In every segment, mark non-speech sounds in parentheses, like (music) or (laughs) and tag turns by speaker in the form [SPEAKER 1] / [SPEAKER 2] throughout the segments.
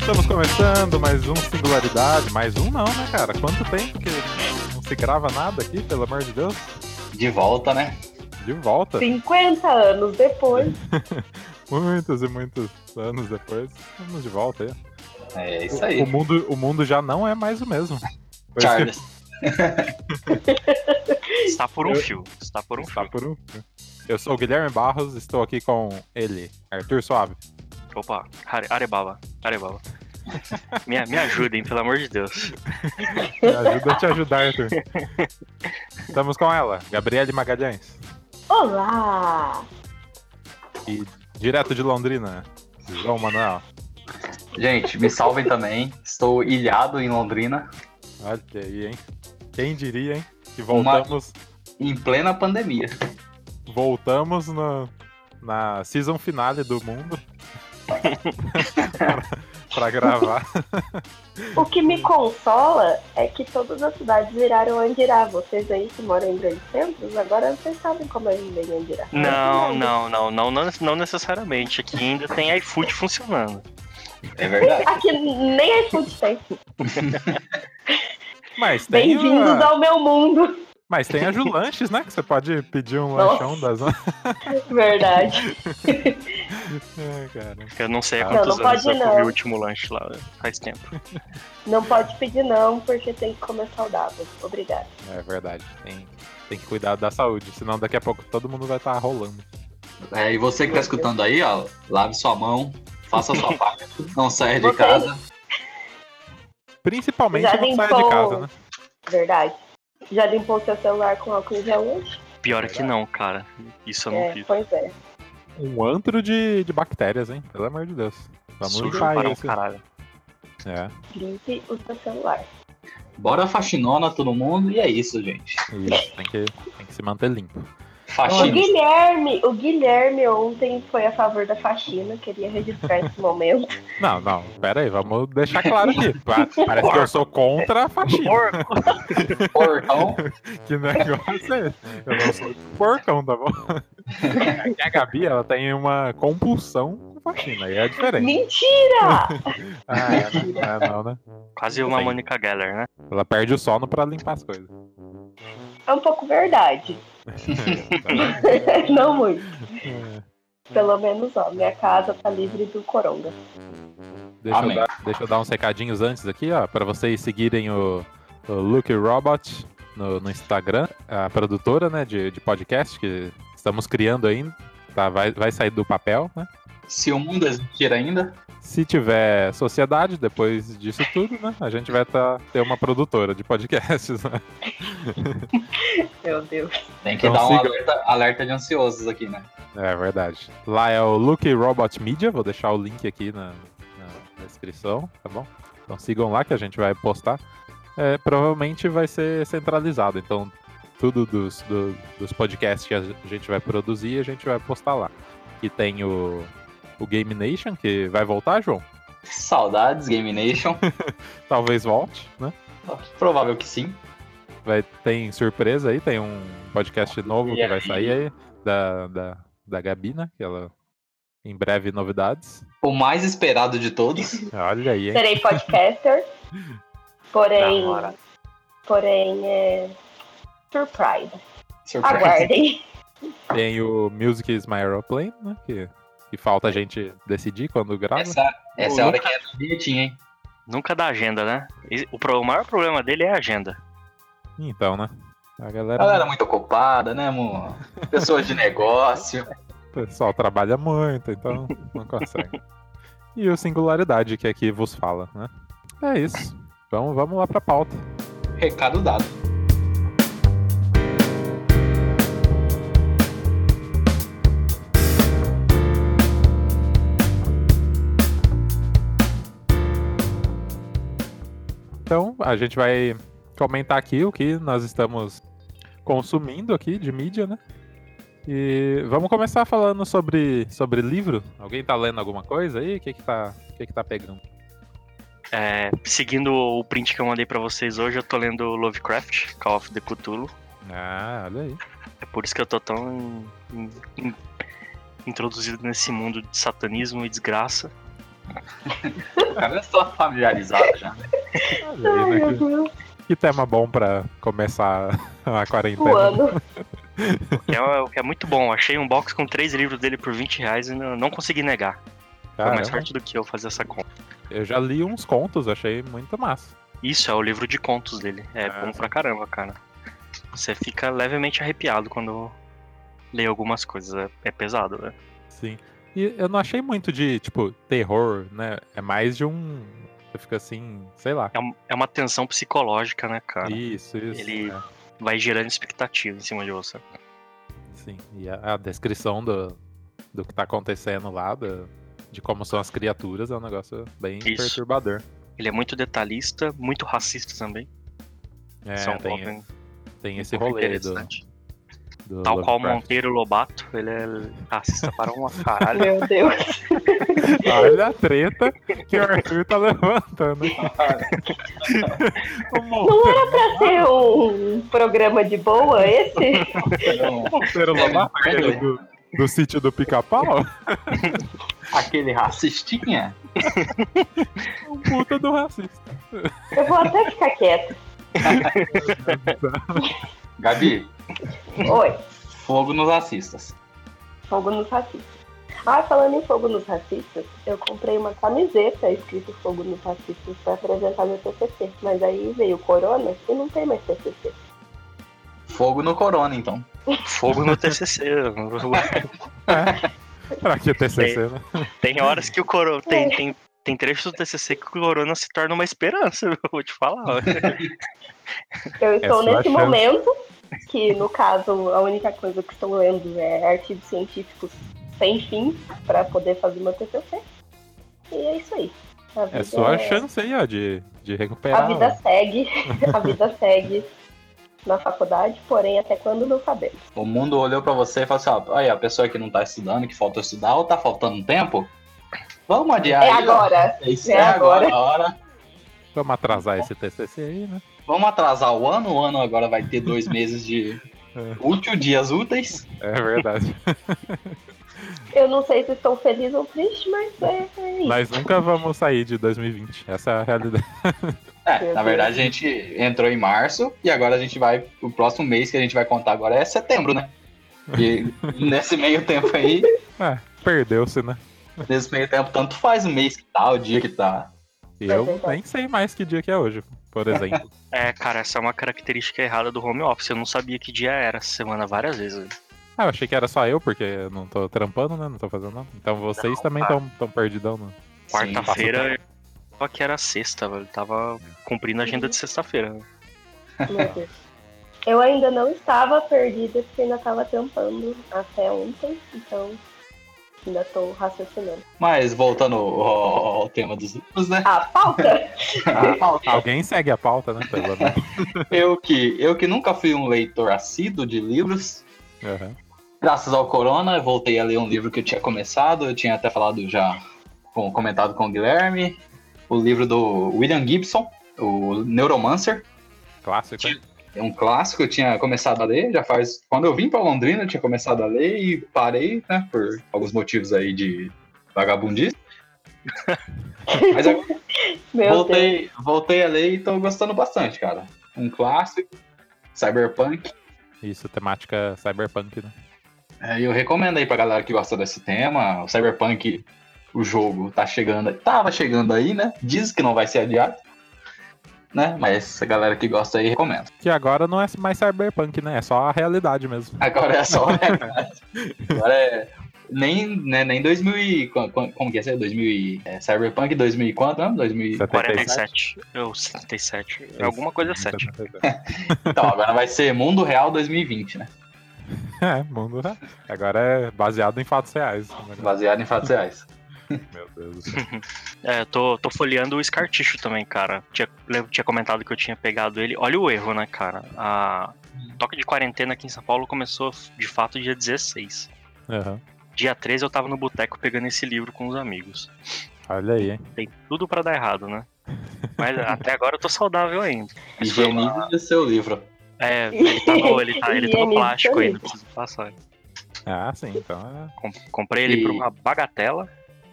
[SPEAKER 1] Estamos começando mais um Singularidade. Mais um não, né, cara? Quanto tempo que não se grava nada aqui, pelo amor de Deus?
[SPEAKER 2] De volta, né?
[SPEAKER 1] De volta.
[SPEAKER 3] 50 anos depois.
[SPEAKER 1] muitos e muitos anos depois, estamos de volta aí.
[SPEAKER 2] É isso aí.
[SPEAKER 1] O mundo, o mundo já não é mais o mesmo. Foi isso
[SPEAKER 2] Charles.
[SPEAKER 4] Está por um
[SPEAKER 1] Eu-
[SPEAKER 4] fio. Está por um
[SPEAKER 1] que tá
[SPEAKER 4] fio.
[SPEAKER 1] por um. Eu sou o Guilherme Barros, estou aqui com ele, Arthur Suave.
[SPEAKER 4] Opa, Are- Arebaba. Arebaba. me, me ajudem, pelo amor de Deus.
[SPEAKER 1] Me ajuda a te ajudar, Arthur. Estamos com ela, Gabriele Magalhães.
[SPEAKER 3] Olá!
[SPEAKER 1] E direto de Londrina, João Manuel.
[SPEAKER 2] Gente, me salvem também. Estou ilhado em Londrina,
[SPEAKER 1] Olha aí, hein? Quem diria, hein? Que voltamos,
[SPEAKER 2] em plena pandemia.
[SPEAKER 1] voltamos no- na season finale do
[SPEAKER 3] (laughs)
[SPEAKER 1] mundo. pra, pra gravar.
[SPEAKER 3] O que me consola é que todas as cidades viraram Andirá. Vocês aí que moram em grandes centros, agora vocês sabem como é viver em Andirá.
[SPEAKER 4] Não, não, não, não, não, não necessariamente. Aqui ainda tem iFood funcionando.
[SPEAKER 2] É verdade.
[SPEAKER 3] Aqui nem é iFood tem.
[SPEAKER 1] Mas tem,
[SPEAKER 3] Bem-vindos
[SPEAKER 1] a,
[SPEAKER 3] ao meu mundo. (laughs)
[SPEAKER 1] mas tem a Julanches, né? Que você pode pedir um
[SPEAKER 3] Nossa.
[SPEAKER 1] lanchão das. (laughs)
[SPEAKER 3] Verdade. (laughs)
[SPEAKER 1] É, cara.
[SPEAKER 4] Eu não sei há
[SPEAKER 1] Ah,
[SPEAKER 4] quantos
[SPEAKER 3] não, não
[SPEAKER 4] anos
[SPEAKER 3] pode
[SPEAKER 4] eu comi
[SPEAKER 3] não.
[SPEAKER 4] o último lanche lá. Faz tempo.
[SPEAKER 3] Não pode pedir não, porque tem que comer saudável. Obrigada.
[SPEAKER 1] É verdade. Tem, tem que cuidar da saúde, senão daqui a pouco todo mundo vai estar rolando.
[SPEAKER 2] É, e você que tá escutando aí, ó, lave sua mão, faça sua parte, não saia de
[SPEAKER 3] Você-
[SPEAKER 2] casa.
[SPEAKER 1] Principalmente
[SPEAKER 3] Já
[SPEAKER 1] não sai de
[SPEAKER 3] limpou-
[SPEAKER 1] casa, né?
[SPEAKER 3] Verdade. Já limpou seu celular com álcool em gel hoje?
[SPEAKER 4] Pior é que não, cara. Isso eu não
[SPEAKER 3] É,
[SPEAKER 4] fiz.
[SPEAKER 3] pois é.
[SPEAKER 1] Um antro de, de bactérias, hein? Pelo amor de Deus. Vamos
[SPEAKER 4] Sujo
[SPEAKER 1] limpar
[SPEAKER 4] para um
[SPEAKER 1] esse-
[SPEAKER 4] caralho.
[SPEAKER 1] É.
[SPEAKER 3] Limpe o seu celular.
[SPEAKER 2] Bora faxinona todo mundo e é isso, gente.
[SPEAKER 1] Isso, tem que, tem que se manter limpo.
[SPEAKER 3] O
[SPEAKER 2] Faxina.
[SPEAKER 3] Guilherme, o Guilherme ontem foi a favor da faxina, queria registrar
[SPEAKER 1] (laughs)
[SPEAKER 3] esse momento.
[SPEAKER 1] Não, não, pera aí, vamos deixar claro aqui. Pa- Parece que eu sou contra a faxina.
[SPEAKER 4] Porco!
[SPEAKER 2] Porcão.
[SPEAKER 1] Que negócio é esse? Eu não sou porcão, tá bom? Aqui a Gabi, ela tem uma compulsão com faxina, e é diferente.
[SPEAKER 3] Mentira!
[SPEAKER 1] Ah, é, né? Ah, não, né?
[SPEAKER 4] Quase uma
[SPEAKER 1] Sim.
[SPEAKER 4] Mônica Geller, né?
[SPEAKER 1] Ela perde o sono pra limpar as coisas.
[SPEAKER 3] É um pouco verdade. (laughs) Não muito.
[SPEAKER 1] É,
[SPEAKER 3] Pelo menos, ó, minha casa tá livre do coronga.
[SPEAKER 1] Deixa eu,
[SPEAKER 2] Amém.
[SPEAKER 1] dar, deixa eu dar uns recadinhos antes aqui, ó, pra vocês seguirem o, o Luke Robot no, no Instagram, a produtora, né, de, de podcast que estamos criando ainda, tá? Vai, vai sair do papel, né?
[SPEAKER 2] Se o mundo existir ainda,
[SPEAKER 1] Se tiver sociedade depois disso tudo, né, a gente vai tá, ter uma produtora de podcasts, (laughs) né?
[SPEAKER 3] Meu Deus.
[SPEAKER 2] tem que
[SPEAKER 1] Então
[SPEAKER 2] dar um
[SPEAKER 1] siga.
[SPEAKER 2] alerta, alerta de ansiosos aqui, né?
[SPEAKER 1] É verdade. Lá é o Luke Robot Media, vou deixar o link aqui na, na descrição, tá bom? Então sigam lá que a gente vai postar. É, provavelmente vai ser centralizado, então tudo dos, do- dos podcasts que a gente vai produzir, a gente vai postar lá. E tem o, o Game Nation, que vai voltar, João?
[SPEAKER 2] Saudades, Game Nation.
[SPEAKER 1] Talvez volte, né?
[SPEAKER 2] Provável que sim.
[SPEAKER 1] Vai, tem surpresa aí, tem um podcast novo que vai sair aí, da, da, da Gabi, né? Que ela... Em breve, novidades.
[SPEAKER 2] O mais esperado de todos.
[SPEAKER 1] Olha aí, hein?
[SPEAKER 3] Serei podcaster.
[SPEAKER 1] (laughs)
[SPEAKER 3] Porém.
[SPEAKER 4] Da hora.
[SPEAKER 3] Porém, é. Surprise.
[SPEAKER 2] Surpresa.
[SPEAKER 1] (laughs)
[SPEAKER 3] Aguardem.
[SPEAKER 1] Tem o Music is My Aeroplane, né? Que, que falta a gente decidir quando grava.
[SPEAKER 2] Essa, essa é a hora que é bilhetinho, hein?
[SPEAKER 4] Nunca dá agenda, né? E O, pro- o maior problema dele é a agenda.
[SPEAKER 1] Então, né? A galera,
[SPEAKER 2] Galera muito ocupada, né, amor? Pessoas de negócio.
[SPEAKER 1] o pessoal trabalha muito, então não consegue. E o Singularidade, que aqui vos fala, né? É isso. Então vamos lá pra pauta.
[SPEAKER 2] (laughs) Recado dado.
[SPEAKER 1] Então a gente vai comentar aqui o que nós estamos consumindo aqui de mídia, né? E vamos começar falando sobre, sobre livro. Alguém tá lendo alguma coisa aí? O que que tá, o que que tá pegando?
[SPEAKER 4] É, seguindo o print que eu mandei pra vocês hoje, eu tô lendo Lovecraft, Call of the Cthulhu.
[SPEAKER 1] Ah, olha aí.
[SPEAKER 4] É por isso que eu tô tão in- in- in- introduzido nesse mundo de satanismo e desgraça.
[SPEAKER 2] O cara é só familiarizado já. né?
[SPEAKER 1] Olha
[SPEAKER 3] Ai,
[SPEAKER 1] aí, né?
[SPEAKER 3] meu
[SPEAKER 1] Que-
[SPEAKER 3] Deus.
[SPEAKER 1] Que tema bom pra começar (laughs) a
[SPEAKER 3] O
[SPEAKER 1] quarentena. (laughs)
[SPEAKER 3] um ano.
[SPEAKER 4] O que é, o que é muito bom. Achei um box com três livros dele por 20 reais e não, não consegui negar. Foi mais
[SPEAKER 1] Caramba,
[SPEAKER 4] forte do que eu fazer essa conta.
[SPEAKER 1] eu já li uns contos, achei muito massa.
[SPEAKER 4] Isso, é o livro de contos dele. É
[SPEAKER 1] Ah.
[SPEAKER 4] bom pra caramba, cara. Você fica levemente arrepiado quando lê algumas coisas. É- É pesado, né?
[SPEAKER 1] Sim. E eu não achei muito de, tipo, terror, né? É mais de um. Você fica assim, sei lá.
[SPEAKER 4] É, um- é uma tensão psicológica, né, cara?
[SPEAKER 1] Isso, isso.
[SPEAKER 4] ele-
[SPEAKER 1] é,
[SPEAKER 4] Vai gerando expectativa em cima de você.
[SPEAKER 1] sim. E a, a descrição do, do que tá acontecendo lá, do- de como são as criaturas, é um negócio bem
[SPEAKER 4] Isso.
[SPEAKER 1] perturbador.
[SPEAKER 4] Ele é muito detalhista, muito racista também.
[SPEAKER 1] É,
[SPEAKER 4] São
[SPEAKER 1] tem,
[SPEAKER 4] Paulo
[SPEAKER 1] tem esse rolê aí do,
[SPEAKER 4] interessante.
[SPEAKER 1] do
[SPEAKER 4] Tal qual
[SPEAKER 1] Lovecraft.
[SPEAKER 4] Monteiro Lobato, ele é racista para uma caralho.
[SPEAKER 3] (laughs) Meu Deus.
[SPEAKER 1] Olha a treta que o Arthur tá levantando.
[SPEAKER 3] (laughs)
[SPEAKER 1] o
[SPEAKER 3] Não
[SPEAKER 1] Monteiro,
[SPEAKER 3] era pra ser um programa de boa esse?
[SPEAKER 2] Então,
[SPEAKER 1] o Monteiro Lobato, aquele do, do sítio do pica-pau,
[SPEAKER 2] Aquele racistinha.
[SPEAKER 1] é um puta do racista.
[SPEAKER 3] Eu vou até ficar quieta.
[SPEAKER 2] Gabi,
[SPEAKER 3] Oi.
[SPEAKER 2] fogo nos racistas.
[SPEAKER 3] Fogo nos racistas. Ah, falando em fogo nos racistas, eu comprei uma camiseta escrito fogo nos racistas pra apresentar meu TCC. Mas aí veio o corona e não tem mais TCC.
[SPEAKER 2] Fogo no corona, então.
[SPEAKER 4] Fogo no TCC.
[SPEAKER 1] Pra que TCC, né?
[SPEAKER 4] Tem horas que o Corona. Tem, tem, tem trechos do TCC que o Corona se torna uma esperança, (laughs) eu vou te falar.
[SPEAKER 3] Eu
[SPEAKER 1] sua
[SPEAKER 3] estou nesse
[SPEAKER 1] É chance.
[SPEAKER 3] momento, que no caso a única coisa que estou lendo é artigos científicos sem fim pra poder fazer meu TCC. E é isso aí. A
[SPEAKER 1] É
[SPEAKER 3] vida
[SPEAKER 1] sua
[SPEAKER 3] é-
[SPEAKER 1] chance aí, ó, de, de
[SPEAKER 3] A
[SPEAKER 1] recuperar.
[SPEAKER 3] vida
[SPEAKER 1] ó. (laughs)
[SPEAKER 3] segue, a vida segue na faculdade, porém até quando não sabemos.
[SPEAKER 2] O mundo olhou pra você e falou assim: ó, aí a pessoa que não tá estudando, que falta estudar, ou tá faltando tempo? Vamos adiar.
[SPEAKER 3] É
[SPEAKER 2] aí, ó.
[SPEAKER 3] agora.
[SPEAKER 2] É, isso,
[SPEAKER 3] É
[SPEAKER 2] é agora. a hora.
[SPEAKER 1] Vamos atrasar esse TCC aí, né?
[SPEAKER 2] Vamos atrasar o ano. O ano agora vai ter dois meses de
[SPEAKER 1] É.
[SPEAKER 2] útil, dias úteis.
[SPEAKER 1] É verdade.
[SPEAKER 3] Eu não sei se estou feliz ou triste, mas é, é isso.
[SPEAKER 1] Nós nunca vamos sair de 2020. Essa é a realidade.
[SPEAKER 2] É, na
[SPEAKER 3] Meu Deus.
[SPEAKER 2] verdade a gente entrou em março e agora a gente vai. O próximo mês que a gente vai contar agora é setembro, né? E nesse meio tempo aí,
[SPEAKER 1] Ah, perdeu-se, né?
[SPEAKER 2] nesse meio tempo, tanto faz o mês que tá, o dia que tá.
[SPEAKER 1] E
[SPEAKER 3] É
[SPEAKER 1] eu
[SPEAKER 3] verdade.
[SPEAKER 1] nem sei mais que dia que é hoje, por exemplo.
[SPEAKER 4] É, cara, essa é uma característica errada do home office. Eu não sabia que dia era essa semana várias vezes.
[SPEAKER 1] Ah, eu achei que era só eu, porque eu não tô trampando, né? Não tô fazendo nada. Então vocês
[SPEAKER 4] Não,
[SPEAKER 1] também
[SPEAKER 4] tá.
[SPEAKER 1] estão tão perdidão, né?
[SPEAKER 4] Quarta-feira eu tava que era sexta, velho. Tava cumprindo a agenda de sexta-feira. né?
[SPEAKER 3] Meu Deus. Eu ainda não estava perdida, porque ainda estava tampando até ontem, então ainda estou raciocinando.
[SPEAKER 2] Mas voltando ao, ao- ao tema dos livros, né?
[SPEAKER 3] Ah,
[SPEAKER 1] (laughs)
[SPEAKER 3] pauta!
[SPEAKER 1] Ah, Alguém segue a pauta, né? Pelo menos.
[SPEAKER 2] Eu que, eu que nunca fui um leitor assíduo de livros,
[SPEAKER 1] Aham.
[SPEAKER 2] graças ao Corona, eu voltei a ler um livro que eu tinha começado, eu tinha até falado já, com- comentado com o Guilherme, o livro do William Gibson, o Neuromancer,
[SPEAKER 1] Clássico. né? hein?
[SPEAKER 2] é um clássico, eu tinha começado a ler, já faz. Quando eu vim pra Londrina, eu tinha começado a ler e parei, né? Por alguns motivos aí de
[SPEAKER 3] (laughs)
[SPEAKER 2] vagabundismo. Mas agora
[SPEAKER 3] Meu Deus.
[SPEAKER 2] voltei, voltei a ler e tô gostando bastante, cara. Um clássico, cyberpunk.
[SPEAKER 1] Isso, temática cyberpunk, né?
[SPEAKER 2] É, eu recomendo aí pra galera que gosta desse tema. O Cyberpunk, o jogo, tá chegando. Tava chegando aí, né? Diz que não vai ser adiado. Né? Mas a galera que gosta aí recomenda.
[SPEAKER 1] Que agora não é mais cyberpunk, né? É só a realidade mesmo.
[SPEAKER 2] Agora é só. Agora é. Nem, né, nem 2000 e, qu- qu- como, que é isso aí? 2000 e, é, Cyberpunk 2000 e quanto mesmo? 2000 e-
[SPEAKER 4] 47. Eu, 77. é Alguma coisa 7.
[SPEAKER 2] Então, agora vai ser Mundo Real 2020, né?
[SPEAKER 1] (laughs) É, mundo. né? Agora é baseado em fatos reais. o negócio.
[SPEAKER 2] Baseado em fatos reais.
[SPEAKER 1] Meu Deus do céu.
[SPEAKER 4] É, eu tô, tô folheando o Scarticho também, cara. Tinha, lembro- tinha comentado que eu tinha pegado ele. Olha o erro, né, cara? A toque de quarentena aqui em São Paulo começou de fato dia 16.
[SPEAKER 1] Aham.
[SPEAKER 4] Dia 13 eu tava no boteco pegando esse livro com os amigos.
[SPEAKER 1] Olha aí, hein?
[SPEAKER 4] Tem tudo pra dar errado, né? Mas até agora eu tô saudável ainda. Mas foi uma-
[SPEAKER 2] Higienize o seu livro.
[SPEAKER 4] É, ele tá no, ele tá, ele tá no
[SPEAKER 3] Higieniza
[SPEAKER 4] plástico
[SPEAKER 3] também.
[SPEAKER 4] ainda, preciso passar.
[SPEAKER 1] Ah, sim, então é.
[SPEAKER 4] Com- Comprei ele
[SPEAKER 2] E-
[SPEAKER 4] por uma bagatela.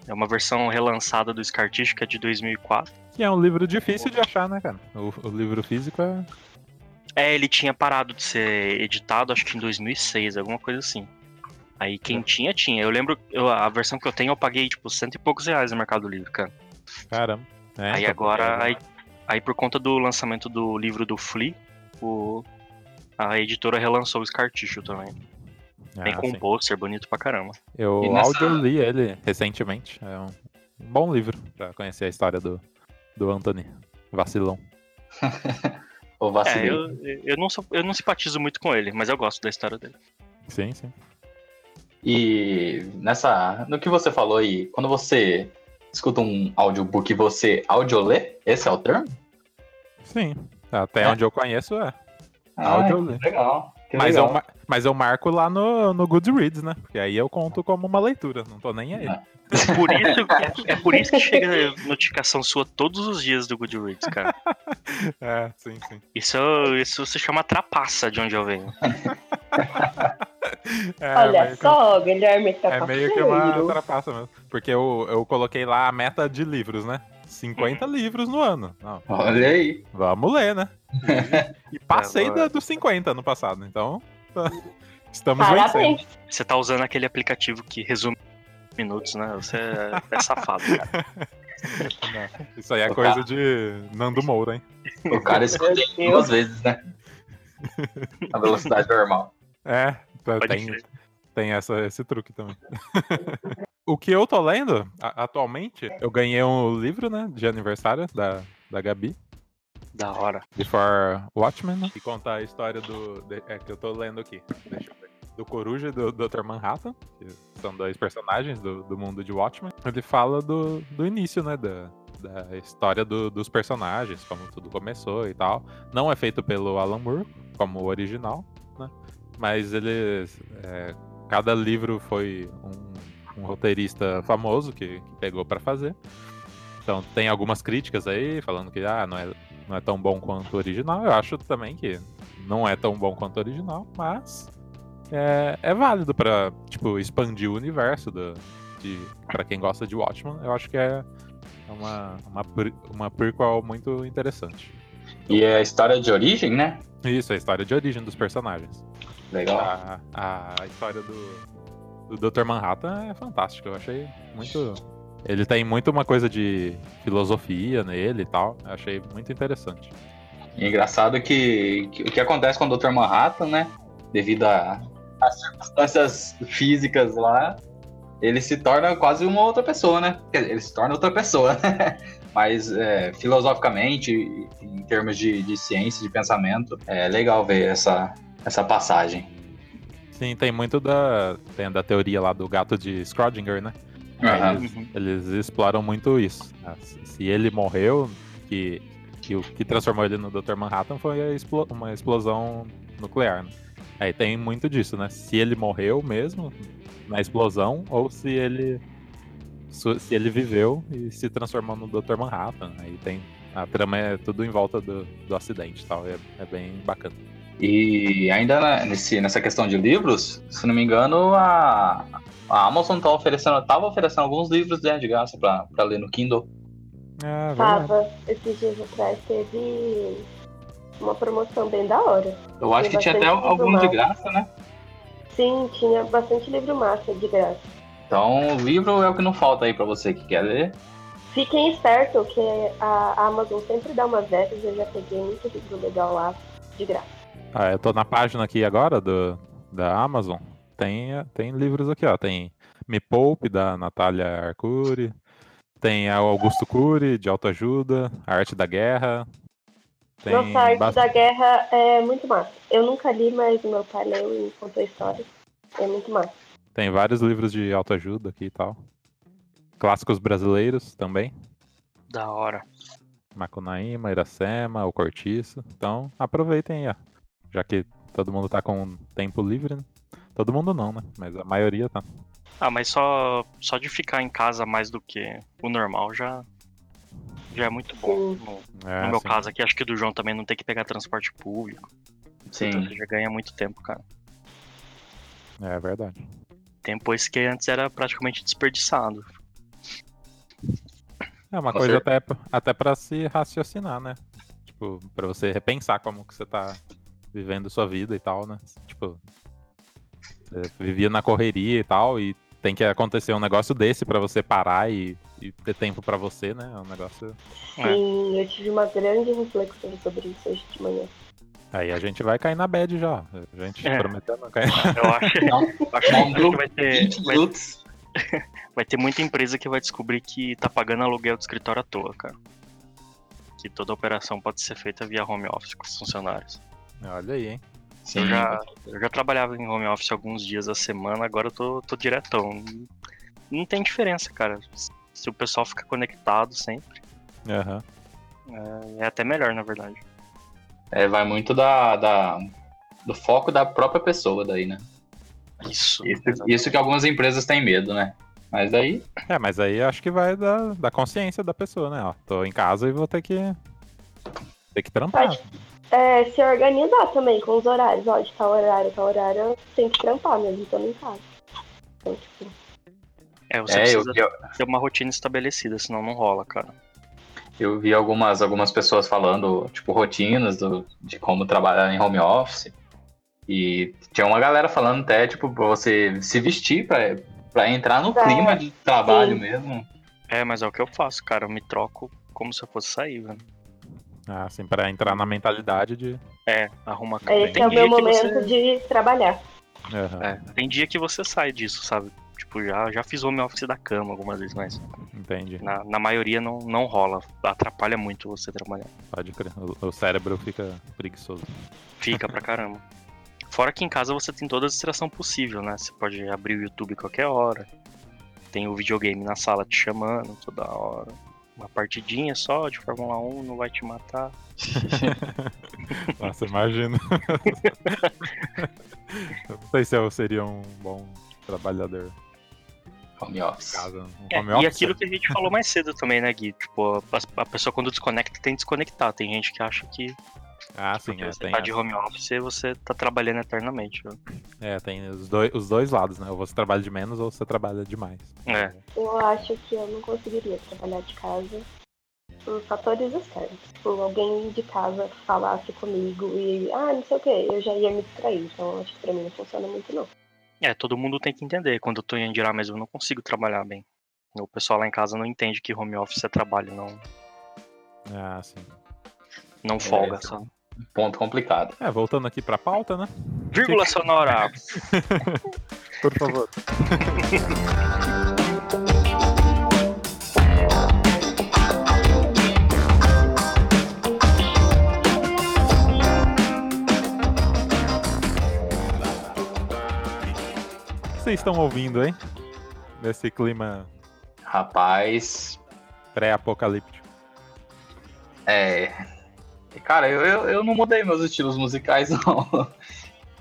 [SPEAKER 4] É uma versão relançada do Scarticho, que é de 2004.
[SPEAKER 1] Que é um livro difícil de achar, né, cara? O, o livro físico é.
[SPEAKER 4] É, ele tinha parado de ser editado, acho que em 2006, alguma coisa assim. Aí quem
[SPEAKER 1] É.
[SPEAKER 4] tinha, tinha. Eu lembro, eu- a versão que eu tenho eu paguei, tipo, cento e poucos reais no Mercado Livre, cara.
[SPEAKER 1] Caramba. É,
[SPEAKER 4] aí
[SPEAKER 1] então,
[SPEAKER 4] agora,
[SPEAKER 1] é,
[SPEAKER 4] aí, aí por conta do lançamento do livro do Flea, o, a editora relançou o Scarticho também. Tem
[SPEAKER 1] ah,
[SPEAKER 4] com um
[SPEAKER 1] sim.
[SPEAKER 4] pôster bonito pra caramba.
[SPEAKER 1] Eu
[SPEAKER 2] E nessa-
[SPEAKER 1] áudio li ele recentemente. É um um bom livro pra conhecer a história do, do Anthony. Vacilão.
[SPEAKER 2] Ou
[SPEAKER 4] É,
[SPEAKER 1] Tá
[SPEAKER 2] vacilei.
[SPEAKER 4] eu, eu, não sou, eu não simpatizo muito com ele, mas eu gosto da história dele.
[SPEAKER 1] Sim, sim.
[SPEAKER 2] E nessa. No que você falou aí, quando você escuta um audiobook, você audiolê? Esse é o termo?
[SPEAKER 1] Sim. Até
[SPEAKER 2] É.
[SPEAKER 1] onde eu conheço é.
[SPEAKER 2] Ah,
[SPEAKER 1] Audiolê.
[SPEAKER 2] que legal. que
[SPEAKER 1] Mas é eu,
[SPEAKER 2] legal.
[SPEAKER 1] mar- mas eu marco lá no, no Goodreads, né? Porque aí eu conto como uma leitura, não tô nem aí.
[SPEAKER 2] Ah.
[SPEAKER 4] Por isso, é, é por isso que chega notificação sua todos os dias do Goodreads, cara.
[SPEAKER 1] É, sim, sim.
[SPEAKER 4] Isso, isso se chama trapaça de onde eu venho.
[SPEAKER 1] É,
[SPEAKER 3] Olha
[SPEAKER 1] meio que-
[SPEAKER 3] só, Guilherme tá
[SPEAKER 1] É meio que uma trapaça mesmo. Porque eu, eu coloquei lá a meta de livros, né?
[SPEAKER 4] Uhum.
[SPEAKER 1] 50 livros no ano. Não,
[SPEAKER 2] Olha aí.
[SPEAKER 1] vamos ler, né?
[SPEAKER 4] Uhum.
[SPEAKER 1] E, e passei
[SPEAKER 4] Agora-
[SPEAKER 1] da- dos 50 no passado, então. (laughs) tá- Estamos vencendo.
[SPEAKER 3] Parabéns.
[SPEAKER 4] Você tá usando aquele aplicativo que resume minutos, né? Você é, é safado, cara.
[SPEAKER 1] Não, Isso aí é coisa de Nando Moura, hein?
[SPEAKER 2] O cara escutei
[SPEAKER 3] Meu
[SPEAKER 2] duas vezes, né? A velocidade normal.
[SPEAKER 1] É, tá-
[SPEAKER 4] Pode
[SPEAKER 1] tem,
[SPEAKER 4] crer.
[SPEAKER 1] tem essa, esse truque também. (laughs) o que eu tô lendo a- atualmente, eu ganhei um livro, né? De aniversário da, da Gabi.
[SPEAKER 4] Da hora.
[SPEAKER 1] Before Watchmen, né? E conta a história do. de- é que eu tô lendo aqui. Deixa eu ver. Do Coruja e do Dr. Manhattan, que são dois personagens do, do mundo de Watchmen. Ele fala do, do início, né? Da, da história do- dos personagens, como tudo começou e tal. Não é feito pelo Alan Moore, como o original, né? Mas eles. é, cada livro foi um, um roteirista famoso que, que pegou pra fazer. Então tem algumas críticas aí, falando que ah, não é não é tão bom quanto o original. Eu acho também que não é tão bom quanto o original, mas é, é válido pra tipo expandir o universo do, de para quem gosta de Watchmen. Eu acho que é uma uma pre- uma prequel muito interessante.
[SPEAKER 2] E é a história de origem, né?
[SPEAKER 1] Isso, a história de origem dos personagens.
[SPEAKER 2] Legal.
[SPEAKER 1] A, a história do, do Dr. Manhattan é fantástica, eu achei muito. Ele tem muito uma coisa de filosofia nele e tal. Eu achei muito interessante.
[SPEAKER 2] E é engraçado que, que o que acontece com o Dr. Manhattan, né? Devido a- às circunstâncias físicas lá, ele se torna quase uma outra pessoa, né? Quer dizer, ele se torna outra pessoa, né? (laughs) Mas é, filosoficamente, em termos de, de ciência, de pensamento, é legal ver essa, essa passagem.
[SPEAKER 1] Sim, tem muito da, tem da teoria lá do gato de Schrödinger, né?
[SPEAKER 2] Aham.
[SPEAKER 1] Eles,
[SPEAKER 4] Uhum.
[SPEAKER 1] eles exploram muito isso. né? Se- Se ele morreu, que, que o que transformou ele no Dr. Manhattan foi a explo- uma explosão nuclear. Né? Aí tem muito disso, né? Se ele morreu mesmo na explosão ou se ele su- se ele viveu e se transformou no Dr. Manhattan. Aí tem a trama é tudo em volta do, do acidente, e tal. É, é bem bacana.
[SPEAKER 2] E ainda na- nesse, nessa questão de livros, se não me engano, a, a Amazon estava oferecendo, tava oferecendo alguns livros né, de graça para ler no Kindle.
[SPEAKER 3] Ah,
[SPEAKER 1] É,
[SPEAKER 3] Tava, esses dias atrás teve uma promoção bem da hora.
[SPEAKER 2] Eu acho
[SPEAKER 3] Tem
[SPEAKER 2] que tinha até
[SPEAKER 3] bastante livro
[SPEAKER 2] algum de
[SPEAKER 3] massa.
[SPEAKER 2] graça, né?
[SPEAKER 3] Sim, tinha bastante livro massa de graça.
[SPEAKER 2] Então, o livro é o que não falta aí para você que quer ler.
[SPEAKER 3] Fiquem espertos que a Amazon sempre dá umas dessas, eu já peguei muito livro legal lá de graça.
[SPEAKER 1] Ah, eu tô na página aqui agora do, da Amazon. Tem, tem livros aqui, ó. Tem Me Poupe, da Natália Arcuri. Tem a Augusto Cury, de autoajuda. A Arte da Guerra. Tem
[SPEAKER 3] Nossa, a Arte
[SPEAKER 1] bas-
[SPEAKER 3] da Guerra é muito massa. Eu nunca li, mas meu pai leu e contou a história. É muito massa.
[SPEAKER 1] Tem vários livros de autoajuda aqui e tal. Clássicos brasileiros também.
[SPEAKER 4] Da hora.
[SPEAKER 1] Macunaíma, Iracema, O Cortiço. Então, aproveitem aí, ó. Já que todo mundo tá com tempo livre, né? Todo mundo não, né? Mas a maioria tá.
[SPEAKER 4] Ah, mas só, só de ficar em casa mais do que o normal já, já é muito bom. No,
[SPEAKER 1] É,
[SPEAKER 4] no meu
[SPEAKER 1] assim,
[SPEAKER 4] caso aqui, acho que do João também não tem que pegar transporte público. Então
[SPEAKER 2] Sim.
[SPEAKER 4] você já ganha muito tempo, cara.
[SPEAKER 1] É verdade.
[SPEAKER 4] Tempo esse que antes era praticamente desperdiçado.
[SPEAKER 1] É uma
[SPEAKER 2] Com
[SPEAKER 1] coisa até, até pra se raciocinar, né? Tipo, pra você repensar como que você tá vivendo sua vida e tal, né? Tipo, você vivia na correria e tal, e tem que acontecer um negócio desse pra você parar e, e ter tempo pra você, né? É um negócio.
[SPEAKER 4] É.
[SPEAKER 3] Sim, eu tive uma grande reflexão sobre isso hoje de manhã.
[SPEAKER 1] Aí a gente vai cair na bad já. A gente
[SPEAKER 4] É.
[SPEAKER 1] prometeu não cair. (laughs)
[SPEAKER 4] Eu
[SPEAKER 2] (laughs)
[SPEAKER 4] acho,
[SPEAKER 2] Não,
[SPEAKER 4] acho que-
[SPEAKER 2] não,
[SPEAKER 4] acho que vai ter,
[SPEAKER 2] 20
[SPEAKER 4] vai,
[SPEAKER 2] minutos.
[SPEAKER 4] vai ter muita empresa que vai descobrir que tá pagando aluguel do escritório à toa, cara. Que toda operação pode ser feita via home office com os funcionários.
[SPEAKER 1] Olha aí, hein?
[SPEAKER 2] Sim.
[SPEAKER 4] já- Eu já trabalhava em home office alguns dias da semana, agora eu tô, tô diretão. Não tem diferença, cara. Se o pessoal fica conectado sempre,
[SPEAKER 1] Aham.
[SPEAKER 4] é até melhor, na verdade.
[SPEAKER 2] É, vai muito da, da- do foco da própria pessoa daí, né?
[SPEAKER 4] Isso.
[SPEAKER 2] Isso, isso que algumas empresas têm medo, né? Mas daí,
[SPEAKER 1] É, mas aí eu acho que vai da, da consciência da pessoa, né? Ó, tô em casa e vou ter que. Ter que trampar.
[SPEAKER 3] Pode é, se organizar também com os horários. Ó, de tal horário, tal horário, eu tenho que trampar mesmo estando em casa. Então, tipo,
[SPEAKER 4] É, você
[SPEAKER 2] é, eu,
[SPEAKER 4] precisa
[SPEAKER 2] eu,
[SPEAKER 4] ter uma rotina estabelecida, senão não rola, cara.
[SPEAKER 2] eu vi algumas, algumas pessoas falando, tipo, rotinas do, de como trabalhar em home office. E tinha uma galera falando até, tipo, pra você se vestir pra, pra entrar no
[SPEAKER 3] É,
[SPEAKER 2] clima de trabalho
[SPEAKER 3] sim.
[SPEAKER 2] mesmo.
[SPEAKER 4] É, mas é o que eu faço, cara. Eu me troco como se eu fosse sair, velho.
[SPEAKER 1] Ah, assim, pra entrar na mentalidade de.
[SPEAKER 4] É, arruma a cama.
[SPEAKER 3] esse é o meu momento de trabalhar.
[SPEAKER 1] Aham.
[SPEAKER 4] É, tem dia que você sai disso, sabe? Tipo, já, já fiz home office da cama algumas vezes, mas
[SPEAKER 1] Entendi.
[SPEAKER 4] na, na maioria não, não rola. Atrapalha muito você trabalhar.
[SPEAKER 1] Pode crer. O, o cérebro fica preguiçoso.
[SPEAKER 4] Fica pra caramba. Fora que em casa você tem toda a distração possível, né? Você pode abrir o YouTube qualquer hora. Tem o videogame na sala te chamando toda hora. Uma partidinha só de Fórmula 1 não vai te matar.
[SPEAKER 1] (laughs) Nossa, imagina. eu não sei se eu seria um bom trabalhador
[SPEAKER 2] Home
[SPEAKER 1] em
[SPEAKER 2] office.
[SPEAKER 1] casa. Um
[SPEAKER 4] É,
[SPEAKER 1] home
[SPEAKER 4] e
[SPEAKER 1] office?
[SPEAKER 4] aquilo que a gente falou mais cedo também, né, Gui? Tipo, a, a pessoa quando desconecta tem que desconectar. Tem gente que acha que
[SPEAKER 1] Ah, sim, é,
[SPEAKER 4] você
[SPEAKER 1] tem,
[SPEAKER 4] tá
[SPEAKER 1] essa.
[SPEAKER 4] de home office você tá trabalhando eternamente. né?
[SPEAKER 1] É, tem os dois, os dois lados, né? Ou você trabalha de menos ou você trabalha demais.
[SPEAKER 4] É.
[SPEAKER 3] Eu acho que eu não conseguiria trabalhar de casa por fatores externos. Tipo, alguém de casa falasse comigo e, ah, não sei o que, eu já ia me distrair. Então, eu acho que pra mim não funciona muito, não.
[SPEAKER 4] É, todo mundo tem que entender. Quando eu tô em Andirá mesmo, eu não consigo trabalhar bem. O pessoal lá em casa não entende que home office é trabalho, não,
[SPEAKER 1] Ah, sim.
[SPEAKER 4] não folga,
[SPEAKER 2] esse-
[SPEAKER 4] sabe?
[SPEAKER 2] Ponto complicado.
[SPEAKER 1] É, voltando aqui pra pauta, né?
[SPEAKER 4] Vírgula sonora!
[SPEAKER 1] Por favor. O que Vocês estão ouvindo, hein? Nesse clima
[SPEAKER 2] Rapaz,
[SPEAKER 1] pré-apocalíptico.
[SPEAKER 2] É. Cara, eu, eu, eu não mudei meus estilos musicais, (laughs) não.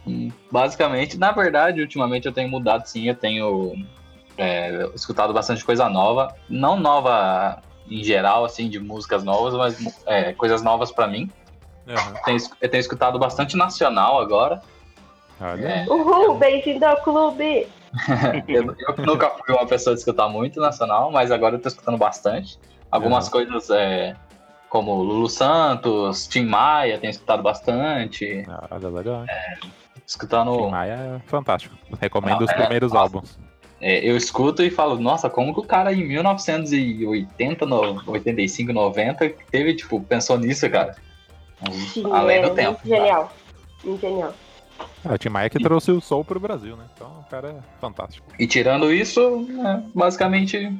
[SPEAKER 2] Hum, Basicamente, na verdade, ultimamente eu tenho mudado sim, eu tenho é, escutado bastante coisa nova. Não nova em geral, assim, de músicas novas, mas é, coisas novas pra mim.
[SPEAKER 1] Aham.
[SPEAKER 2] Tenho es- eu tenho escutado bastante nacional agora.
[SPEAKER 1] Olha.
[SPEAKER 2] É,
[SPEAKER 3] Uhul, bem-vindo ao clube!
[SPEAKER 2] eu, eu nunca fui uma pessoa de escutar muito nacional, mas agora eu tô escutando bastante. Algumas
[SPEAKER 1] Uhum.
[SPEAKER 2] coisas é, como Lulu Santos, Tim Maia, tenho escutado bastante.
[SPEAKER 1] Ah, Olha, legal. hein? Tim
[SPEAKER 2] Escutando.
[SPEAKER 1] Maia é fantástico. Recomendo
[SPEAKER 2] Não,
[SPEAKER 1] os
[SPEAKER 2] é,
[SPEAKER 1] primeiros
[SPEAKER 2] nossa.
[SPEAKER 1] álbuns.
[SPEAKER 2] é, eu escuto e falo, nossa, como que o cara em 1980, no, 85, 90 teve, tipo, pensou nisso, cara?
[SPEAKER 3] Sim,
[SPEAKER 2] Além
[SPEAKER 3] é
[SPEAKER 2] do tempo. né?
[SPEAKER 3] muito genial. Muito genial.
[SPEAKER 1] É, o Tim Maia que trouxe o soul pro Brasil, né? Então o cara é fantástico.
[SPEAKER 2] E tirando isso, né, basicamente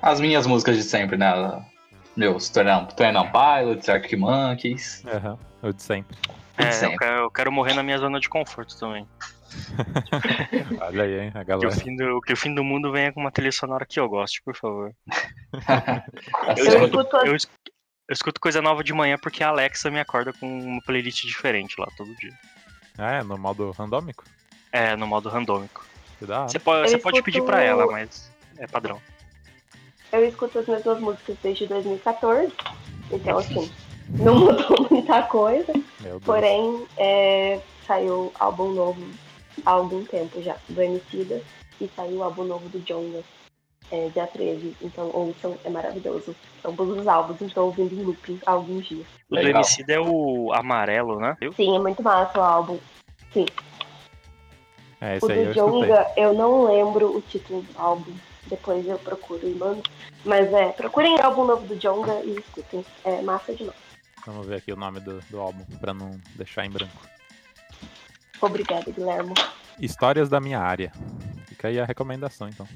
[SPEAKER 2] as minhas músicas de sempre, né? Meus Tornado Pilots, um Arctic Monkeys.
[SPEAKER 1] Aham. O de sempre.
[SPEAKER 2] Tudo
[SPEAKER 4] É, eu
[SPEAKER 2] sempre.
[SPEAKER 4] quero, eu quero morrer na minha zona de conforto também.
[SPEAKER 1] Olha aí, hein? A
[SPEAKER 4] Que o,
[SPEAKER 1] galera.
[SPEAKER 4] fim do, que o fim do mundo venha com uma trilha sonora que eu gosto, por favor.
[SPEAKER 2] As
[SPEAKER 4] Eu
[SPEAKER 3] Eu
[SPEAKER 2] coisas-
[SPEAKER 3] escuto as
[SPEAKER 4] Eu, es- eu escuto coisa nova de manhã porque a Alexa me acorda com uma playlist diferente lá todo dia.
[SPEAKER 1] Ah, é, no modo randômico?
[SPEAKER 4] É, no modo randômico.
[SPEAKER 1] Que da hora.
[SPEAKER 4] Você pode,
[SPEAKER 3] Eu
[SPEAKER 4] você pode
[SPEAKER 3] escuto-
[SPEAKER 4] pedir pra ela, mas é padrão.
[SPEAKER 3] Eu escuto as mesmas músicas desde 2014, então assim, não mudou (laughs) muita coisa.
[SPEAKER 1] Meu Deus.
[SPEAKER 3] Porém, é, saiu álbum novo há algum tempo já, do Emicida, e saiu álbum novo do Jonas, é, dia 13. Então, ouçam, é maravilhoso. Ambos os álbuns estou ouvindo em looping há alguns dias.
[SPEAKER 4] O do
[SPEAKER 2] Legal.
[SPEAKER 4] MC é o amarelo, né? Viu?
[SPEAKER 3] Sim, é muito massa o álbum.
[SPEAKER 1] É,
[SPEAKER 3] O
[SPEAKER 1] esse aí eu
[SPEAKER 3] do
[SPEAKER 1] escutei.
[SPEAKER 3] Jonga, eu não lembro o título do álbum. Depois eu procuro e mando. Mas é, procurem o álbum novo do Jonga e escutem. É massa demais.
[SPEAKER 1] Vamos ver aqui o nome do, do álbum, pra não deixar em branco.
[SPEAKER 3] Obrigada, Guilherme.
[SPEAKER 1] Histórias da minha área. Fica aí a recomendação, então.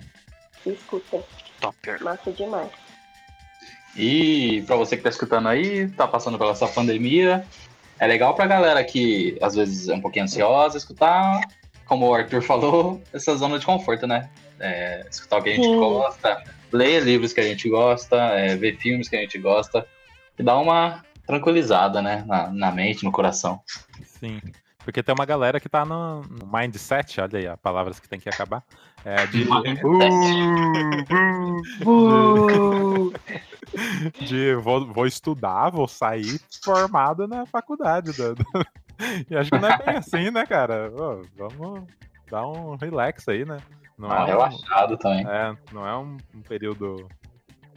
[SPEAKER 3] Escutem.
[SPEAKER 4] Topper.
[SPEAKER 3] Massa demais.
[SPEAKER 2] E pra você que tá escutando aí, tá passando pela essa pandemia, é legal pra galera que às vezes é um pouquinho ansiosa escutar, como o Arthur falou, (laughs) essa zona de conforto, né? É, escutar o que a gente
[SPEAKER 3] Sim.
[SPEAKER 2] gosta, ler livros que a gente gosta, é, ver filmes que a gente gosta, e dar uma tranquilizada, né? Na, na mente, no coração.
[SPEAKER 1] Sim. Porque tem uma galera que tá no, no mindset, olha aí, ó, palavras que tem que acabar. É,
[SPEAKER 2] (laughs)
[SPEAKER 1] de,
[SPEAKER 2] Uh,
[SPEAKER 1] (laughs) de vou, vou estudar, vou sair formado na faculdade. da- da- (laughs) E acho que não é bem assim, né, cara? Ô, vamos dar um relax aí, né? Não
[SPEAKER 2] Tá
[SPEAKER 1] é um,
[SPEAKER 2] relaxado também.
[SPEAKER 1] é, não é um, um período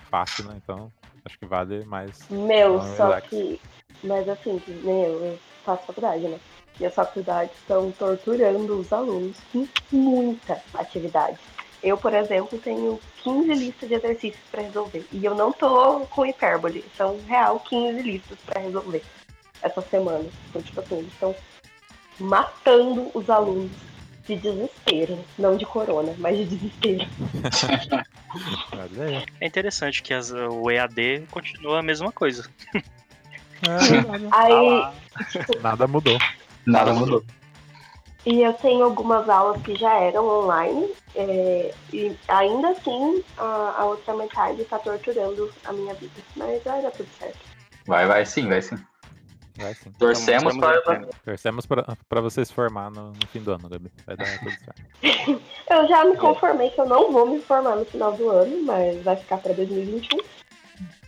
[SPEAKER 1] fácil, né? Então, acho que vale mais.
[SPEAKER 3] Meu,
[SPEAKER 1] Ah,
[SPEAKER 3] só
[SPEAKER 1] relax.
[SPEAKER 3] que. Mas assim, que nem eu, eu faço faculdade, né? E as faculdades estão torturando os alunos com muita atividade. Eu, por exemplo, tenho 15 listas de exercícios pra resolver. E eu não tô com hipérbole, são real 15 listas pra resolver essa semana. Então, tipo assim, eles estão matando os alunos de desespero. Não de corona, mas de desespero.
[SPEAKER 1] Olha aí.
[SPEAKER 4] É interessante que as- o EAD continua a mesma coisa.
[SPEAKER 1] É,
[SPEAKER 4] Tá
[SPEAKER 3] Aí,
[SPEAKER 4] lá.
[SPEAKER 1] nada mudou.
[SPEAKER 2] Nada mudou.
[SPEAKER 3] E eu tenho algumas aulas que já eram online, é, e ainda assim a, a outra metade tá torturando a minha vida. Mas vai dar tudo certo.
[SPEAKER 2] Vai, vai sim, vai sim.
[SPEAKER 1] Vai sim.
[SPEAKER 2] Torcemos
[SPEAKER 4] Estamos-
[SPEAKER 2] para
[SPEAKER 1] Torcemos pra, pra você se formar no, no fim do ano, Gabi. Vai dar tudo certo.
[SPEAKER 3] Eu já me conformei que eu não vou me formar no final do ano, mas vai ficar pra 2021.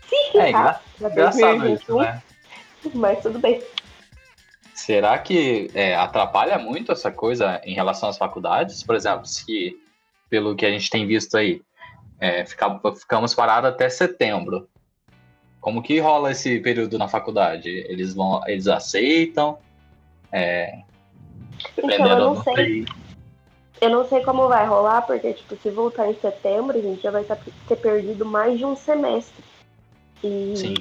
[SPEAKER 3] Se
[SPEAKER 2] É,
[SPEAKER 3] ficar pra
[SPEAKER 2] engraçado isso,
[SPEAKER 3] 2021,
[SPEAKER 2] né?
[SPEAKER 3] mas tudo bem.
[SPEAKER 2] Será que é, atrapalha muito essa coisa em relação às faculdades? Por exemplo, se pelo que a gente tem visto aí, é, fica- ficamos parados até setembro. Como que rola esse período na faculdade? Eles vão, eles aceitam?
[SPEAKER 3] Então eu não
[SPEAKER 2] do-
[SPEAKER 3] sei. Eu não sei como vai rolar, porque, tipo, se voltar em setembro, a gente já vai tá- ter perdido mais de um semestre. E
[SPEAKER 2] Sim.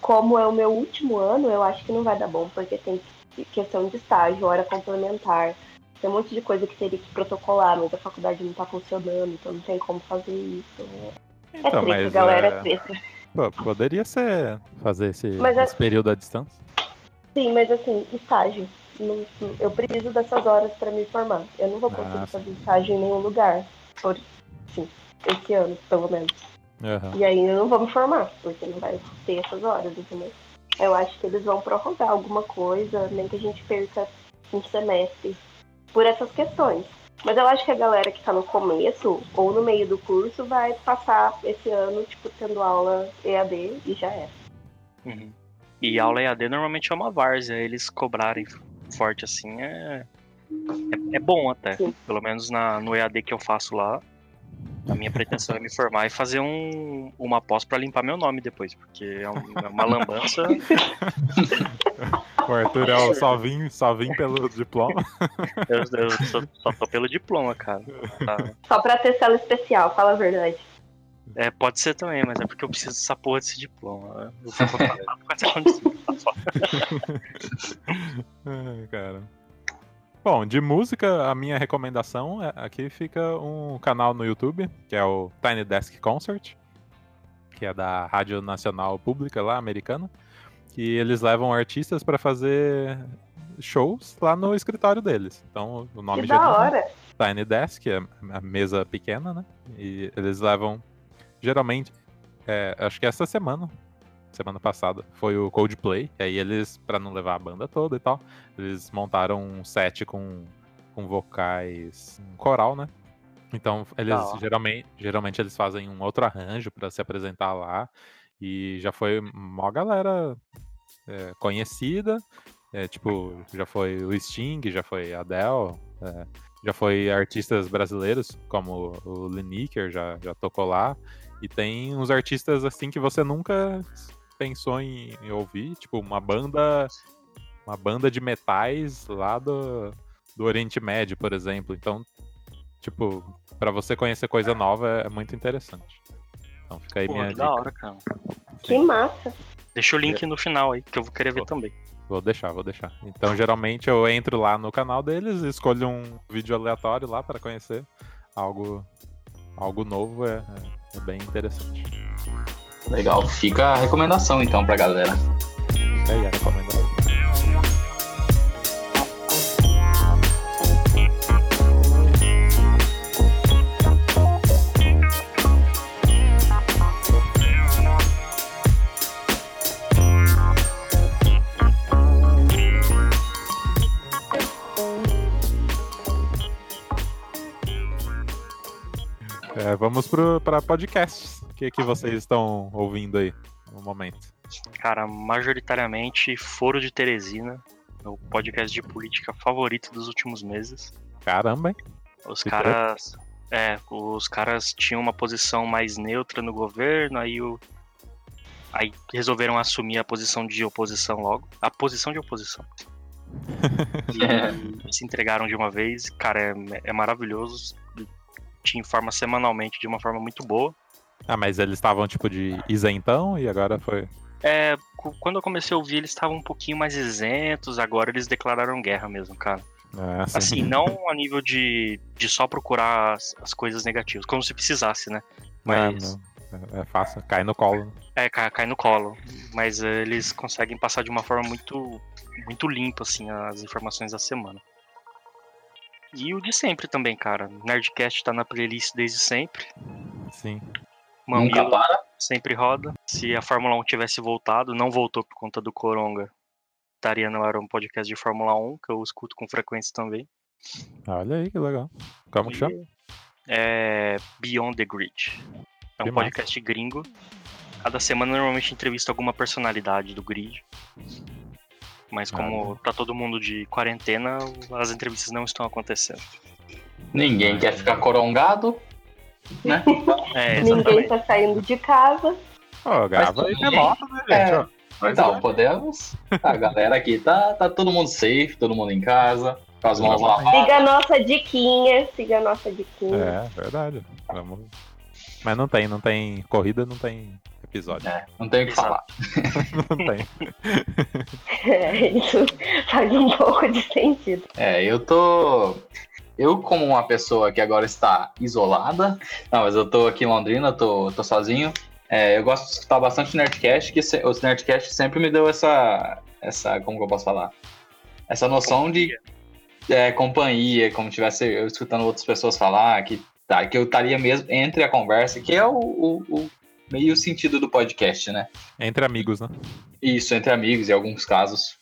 [SPEAKER 3] como é o meu último ano, eu acho que não vai dar bom, porque tem que- questão de estágio, hora complementar, tem um monte de coisa que teria que protocolar, mas a faculdade não tá funcionando, então não tem como fazer isso. É
[SPEAKER 1] Então,
[SPEAKER 3] triste,
[SPEAKER 1] mas,
[SPEAKER 3] galera,
[SPEAKER 1] é,
[SPEAKER 3] é triste.
[SPEAKER 1] pô, poderia ser fazer esse,
[SPEAKER 3] Mas é-
[SPEAKER 1] esse período à distância.
[SPEAKER 3] Sim, mas assim, estágio. Não- não- eu preciso dessas horas pra me formar. Eu não vou conseguir
[SPEAKER 1] Ah,
[SPEAKER 3] fazer estágio em nenhum lugar. Por, sim, esse ano, pelo menos.
[SPEAKER 1] Aham.
[SPEAKER 3] E aí eu não vou me formar, porque não vai ter essas horas, entendeu? Eu acho que eles vão prorrogar alguma coisa, nem que a gente perca um semestre por essas questões. Mas eu acho que a galera que tá no começo ou no meio do curso vai passar esse ano, tipo, tendo aula EAD e já é.
[SPEAKER 4] Uhum. E aula EAD normalmente é uma várzea, eles cobrarem forte assim é, é, é bom até.
[SPEAKER 3] Sim.
[SPEAKER 4] Pelo menos na, no EAD que eu faço lá, a minha pretensão é me formar e fazer um, uma pós pra limpar meu nome depois, porque é, um- é uma lambança.
[SPEAKER 1] O Arthur é o só vim, só vim pelo diploma.
[SPEAKER 4] eu eu só, só tô pelo diploma, cara. Tá?
[SPEAKER 3] Só pra ter sala especial, fala a verdade.
[SPEAKER 4] É, pode ser também, mas é porque eu preciso dessa porra desse diploma. Eu fui contratado com essa condição.
[SPEAKER 1] Ai, cara. Bom, de música, a minha recomendação é, aqui fica um canal no YouTube, que é o Tiny Desk Concert, que é da Rádio Nacional Pública lá, americana, que eles levam artistas pra fazer shows lá no escritório deles. Então, o nome
[SPEAKER 3] que
[SPEAKER 1] já
[SPEAKER 3] da
[SPEAKER 1] diz, né?
[SPEAKER 3] hora.
[SPEAKER 1] Tiny Desk, é a mesa pequena, né? E eles levam, geralmente, é, acho que essa semana, semana passada, foi o Coldplay. E aí eles, pra não levar a banda toda e tal, eles montaram um set com, com vocais, um coral, né? Então, eles
[SPEAKER 4] Da hora.
[SPEAKER 1] geralmente, geralmente eles fazem um outro arranjo pra se apresentar lá. E já foi mó galera é, conhecida. é, tipo, já foi o Sting, já foi a Adele, é, já foi artistas brasileiros, como o Liniker já, já tocou lá. E tem uns artistas assim que você nunca pensou em, em ouvir, tipo uma banda uma banda de metais lá do, do Oriente Médio, por exemplo. Então, tipo, pra você conhecer coisa nova é muito interessante. Então fica aí
[SPEAKER 4] Pô,
[SPEAKER 1] minha
[SPEAKER 4] que
[SPEAKER 1] dica.
[SPEAKER 4] da hora, cara.
[SPEAKER 3] Que massa.
[SPEAKER 4] Deixa o link no final aí, que eu vou querer ver
[SPEAKER 1] Pô.
[SPEAKER 4] também.
[SPEAKER 1] Vou deixar, vou deixar. Então, geralmente eu entro lá no canal deles, escolho um vídeo aleatório lá pra conhecer algo algo novo, é, é- é bem interessante.
[SPEAKER 2] Legal. Fica a recomendação então pra galera.
[SPEAKER 1] Fica aí a recomendação. É, vamos para podcasts. O que, que vocês estão ouvindo aí no momento?
[SPEAKER 4] Cara, majoritariamente Foro de Teresina, meu podcast de política favorito dos últimos meses.
[SPEAKER 1] Caramba, hein?
[SPEAKER 4] Os
[SPEAKER 1] Que
[SPEAKER 4] caras. É, os caras tinham uma posição mais neutra no governo, aí o. Aí resolveram assumir a posição de oposição logo. A posição de oposição. E se entregaram de uma vez. Cara, é, é maravilhoso. Te informa semanalmente de uma forma muito boa.
[SPEAKER 1] Ah, mas eles estavam tipo de isentão e agora foi.
[SPEAKER 4] É, cu- quando eu comecei a ouvir, eles estavam um pouquinho mais isentos, agora eles declararam guerra mesmo, cara.
[SPEAKER 1] É, assim.
[SPEAKER 4] Assim,
[SPEAKER 1] (laughs)
[SPEAKER 4] não a nível de, de só procurar as, as coisas negativas, como se precisasse, né? Mas
[SPEAKER 1] É, não. É- é fácil, cai no colo.
[SPEAKER 4] é, cai, cai no colo. Mas é, eles conseguem passar de uma forma muito, muito limpa, assim, as informações da semana. E o de sempre também, cara. Nerdcast tá na playlist desde sempre.
[SPEAKER 1] Sim.
[SPEAKER 2] Nunca
[SPEAKER 4] Mamilo
[SPEAKER 2] para.
[SPEAKER 4] sempre roda. Se a Fórmula 1 tivesse voltado, não voltou por conta do Coronga, estaria no ar um podcast de Fórmula 1, que eu escuto com frequência também.
[SPEAKER 1] Olha aí que legal. Como que chama?
[SPEAKER 4] É Beyond the Grid. É um
[SPEAKER 1] Que massa.
[SPEAKER 4] podcast gringo. Cada semana normalmente entrevista alguma personalidade do grid. Mas como tá todo mundo de quarentena, as entrevistas não estão acontecendo.
[SPEAKER 2] Ninguém quer ficar corongado. Né?
[SPEAKER 4] É,
[SPEAKER 3] Ninguém
[SPEAKER 4] exatamente.
[SPEAKER 3] tá saindo de casa.
[SPEAKER 1] Pô, grava
[SPEAKER 2] tudo
[SPEAKER 1] aí
[SPEAKER 2] bem.
[SPEAKER 1] remoto, né, gente?
[SPEAKER 2] É.
[SPEAKER 1] Ó,
[SPEAKER 2] Então, podemos. A galera aqui tá, tá todo mundo safe, todo mundo em casa, com as mãos lavadas.
[SPEAKER 3] Siga a nossa diquinha. Siga a nossa diquinha.
[SPEAKER 1] É, verdade. Vamos- Mas não tem, não tem corrida, não tem episódio.
[SPEAKER 2] É, não tem o que
[SPEAKER 4] Exato.
[SPEAKER 2] falar.
[SPEAKER 1] Não
[SPEAKER 4] (laughs)
[SPEAKER 1] tem.
[SPEAKER 3] (laughs) É, isso faz um pouco de sentido.
[SPEAKER 2] É, eu tô. Eu, como uma pessoa que agora está isolada, não, mas eu tô aqui em Londrina, tô, tô sozinho. É, eu gosto de escutar bastante Nerdcast, que se, os Nerdcast sempre me deu essa. essa. como que eu posso falar? Essa noção de é, companhia, como tivesse eu escutando outras pessoas falar, que, tá, que eu estaria mesmo entre a conversa, que é o, o- o meio sentido do podcast, né?
[SPEAKER 1] Entre amigos, né?
[SPEAKER 2] Isso, entre amigos, em alguns casos.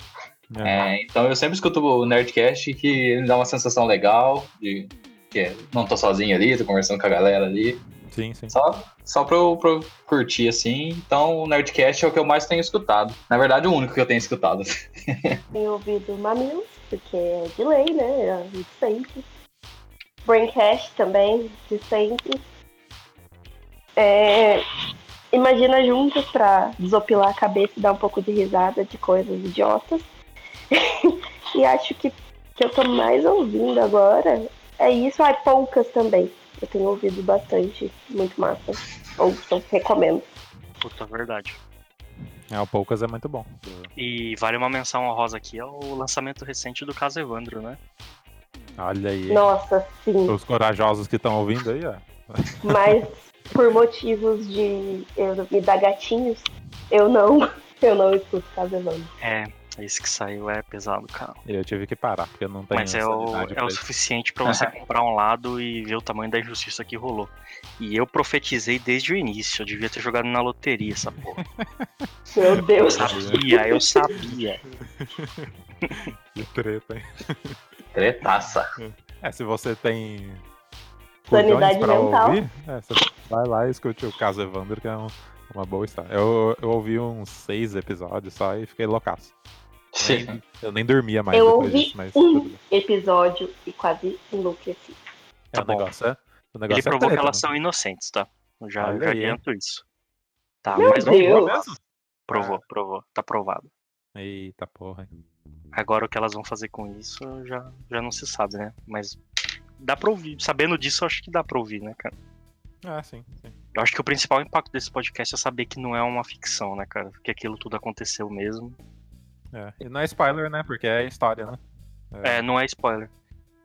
[SPEAKER 2] É, então eu sempre escuto o Nerdcast que ele dá uma sensação legal de que é, não tô sozinho ali, tô conversando com a galera ali.
[SPEAKER 1] Sim, sim.
[SPEAKER 2] Só, só pra, eu, pra eu curtir, assim. Então o Nerdcast é o que eu mais tenho escutado. Na verdade, o único que eu tenho escutado.
[SPEAKER 3] Tenho ouvido Mamilos, porque é de lei, né? É de sempre. Braincast também, de sempre. É, imagina juntos pra desopilar a cabeça e dar um pouco de risada de coisas idiotas. (laughs) e acho que que eu tô mais ouvindo agora é isso. Ai, poucas também. Eu tenho ouvido bastante, muito massa. Ouçam, recomendo.
[SPEAKER 4] Puta verdade.
[SPEAKER 1] É, o Poucas é muito bom.
[SPEAKER 4] E vale uma menção honrosa aqui ao lançamento recente do caso Evandro, né?
[SPEAKER 1] Olha aí.
[SPEAKER 3] Nossa, sim.
[SPEAKER 1] Os corajosos que estão ouvindo aí, ó.
[SPEAKER 3] mas por motivos de eu me dar gatinhos, eu não, eu não escuto Casemano.
[SPEAKER 4] É, esse que saiu é pesado, cara.
[SPEAKER 1] E eu tive que parar, porque eu não tenho
[SPEAKER 4] Mas é o,
[SPEAKER 1] sanidade
[SPEAKER 4] é
[SPEAKER 1] pra tipo
[SPEAKER 4] o
[SPEAKER 1] isso.
[SPEAKER 4] suficiente pra
[SPEAKER 1] (laughs)
[SPEAKER 4] você comprar um lado e ver o tamanho da injustiça que rolou. E eu profetizei desde o início, eu devia ter jogado na loteria essa
[SPEAKER 1] (laughs)
[SPEAKER 4] porra.
[SPEAKER 3] Meu
[SPEAKER 4] Eu
[SPEAKER 3] Deus,
[SPEAKER 4] sabia, eu sabia.
[SPEAKER 1] De treta, hein?
[SPEAKER 2] (laughs) Tretaça.
[SPEAKER 1] É, se você tem
[SPEAKER 3] Sanidade
[SPEAKER 1] pra
[SPEAKER 3] mental.
[SPEAKER 1] ouvir, é, você vai lá e escute o caso Evander, que é um- uma boa história. Eu, eu ouvi uns seis episódios só e fiquei loucaço.
[SPEAKER 2] Sim.
[SPEAKER 1] Eu nem dormia mais
[SPEAKER 3] Eu
[SPEAKER 1] depois
[SPEAKER 3] ouvi
[SPEAKER 1] disso, mas
[SPEAKER 3] um.
[SPEAKER 1] tudo bem.
[SPEAKER 3] Episódio e quase enlouqueci.
[SPEAKER 1] É,
[SPEAKER 4] Tá
[SPEAKER 1] o
[SPEAKER 4] bom.
[SPEAKER 1] negócio é. O negócio
[SPEAKER 4] Ele
[SPEAKER 1] é
[SPEAKER 4] provou que
[SPEAKER 1] treta,
[SPEAKER 4] elas
[SPEAKER 1] né?
[SPEAKER 4] são inocentes, tá? Eu já,
[SPEAKER 1] Olha
[SPEAKER 4] já
[SPEAKER 1] aí, hein?
[SPEAKER 4] adianto isso. Tá,
[SPEAKER 3] Meu
[SPEAKER 4] mas
[SPEAKER 1] Não, boa
[SPEAKER 3] Deus.
[SPEAKER 1] mesmo?
[SPEAKER 4] provou, provou, tá provado.
[SPEAKER 1] Eita porra.
[SPEAKER 4] Agora o que elas vão fazer com isso já, já não se sabe, né? Mas dá pra ouvir. Sabendo disso, eu acho que dá pra ouvir, né, cara?
[SPEAKER 1] Ah, sim, sim.
[SPEAKER 4] Eu acho que o principal impacto desse podcast é saber que não é uma ficção, né, cara? Que aquilo tudo aconteceu mesmo.
[SPEAKER 1] É. E não é spoiler, né? Porque é história, né?
[SPEAKER 4] É, não é spoiler.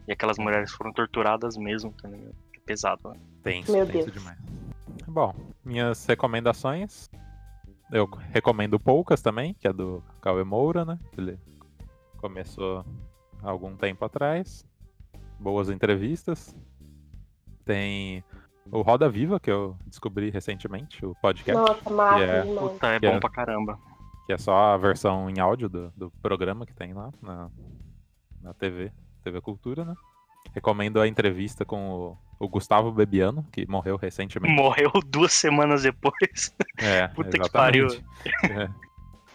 [SPEAKER 4] E aquelas mulheres foram torturadas mesmo, tá ligado? Que pesado, né?
[SPEAKER 1] Tenso,
[SPEAKER 3] Meu
[SPEAKER 1] tenso
[SPEAKER 3] Deus.
[SPEAKER 1] demais. Bom, minhas recomendações. Eu recomendo poucas também, que é do Cauê Moura, né? Ele começou há algum tempo atrás. Boas entrevistas. Tem o Roda Viva, que eu descobri recentemente, o podcast,
[SPEAKER 3] Nossa, massa
[SPEAKER 1] Yeah.
[SPEAKER 3] demais.
[SPEAKER 4] Puta, é
[SPEAKER 1] é Que é-
[SPEAKER 4] bom pra caramba.
[SPEAKER 1] que é só a versão em áudio do, do programa que tem lá na, na TV, TV Cultura, né? Recomendo a entrevista com o, o Gustavo Bebiano, que morreu recentemente.
[SPEAKER 4] Morreu (laughs) duas semanas depois. (laughs)
[SPEAKER 1] É,
[SPEAKER 4] Puta que
[SPEAKER 1] exatamente.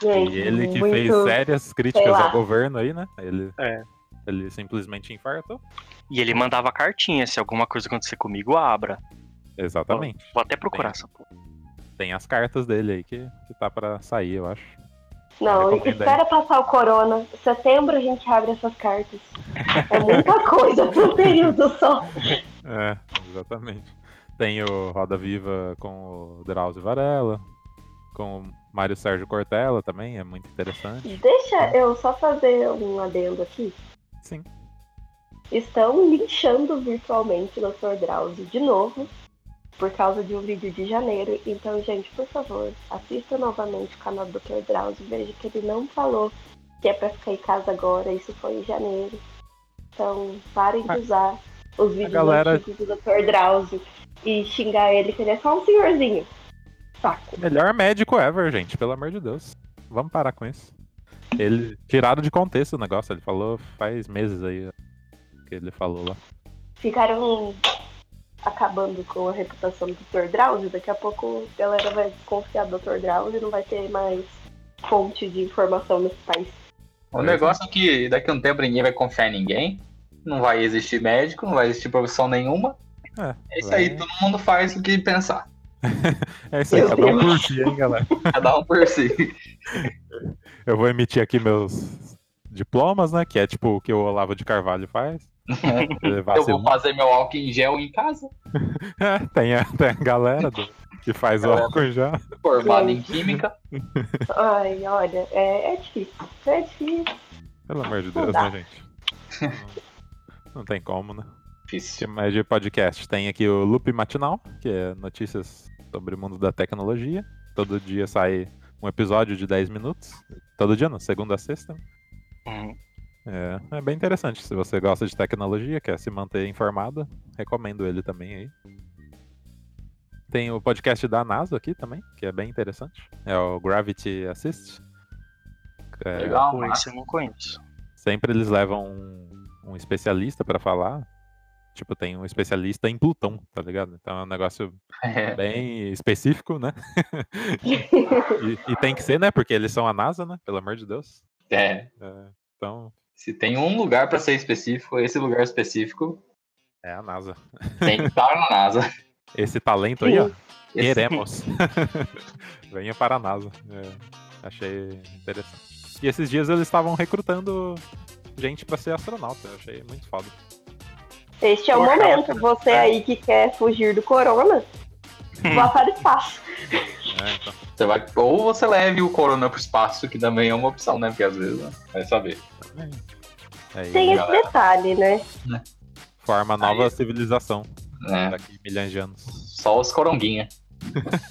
[SPEAKER 3] Gente,
[SPEAKER 1] E ele que
[SPEAKER 3] muito...
[SPEAKER 1] fez sérias críticas
[SPEAKER 3] lá.
[SPEAKER 1] ao governo aí, né? Ele,
[SPEAKER 4] É.
[SPEAKER 1] ele simplesmente infartou.
[SPEAKER 4] E ele mandava cartinha, se alguma coisa acontecer comigo, abra.
[SPEAKER 1] Exatamente.
[SPEAKER 4] Vou até procurar
[SPEAKER 1] Sim.
[SPEAKER 4] essa porra.
[SPEAKER 1] Tem as cartas dele aí que, que tá pra sair, eu acho.
[SPEAKER 3] Não,
[SPEAKER 1] Recomendo aí.
[SPEAKER 3] espera passar o corona. Setembro a gente abre essas cartas. É muita coisa pro período só.
[SPEAKER 1] É, exatamente. Tem o Roda Viva com o Drauzio Varela, com o Mário Sérgio Cortella também, é muito interessante.
[SPEAKER 3] Deixa eu só fazer um adendo aqui.
[SPEAKER 1] Sim.
[SPEAKER 3] Estão linchando virtualmente o Dr. Drauzio de novo. Por causa de um vídeo de janeiro. Então, gente, por favor, assista novamente o canal do Dr. Drauzio. Veja que ele não falou que é pra ficar em casa agora. Isso foi em janeiro. Então, parem de
[SPEAKER 1] A-
[SPEAKER 3] usar os vídeos
[SPEAKER 1] galera-
[SPEAKER 3] antigos do Dr. Drauzio e xingar ele, que ele é só um senhorzinho. Saco.
[SPEAKER 1] Melhor médico ever, gente, pelo amor de Deus. Vamos parar com isso. Ele tiraram de contexto o negócio, ele falou faz meses aí ó, que ele falou lá.
[SPEAKER 3] ficaram acabando com a reputação do Dr. Drauzio. Daqui a pouco a galera vai desconfiar do Dr. Drauzio e não vai ter mais fonte de informação nesse
[SPEAKER 2] (laughs)
[SPEAKER 3] país.
[SPEAKER 2] O negócio é que daqui a um tempo ninguém vai confiar em ninguém. Não vai existir médico, não vai existir profissão nenhuma.
[SPEAKER 1] É,
[SPEAKER 2] É isso
[SPEAKER 1] vai-
[SPEAKER 2] aí, todo mundo faz o que pensar.
[SPEAKER 1] É isso aí,
[SPEAKER 3] Meu
[SPEAKER 1] cada um
[SPEAKER 3] Deus.
[SPEAKER 1] por si, hein, galera.
[SPEAKER 2] Cada um por (laughs) si.
[SPEAKER 1] Eu vou emitir aqui meus diplomas, né? Que é tipo o que o Olavo de Carvalho
[SPEAKER 2] (laughs)
[SPEAKER 1] faz. Ele
[SPEAKER 2] Eu vou
[SPEAKER 1] vacilou.
[SPEAKER 2] fazer meu álcool em gel em casa,
[SPEAKER 1] É, tem, a, tem a galera do- que faz o
[SPEAKER 2] Galera.
[SPEAKER 1] álcool já.
[SPEAKER 2] formado
[SPEAKER 3] Sim.
[SPEAKER 2] em química.
[SPEAKER 3] Ai, olha, é, é difícil.
[SPEAKER 2] (laughs)
[SPEAKER 3] É difícil.
[SPEAKER 1] Pelo amor de
[SPEAKER 3] Não
[SPEAKER 1] Deus,
[SPEAKER 3] dá.
[SPEAKER 1] né, gente? Não, não tem como, né?
[SPEAKER 2] Difícil.
[SPEAKER 1] Que mais de podcast? Tem aqui o Loop Matinal, que é notícias sobre o mundo da tecnologia. Todo dia sai um episódio de 10 minutos. Todo dia, não, segunda a sexta.
[SPEAKER 4] Uhum.
[SPEAKER 1] É, é bem interessante. Se você gosta de tecnologia, quer se manter informado, recomendo ele também aí. Tem o podcast da NASA aqui também, que é bem interessante. É o Gravity Assist. É,
[SPEAKER 2] Legal,
[SPEAKER 4] Pô,
[SPEAKER 2] massa.
[SPEAKER 4] esse eu não conheço.
[SPEAKER 1] Sempre eles levam um, um especialista pra falar. Tipo, tem um especialista em Plutão, tá ligado? Então é um negócio
[SPEAKER 2] É.
[SPEAKER 1] bem específico, né? e, e tem que ser, né? Porque eles são a NASA, né? Pelo amor de Deus.
[SPEAKER 2] É.
[SPEAKER 1] É, então,
[SPEAKER 2] Se tem um lugar pra ser específico, esse lugar específico
[SPEAKER 1] é a NASA.
[SPEAKER 2] tem que estar na
[SPEAKER 1] (laughs)
[SPEAKER 2] NASA.
[SPEAKER 1] Esse talento aí, ó.
[SPEAKER 2] Esse-
[SPEAKER 1] Queremos. (laughs) Venha para a NASA. É, achei interessante. E esses dias eles estavam recrutando gente pra ser astronauta. Eu achei muito foda.
[SPEAKER 3] Este é o
[SPEAKER 2] Porra,
[SPEAKER 3] momento. Você aí que quer fugir do corona,
[SPEAKER 2] Hum.
[SPEAKER 3] vá para o espaço.
[SPEAKER 1] É, então,
[SPEAKER 2] Você vai- Ou você leve o corona pro espaço, que também é uma opção, né? Porque às vezes né? vai saber.
[SPEAKER 1] aí
[SPEAKER 3] Tem esse
[SPEAKER 2] galera.
[SPEAKER 3] detalhe, né?
[SPEAKER 1] forma nova civilização
[SPEAKER 2] né?
[SPEAKER 1] daqui a milhões de anos.
[SPEAKER 2] Só os coronguinha.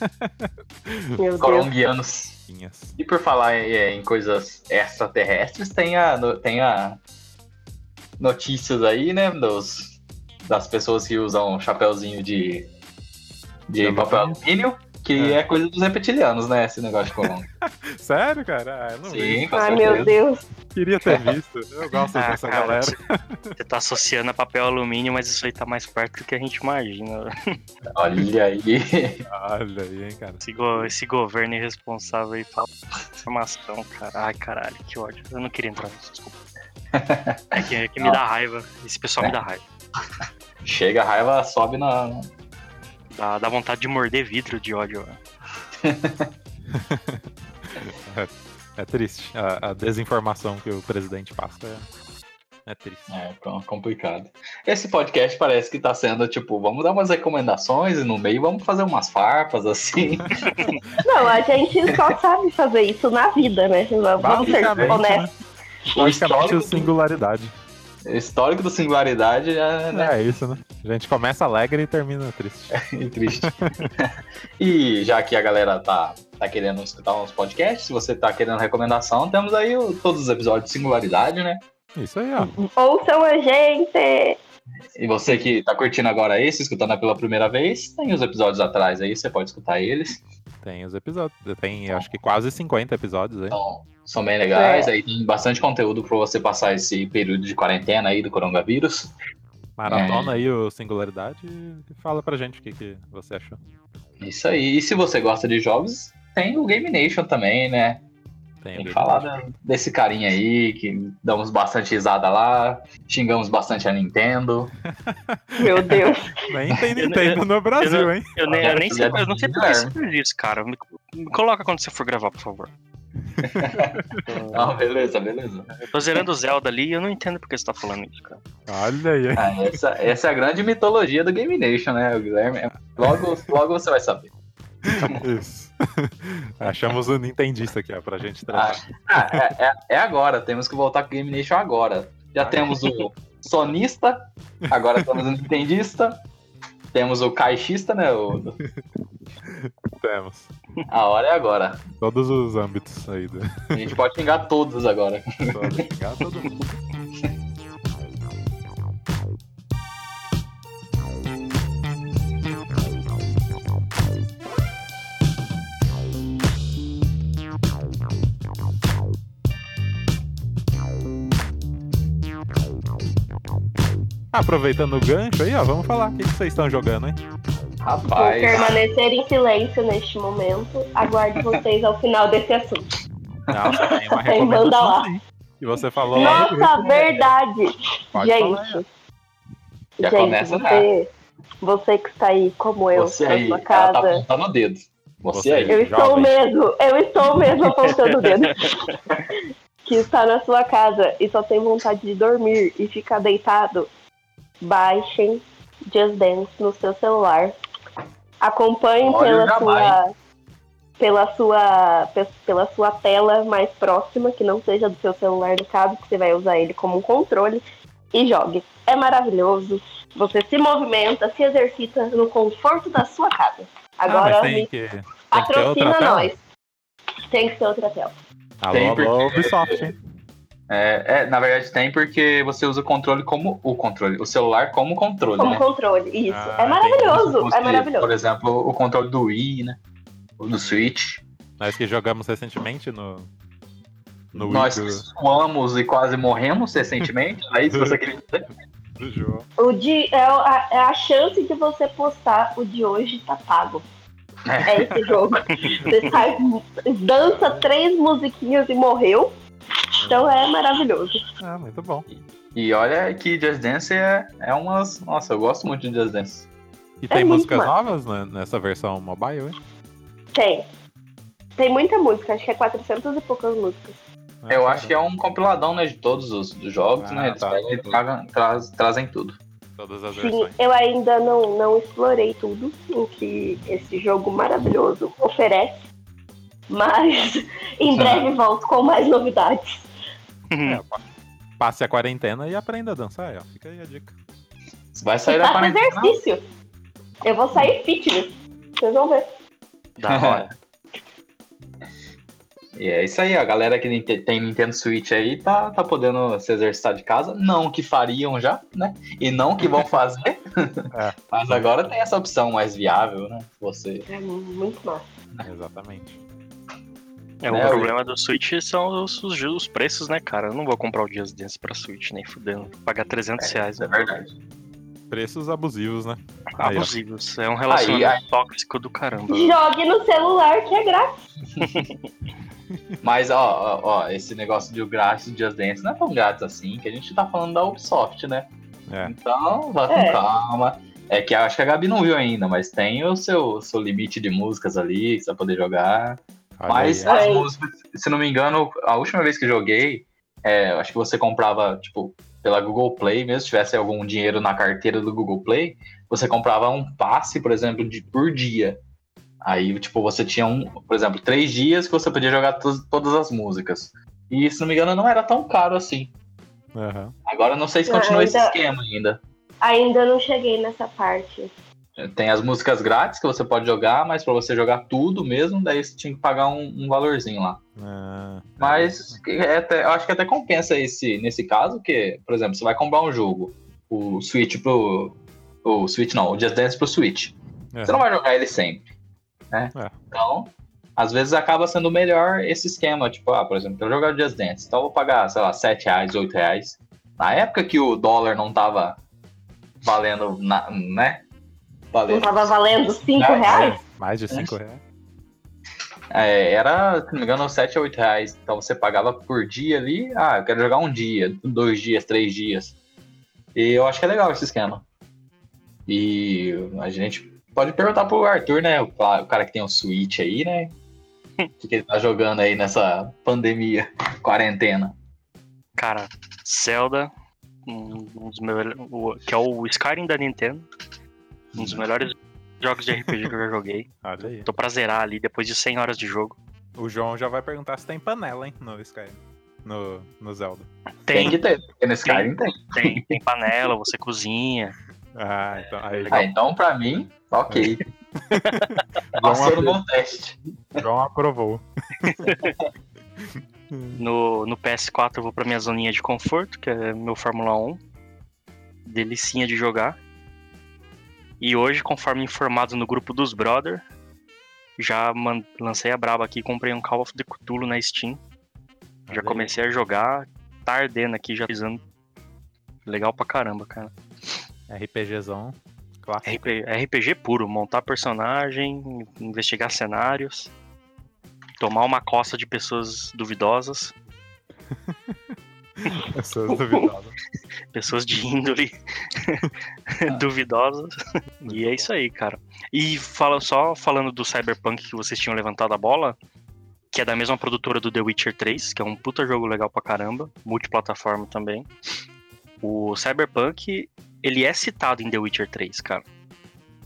[SPEAKER 2] Hum,
[SPEAKER 3] Meu Deus.
[SPEAKER 2] Coronguianos.
[SPEAKER 1] Pinhas.
[SPEAKER 2] E por falar é, em coisas extraterrestres, tem a, no- tem a notícias aí, né? Dos, das pessoas que usam chapéuzinho um de, de
[SPEAKER 1] De
[SPEAKER 2] papel alumínio. Que
[SPEAKER 1] É.
[SPEAKER 2] é. coisa dos reptilianos, né? Esse negócio de colônia.
[SPEAKER 1] Sério, cara? Ah, eu (laughs) não vi.
[SPEAKER 2] Sim, com
[SPEAKER 3] Ai,
[SPEAKER 2] certeza.
[SPEAKER 3] meu Deus.
[SPEAKER 1] Queria ter visto. Eu
[SPEAKER 2] (laughs)
[SPEAKER 1] gosto
[SPEAKER 4] Ah,
[SPEAKER 1] dessa
[SPEAKER 4] cara,
[SPEAKER 1] galera.
[SPEAKER 4] Você, você tá associando a papel alumínio, mas isso aí tá mais perto do que a gente imagina.
[SPEAKER 2] Olha aí. (laughs)
[SPEAKER 1] Olha aí, hein, cara.
[SPEAKER 4] Esse, go- esse governo irresponsável aí fala informação, cara. Ai, caralho, que ódio. Eu não queria entrar nisso, desculpa. É que, é que me dá raiva. Esse pessoal me dá raiva.
[SPEAKER 2] Chega a raiva, sobe na.
[SPEAKER 4] Dá, dá vontade de morder vidro de né? ódio. ó.
[SPEAKER 1] É triste. A, a desinformação que o presidente passa é, é triste.
[SPEAKER 2] É, com- complicado. Esse podcast parece que tá sendo tipo, vamos dar umas recomendações e no meio vamos fazer umas farpas assim.
[SPEAKER 3] Não, a gente só sabe fazer isso na vida, né? Vamos ser
[SPEAKER 1] Basicamente,
[SPEAKER 3] honestos.
[SPEAKER 1] né? Basicamente
[SPEAKER 2] O é
[SPEAKER 1] assim.
[SPEAKER 2] histórico,
[SPEAKER 1] o singularidade.
[SPEAKER 2] do- histórico do singularidade é, né,
[SPEAKER 1] É isso, né? A gente começa alegre e termina triste.
[SPEAKER 2] E é triste. e já que a galera tá, tá querendo escutar uns podcasts, se você tá querendo recomendação, temos aí o- todos os episódios de singularidade, né?
[SPEAKER 1] Isso aí, ó.
[SPEAKER 2] Uhum.
[SPEAKER 3] Ouçam a gente!
[SPEAKER 2] E você que tá curtindo agora esse, escutando pela primeira vez, tem os episódios atrás aí, você pode escutar eles.
[SPEAKER 1] Tem os episódios. Tem acho que quase 50 episódios aí.
[SPEAKER 2] Então, são bem legais. Aí tem bastante conteúdo pra você passar esse período de quarentena aí do coronavírus. é.
[SPEAKER 1] Maratona aí o Singularidade e fala pra gente o que, que você achou.
[SPEAKER 2] Isso aí. E se você gosta de jogos, tem o Game Nation também, né?
[SPEAKER 1] Tem,
[SPEAKER 2] Tem
[SPEAKER 1] ali.
[SPEAKER 2] que falar né? da- desse carinha aí, que damos bastante risada lá, xingamos bastante a Nintendo.
[SPEAKER 3] Meu Deus.
[SPEAKER 1] Nem
[SPEAKER 2] (laughs)
[SPEAKER 1] tem Nintendo no Brasil, hein?
[SPEAKER 4] Eu, nem, eu nem sei, eu não sei por que você
[SPEAKER 2] Guilherme.
[SPEAKER 4] fez isso, cara. Me, me coloca quando você for gravar, por (laughs) favor.
[SPEAKER 2] Ah, beleza, beleza.
[SPEAKER 4] Eu tô zerando o Zelda ali e eu não entendo por que você tá falando isso, cara.
[SPEAKER 1] Olha aí.
[SPEAKER 2] Ah, essa, essa é a grande mitologia do Game Nation, né, Guilherme? Logo, logo você vai saber.
[SPEAKER 1] (laughs) Isso. Achamos o Nintendista aqui, ó, pra gente
[SPEAKER 2] Ah,
[SPEAKER 1] tratar.
[SPEAKER 2] ah, é, é- é agora, temos que voltar com o Game Nation agora. Já temos o sonista, agora temos o nintendista, temos o caixista, né? o-
[SPEAKER 1] Temos.
[SPEAKER 2] a hora é agora.
[SPEAKER 1] Todos os âmbitos aí do.
[SPEAKER 2] A gente pode xingar todos agora.
[SPEAKER 1] Todo lugar, todo mundo. Aproveitando o gancho aí, ó, vamos falar o que que vocês estão jogando,
[SPEAKER 3] (laughs)
[SPEAKER 1] hein?
[SPEAKER 3] Vou
[SPEAKER 2] Rapaz.
[SPEAKER 3] permanecer em silêncio neste momento.
[SPEAKER 2] (laughs)
[SPEAKER 3] Aguardo vocês ao final desse assunto.
[SPEAKER 1] Nossa, Ah, tem uma
[SPEAKER 3] Tem banda
[SPEAKER 1] recomendação
[SPEAKER 3] Então, lá.
[SPEAKER 1] sim. E você falou ah, lá,
[SPEAKER 3] Nossa, verdade!
[SPEAKER 1] pode falar. aí, ó.
[SPEAKER 3] gente,
[SPEAKER 2] Já
[SPEAKER 3] gente
[SPEAKER 2] começa tá?
[SPEAKER 3] você, você que está aí como eu,
[SPEAKER 2] Você
[SPEAKER 3] na
[SPEAKER 2] aí,
[SPEAKER 3] sua
[SPEAKER 2] ela tá
[SPEAKER 3] casa.
[SPEAKER 2] apontando o dedo. Você,
[SPEAKER 1] Você
[SPEAKER 2] aí.
[SPEAKER 3] Eu estou
[SPEAKER 1] Jovem.
[SPEAKER 3] mesmo, eu estou mesmo apontando
[SPEAKER 1] (laughs)
[SPEAKER 3] o dedo. que está na sua casa e só tem vontade de dormir e ficar deitado, baixem Just Dance no seu celular. Acompanhe
[SPEAKER 2] Olha,
[SPEAKER 3] pela
[SPEAKER 2] jamais.
[SPEAKER 3] sua, pela sua pe- pela sua tela mais próxima, que não seja do seu celular no caso, que você vai usar ele como um controle e jogue. É maravilhoso. Você se movimenta, se exercita no conforto da sua casa. Agora
[SPEAKER 1] ah, mas
[SPEAKER 3] me
[SPEAKER 1] tem que, tem que ter outra
[SPEAKER 3] Patrocina
[SPEAKER 1] tela?
[SPEAKER 3] nós. Tem que ser outra tela.
[SPEAKER 1] Alô,
[SPEAKER 2] Tem, porque-
[SPEAKER 1] alô, Ubisoft, hein?
[SPEAKER 2] É, é, na verdade tem porque você usa o controle como o controle, o celular como controle,
[SPEAKER 3] Como
[SPEAKER 2] né?
[SPEAKER 3] controle. Isso.
[SPEAKER 1] Ah,
[SPEAKER 3] é maravilhoso.
[SPEAKER 2] Você,
[SPEAKER 3] É maravilhoso.
[SPEAKER 2] Por exemplo, o controle do Wii, né? O do Switch.
[SPEAKER 1] Nós que jogamos recentemente no. No
[SPEAKER 2] Nós
[SPEAKER 1] Wii do-
[SPEAKER 2] suamos e quase morremos recentemente. Aí se você quer dizer,
[SPEAKER 1] do jogo.
[SPEAKER 3] O de, é, a, é a chance de você postar o de hoje tá pago. É
[SPEAKER 1] (laughs)
[SPEAKER 3] esse jogo. Você sai, dança três musiquinhas e morreu. Então é maravilhoso.
[SPEAKER 1] Ah, muito bom.
[SPEAKER 2] E olha que Just Dance é, é umas. Nossa, eu gosto muito de Just Dance. É
[SPEAKER 1] E tem
[SPEAKER 3] muito
[SPEAKER 1] músicas
[SPEAKER 3] massa.
[SPEAKER 1] novas né, nessa versão mobile, hein?
[SPEAKER 3] Tem. Tem muita música, acho que é 400 e poucas músicas.
[SPEAKER 2] eu acho que é um compiladão né, de todos os dos jogos,
[SPEAKER 1] Ah,
[SPEAKER 2] né? Eles
[SPEAKER 1] tá.
[SPEAKER 2] pegam e tragam- traz- trazem tudo.
[SPEAKER 1] Todas as
[SPEAKER 3] Sim,
[SPEAKER 1] versões.
[SPEAKER 3] eu ainda não, não explorei tudo o que esse jogo maravilhoso oferece, mas (laughs) em breve volto com mais novidades.
[SPEAKER 1] É, pa- passe a quarentena e aprenda a dançar, aí, ó. Fica aí a dica.
[SPEAKER 2] Vai sair
[SPEAKER 3] E
[SPEAKER 2] da
[SPEAKER 3] faça
[SPEAKER 2] quarentena.
[SPEAKER 3] exercício. Eu vou sair fitness. Vocês vão ver.
[SPEAKER 4] (laughs) Da hora.
[SPEAKER 2] (laughs) E é isso aí, a galera que ninte- tem Nintendo Switch aí tá, tá podendo se exercitar de casa. Não que fariam já, né? E não que vão fazer. (laughs) Mas agora tem essa opção mais viável, né? Você.
[SPEAKER 3] É muito massa.
[SPEAKER 1] Exatamente.
[SPEAKER 4] É, o
[SPEAKER 2] É,
[SPEAKER 4] problema do Switch são os, os, os preços, né, cara? Eu não vou comprar o Dias Dance pra Switch, nem fudendo. Pagar 300 reais,
[SPEAKER 2] Isso é
[SPEAKER 4] né?
[SPEAKER 2] verdade.
[SPEAKER 1] Preços abusivos, né? Aí, ó.
[SPEAKER 4] Abusivos. É um relacionamento
[SPEAKER 2] Aí,
[SPEAKER 4] tóxico do caramba.
[SPEAKER 3] Jogue no celular que é grátis.
[SPEAKER 2] Mas, ó, ó, ó, esse negócio de grátis do Just Dance não é tão grátis assim, que a gente tá falando da Ubisoft, né?
[SPEAKER 1] É.
[SPEAKER 2] Então, vá com
[SPEAKER 3] É.
[SPEAKER 2] calma. É que eu acho que a Gabi não viu ainda, mas tem o seu, seu limite de músicas ali, que você vai poder jogar.
[SPEAKER 1] Olha
[SPEAKER 2] mas
[SPEAKER 1] aí,
[SPEAKER 3] ó.
[SPEAKER 2] as
[SPEAKER 3] É.
[SPEAKER 2] músicas, se não me engano, a última vez que joguei, é, eu acho que você comprava, tipo, pela Google Play, mesmo se tivesse algum dinheiro na carteira do Google Play, você comprava um passe, por exemplo, de, por dia. Aí, tipo, você tinha um, por exemplo, três dias que você podia jogar to- todas as músicas. E, se não me engano, não era tão caro assim.
[SPEAKER 1] aham.
[SPEAKER 2] Agora, eu não sei se
[SPEAKER 3] Não,
[SPEAKER 2] continua esse
[SPEAKER 3] ainda-
[SPEAKER 2] esquema ainda.
[SPEAKER 3] Ainda não cheguei nessa parte.
[SPEAKER 2] Tem as músicas grátis que você pode jogar, mas pra você jogar tudo mesmo, daí você tinha que pagar um, um valorzinho lá.
[SPEAKER 1] Ah,
[SPEAKER 2] Mas é até- eu acho que até compensa esse nesse caso, que, por exemplo, você vai comprar um jogo, o Switch pro. O Switch não, o Just Dance pro Switch.
[SPEAKER 1] é.
[SPEAKER 2] Você não vai jogar ele sempre, né?
[SPEAKER 1] É.
[SPEAKER 2] Então, às vezes acaba sendo melhor esse esquema, tipo, ah, por exemplo, eu jogar o Just Dance, então eu vou pagar, sei lá, R$ 7 reais, 8 reais. Na época que o dólar não tava valendo, na- né?
[SPEAKER 3] Não
[SPEAKER 2] Valendo.
[SPEAKER 3] tava valendo 5
[SPEAKER 2] É,
[SPEAKER 3] reais?
[SPEAKER 1] É, mais de 5 reais.
[SPEAKER 2] É, era, se não me engano, 7 a 8 reais. Então você pagava por dia ali. Ah, eu quero jogar um dia, dois dias, três dias. E eu acho que é legal esse esquema. E a gente pode perguntar pro Arthur, né? O ca- o cara que tem o Switch aí, né? O que, que ele tá jogando aí nessa pandemia, quarentena.
[SPEAKER 4] Cara, Zelda, um, um dos melhores. o- Que é o Skyrim da Nintendo. Um dos melhores jogos de RPG que eu já joguei.
[SPEAKER 1] Olha aí.
[SPEAKER 4] Tô pra zerar ali depois de 100 horas de jogo.
[SPEAKER 1] O João já vai perguntar se tem panela, hein, no Skyrim. No, no Zelda.
[SPEAKER 2] Tem,
[SPEAKER 4] Tem,
[SPEAKER 2] que ter, porque nesse
[SPEAKER 4] Tem.
[SPEAKER 2] cara não tem.
[SPEAKER 4] tem, tem panela, você cozinha.
[SPEAKER 1] Ah, então. Aí,
[SPEAKER 2] Ah, então pra mim, ok. Passou no
[SPEAKER 1] João,
[SPEAKER 2] bom teste.
[SPEAKER 1] João aprovou.
[SPEAKER 4] No, no PS4 eu vou pra minha zoninha de conforto, que é meu Fórmula 1. Delicinha de jogar. E hoje, conforme informado no grupo dos brother, já man- lancei a braba aqui, comprei um Call of the Cthulhu na Steam.
[SPEAKER 1] Olha
[SPEAKER 4] Já
[SPEAKER 1] aí.
[SPEAKER 4] comecei a jogar, tá ardendo aqui, já pisando. Legal pra caramba, cara.
[SPEAKER 1] RPGzão. Clássico.
[SPEAKER 4] RP- RPG puro, montar personagem, investigar cenários, tomar uma coça de pessoas duvidosas. (laughs)
[SPEAKER 1] Pessoas duvidosas.
[SPEAKER 4] pessoas de (laughs) índole duvidosas. E é isso aí, cara. E fala só falando do Cyberpunk que vocês tinham levantado a bola, que é da mesma produtora do The Witcher 3, que é um puta jogo legal pra caramba, multiplataforma também. O Cyberpunk, ele é citado em The Witcher 3, cara.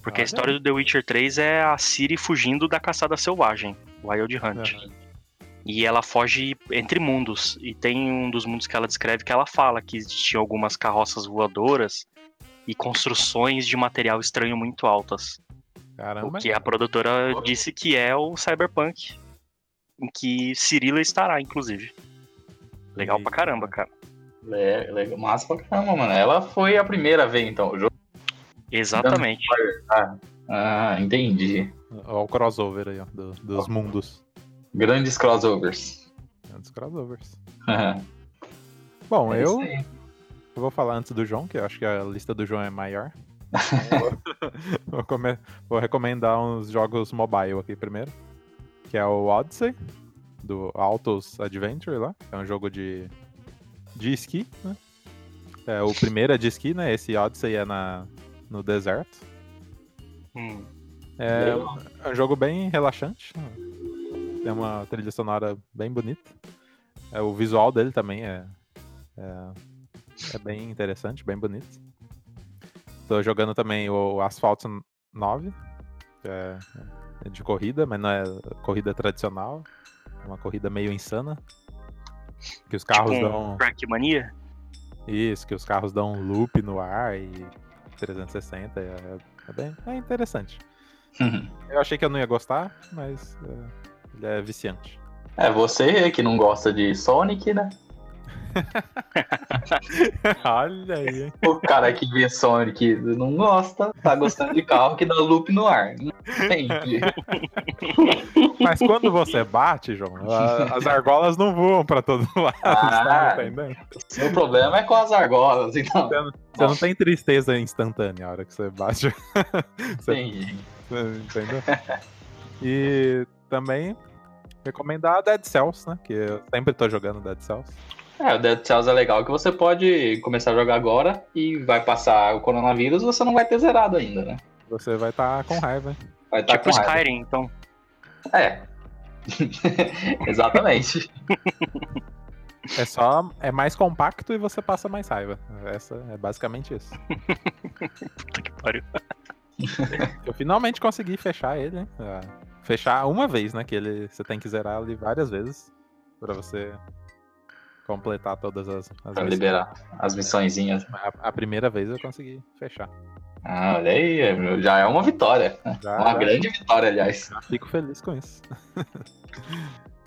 [SPEAKER 4] Porque
[SPEAKER 1] Olha.
[SPEAKER 4] a história do The Witcher 3 é a Ciri fugindo da caçada selvagem, Wild Hunt. E ela foge entre mundos. E tem um dos mundos que ela descreve que ela fala que existiam algumas carroças voadoras e construções de material estranho muito altas.
[SPEAKER 1] Caramba.
[SPEAKER 4] O que é a produtora disse que é o Cyberpunk. Em que Cirila estará, inclusive. Legal pra
[SPEAKER 1] Eita.
[SPEAKER 4] caramba, cara.
[SPEAKER 2] É, legal. Massa pra caramba, mano. Ela foi a primeira a ver, então. o jogo.
[SPEAKER 4] Exatamente.
[SPEAKER 2] Ah, entendi.
[SPEAKER 1] Olha o crossover aí, ó. do- dos mundos.
[SPEAKER 2] Grandes crossovers.
[SPEAKER 1] É dos crossovers.
[SPEAKER 2] É
[SPEAKER 1] Bom,
[SPEAKER 4] É
[SPEAKER 2] isso
[SPEAKER 1] eu
[SPEAKER 2] aí.
[SPEAKER 1] Eu vou falar antes do João, que eu acho que a lista do João é maior. Então, eu vou, vou come- vou recomendar uns jogos mobile aqui primeiro. Que é o Odyssey, do Autos Adventure lá. que É um jogo de, de esqui, né? É, o primeiro é de esqui, né? Esse Odyssey é na, no deserto.
[SPEAKER 4] Hum,
[SPEAKER 1] É,
[SPEAKER 2] Legal.
[SPEAKER 1] é um jogo bem relaxante. né? Tem uma trilha sonora bem bonita. É, o visual dele também é, é, é bem interessante, bem bonito. Tô jogando também o Asphalt 9, que é é de corrida, mas não é corrida tradicional. É uma corrida meio insana. Que os carros
[SPEAKER 4] tipo
[SPEAKER 1] dão.
[SPEAKER 4] um Trackmania?
[SPEAKER 1] Isso, que os carros dão um loop no ar e 360. É, é bem é interessante. Eu achei que eu não ia gostar, mas é, ele é viciante.
[SPEAKER 2] É você que não gosta de Sonic, né?
[SPEAKER 1] (laughs) Olha aí. hein?
[SPEAKER 2] O cara que vê Sonic não gosta, tá gostando de carro que dá loop no ar. Não Entende?
[SPEAKER 1] Mas quando você bate, João, a- as argolas não voam pra todo (laughs) lado.
[SPEAKER 2] Ah.
[SPEAKER 1] Você, não tá entendendo?
[SPEAKER 2] Seu problema é com as argolas, então.
[SPEAKER 1] Você não tem tristeza instantânea a hora que você bate. (laughs) Você
[SPEAKER 2] Entendi.
[SPEAKER 1] Entendeu? E também recomendar Dead Cells, né? Que eu sempre tô jogando Dead Cells.
[SPEAKER 2] É, o Dead Cells é legal que você pode começar a jogar agora e vai passar o coronavírus, você não vai ter zerado ainda, né?
[SPEAKER 1] Você vai estar com raiva, hein?
[SPEAKER 2] Vai estar
[SPEAKER 4] Tipo
[SPEAKER 2] com raiva.
[SPEAKER 4] Skyrim, então.
[SPEAKER 2] É. (laughs) Exatamente.
[SPEAKER 1] É só. É mais compacto e você passa mais raiva. Essa é basicamente isso.
[SPEAKER 4] Puta que pariu.
[SPEAKER 1] Eu finalmente consegui fechar ele, hein? Ah, Fechar uma vez, né? Que ele. Você tem que zerar ele várias vezes pra você completar todas as, as
[SPEAKER 2] Pra
[SPEAKER 1] missões.
[SPEAKER 2] liberar as missõezinhas.
[SPEAKER 1] A, a primeira vez eu consegui fechar.
[SPEAKER 2] Ah, olha aí, meu, já é uma vitória.
[SPEAKER 1] Já-
[SPEAKER 2] Uma
[SPEAKER 1] já-
[SPEAKER 2] grande vitória, aliás.
[SPEAKER 1] já fico feliz com isso. (laughs)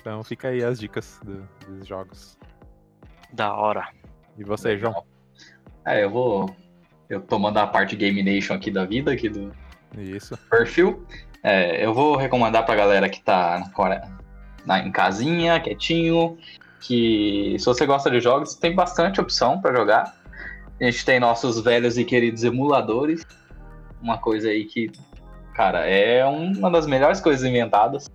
[SPEAKER 1] então fica aí as dicas do- dos jogos.
[SPEAKER 4] Da hora.
[SPEAKER 1] E você, João?
[SPEAKER 2] É, eu vou. Eu tô mandando a parte Game Nation aqui da vida, aqui do
[SPEAKER 1] Isso.
[SPEAKER 2] perfil. É, eu vou recomendar pra galera que tá na cora- na- em casinha, quietinho, que se você gosta de jogos, tem bastante opção pra jogar. A gente tem nossos velhos e queridos emuladores. Uma coisa aí que, cara, é um- uma das melhores coisas inventadas.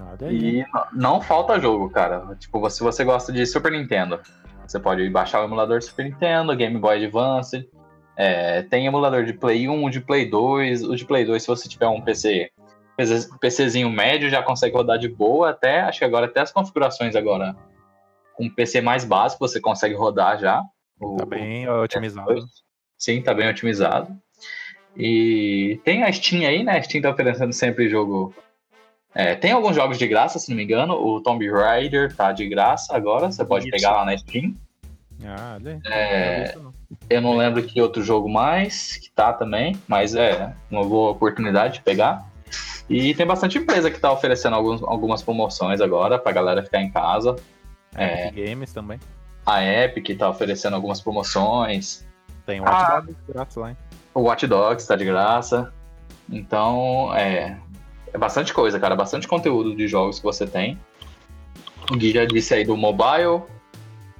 [SPEAKER 1] Olha aí.
[SPEAKER 2] E não- não falta jogo, cara. Tipo, se você gosta de Super Nintendo, você pode baixar o emulador de Super Nintendo, Game Boy Advance. É, tem emulador de Play 1, de Play 2. O de Play 2, se você tiver um PC, PC PCzinho médio, já consegue rodar de boa até. Acho que agora até as configurações agora. Com um PC mais básico, você consegue rodar já. O-
[SPEAKER 1] Tá bem otimizado.
[SPEAKER 2] Sim, tá bem otimizado. E tem a Steam aí, né? A Steam tá oferecendo sempre jogo. É, tem alguns jogos de graça, se não me engano. O Tomb Raider tá de graça agora, você pode
[SPEAKER 4] Isso.
[SPEAKER 2] pegar lá na Steam.
[SPEAKER 1] Ah, olha aí.
[SPEAKER 2] É,
[SPEAKER 1] Não vi isso, não.
[SPEAKER 2] eu não lembro que outro jogo mais que tá também, mas é uma boa oportunidade de pegar. E tem bastante empresa que tá oferecendo alguns, algumas promoções agora pra galera ficar em casa. É,
[SPEAKER 1] Epic Games também.
[SPEAKER 2] a Epic tá oferecendo algumas promoções.
[SPEAKER 1] Tem o
[SPEAKER 2] Ah.
[SPEAKER 1] Watch Dogs grátis lá, hein?
[SPEAKER 2] O Watch Dogs tá de graça. Então, é. É bastante coisa, cara. Bastante conteúdo de jogos que você tem. O Gui já disse aí do mobile.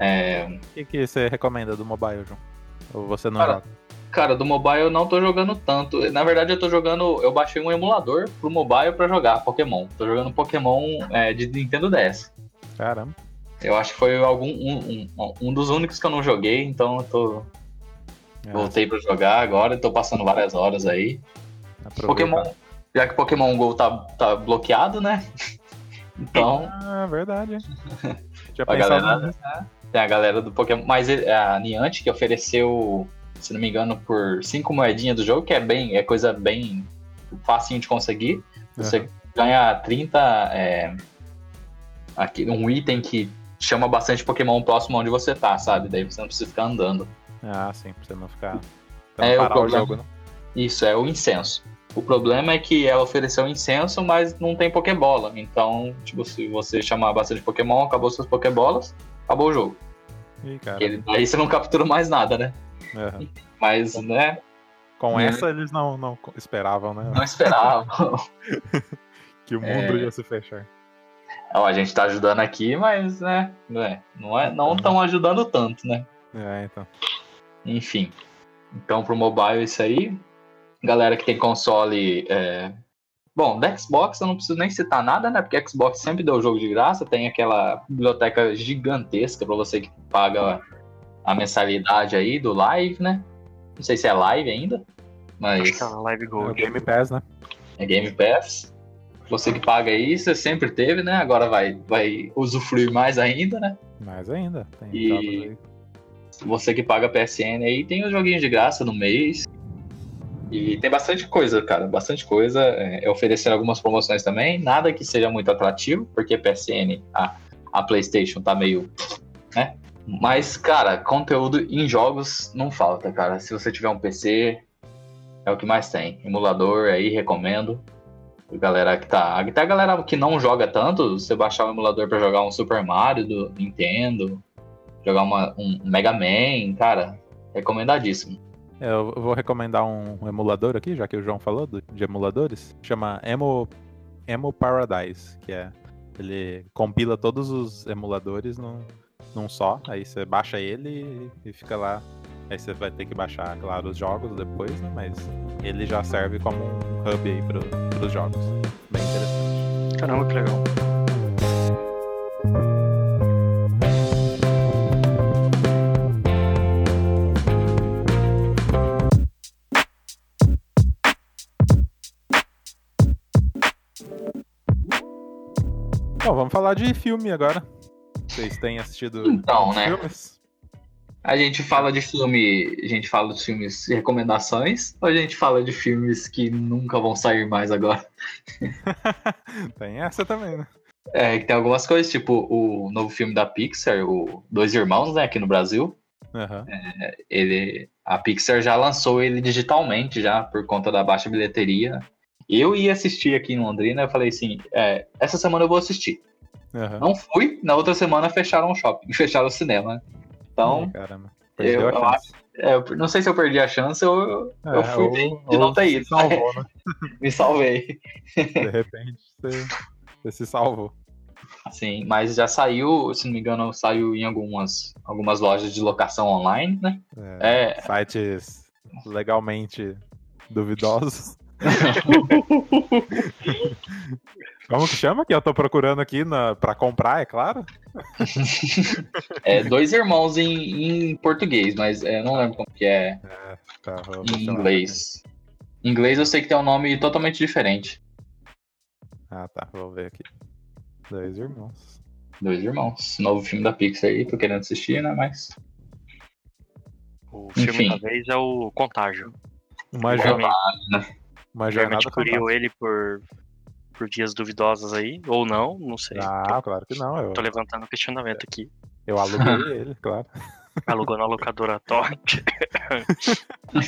[SPEAKER 2] É,
[SPEAKER 1] O que, que você recomenda do mobile, João? Ou você não
[SPEAKER 2] Cara,
[SPEAKER 1] joga?
[SPEAKER 2] cara, do mobile eu não tô jogando tanto. Na verdade, eu tô jogando. Eu baixei um emulador pro mobile pra jogar Pokémon. Tô jogando Pokémon é, de Nintendo DS.
[SPEAKER 1] Caramba.
[SPEAKER 2] Eu acho que foi algum, um, um, um dos únicos que eu não joguei, então eu tô.
[SPEAKER 1] É,
[SPEAKER 2] Voltei pra jogar agora, tô passando várias horas aí.
[SPEAKER 1] aproveita.
[SPEAKER 2] Pokémon, já que Pokémon GO tá, tá bloqueado, né? (laughs) Então,
[SPEAKER 1] Ah,
[SPEAKER 2] (laughs)
[SPEAKER 1] verdade. Já
[SPEAKER 2] A
[SPEAKER 1] pensava
[SPEAKER 2] galera-
[SPEAKER 1] nisso.
[SPEAKER 2] tem É, a galera do Pokémon. Mas ele- a Niantic que ofereceu, se não me engano, por cinco moedinhas do jogo, que é bem, é coisa bem facinho de conseguir. Você
[SPEAKER 1] Aham.
[SPEAKER 2] ganha 30. É, aqui, um item que chama bastante Pokémon próximo onde você tá, sabe? Daí você não precisa ficar andando.
[SPEAKER 1] (laughs) Ah, sim, pra você não ficar. Pra não
[SPEAKER 2] É, o
[SPEAKER 1] parar o,
[SPEAKER 2] problema-
[SPEAKER 1] jogo, né?
[SPEAKER 2] Isso, é o incenso. O problema é que ela ofereceu incenso, mas não tem Pokébola. Então, tipo, se você chamar bastante Pokémon, acabou suas Pokébolas, acabou o jogo.
[SPEAKER 1] Ih, cara.
[SPEAKER 2] Ele, aí você não captura mais nada, né?
[SPEAKER 1] Aham.
[SPEAKER 2] Mas, né,
[SPEAKER 1] Com
[SPEAKER 2] É.
[SPEAKER 1] essa eles não, não esperavam, né?
[SPEAKER 2] não esperava.
[SPEAKER 1] Que o mundo
[SPEAKER 2] É.
[SPEAKER 1] ia se fechar.
[SPEAKER 2] (laughs) Ó, a gente tá ajudando aqui, mas, né, não é, não é, não estão ajudando tanto, né?
[SPEAKER 1] É, então.
[SPEAKER 2] Enfim. Então, pro mobile, é isso aí. Galera que tem console. é, Bom, da Xbox eu não preciso nem citar nada, né? Porque a Xbox sempre deu jogo de graça. Tem aquela biblioteca gigantesca pra você que paga a mensalidade aí do live, né? Não sei se é live ainda,
[SPEAKER 4] Acho
[SPEAKER 2] mas
[SPEAKER 4] que é a Live
[SPEAKER 1] É o
[SPEAKER 4] Gold.
[SPEAKER 1] Game Pass, né?
[SPEAKER 2] é Game Pass. Você que paga aí, você sempre teve, né? Agora vai, vai usufruir mais ainda, né?
[SPEAKER 1] Mais ainda. Tem
[SPEAKER 2] E-
[SPEAKER 1] jogos aí.
[SPEAKER 2] Você que paga PSN aí tem os joguinhos de graça no mês. E tem bastante coisa, cara. Bastante coisa. É, oferecendo algumas promoções também. Nada que seja muito atrativo, porque PSN, a, a PlayStation tá meio. né? Mas, cara, conteúdo em jogos não falta, cara. Se você tiver um PC, é o que mais tem. Emulador aí, recomendo. A galera que tá. Até a um galera que não joga tanto, você baixar o emulador pra jogar um Super Mario do Nintendo, Jogar uma, um Mega Man, cara, recomendadíssimo.
[SPEAKER 1] É, Eu vou recomendar um emulador aqui, já que o João falou do- de emuladores. Chama Emo, Emo Paradise, que é. Ele compila todos os emuladores num, num só. Aí você baixa ele e, e fica lá. Aí você vai ter que baixar, claro, os jogos depois, né? Mas ele já serve como um hub aí pro, pros jogos. Bem interessante.
[SPEAKER 4] Caramba, que legal.
[SPEAKER 1] Bom, vamos falar de filme agora. Vocês têm assistido
[SPEAKER 2] Então, né?
[SPEAKER 1] filmes?
[SPEAKER 2] A gente fala de filme, a gente fala de filmes e recomendações, ou a gente fala de filmes que nunca vão sair mais agora?
[SPEAKER 1] Tem essa também, né?
[SPEAKER 2] É, que tem algumas coisas, tipo o novo filme da Pixar, o Dois Irmãos, né, aqui no Brasil.
[SPEAKER 1] Aham.
[SPEAKER 2] Ele, a Pixar já lançou ele digitalmente já por conta da baixa bilheteria. Eu ia assistir aqui em Londrina, eu falei assim, é, essa semana eu vou assistir.
[SPEAKER 1] aham.
[SPEAKER 2] Não fui, na outra semana fecharam o shopping, (laughs) fecharam o cinema. né? Então,
[SPEAKER 1] Ih, caramba.
[SPEAKER 2] eu-
[SPEAKER 1] Perdeu a
[SPEAKER 2] eu
[SPEAKER 1] chance.
[SPEAKER 2] é, eu não sei se eu perdi a chance ou eu, eu
[SPEAKER 1] É,
[SPEAKER 2] fui
[SPEAKER 1] ou-
[SPEAKER 2] bem de
[SPEAKER 1] ou
[SPEAKER 2] não ter ido.
[SPEAKER 1] se salvou, né?
[SPEAKER 2] Me salvei. (laughs)
[SPEAKER 1] De repente você, você se salvou.
[SPEAKER 2] Sim, mas já saiu, se não me engano, saiu em algumas, algumas lojas de locação online, né?
[SPEAKER 1] É,
[SPEAKER 2] É,
[SPEAKER 1] Sites legalmente
[SPEAKER 2] (laughs)
[SPEAKER 1] duvidosos. Como que chama que eu tô procurando aqui na, pra comprar, é claro?
[SPEAKER 2] é dois irmãos em, em português, mas é, não lembro como que é né?
[SPEAKER 1] Tá, vou
[SPEAKER 2] em
[SPEAKER 1] procurar.
[SPEAKER 2] inglês. Em inglês eu sei que tem um nome totalmente diferente.
[SPEAKER 1] Ah, tá, vou ver aqui. Dois irmãos.
[SPEAKER 2] Dois irmãos. Novo filme da Pixar aí, tô querendo assistir, né? Mas. (laughs)
[SPEAKER 4] O filme
[SPEAKER 2] Enfim.
[SPEAKER 4] da vez é o Contágio.
[SPEAKER 1] Uma,
[SPEAKER 4] O
[SPEAKER 1] jo
[SPEAKER 4] German-
[SPEAKER 1] uma
[SPEAKER 4] o German
[SPEAKER 1] jornada
[SPEAKER 4] Curiou
[SPEAKER 1] fantástica.
[SPEAKER 4] ele por, por dias duvidosas aí, ou não, não sei.
[SPEAKER 2] né?
[SPEAKER 1] Ah, claro que não. Eu,
[SPEAKER 4] Tô levantando o questionamento aqui.
[SPEAKER 1] eu
[SPEAKER 2] (laughs)
[SPEAKER 1] aluguei ele, claro.
[SPEAKER 4] Alugou na locadora
[SPEAKER 1] (laughs)
[SPEAKER 4] Torrent.
[SPEAKER 1] Então.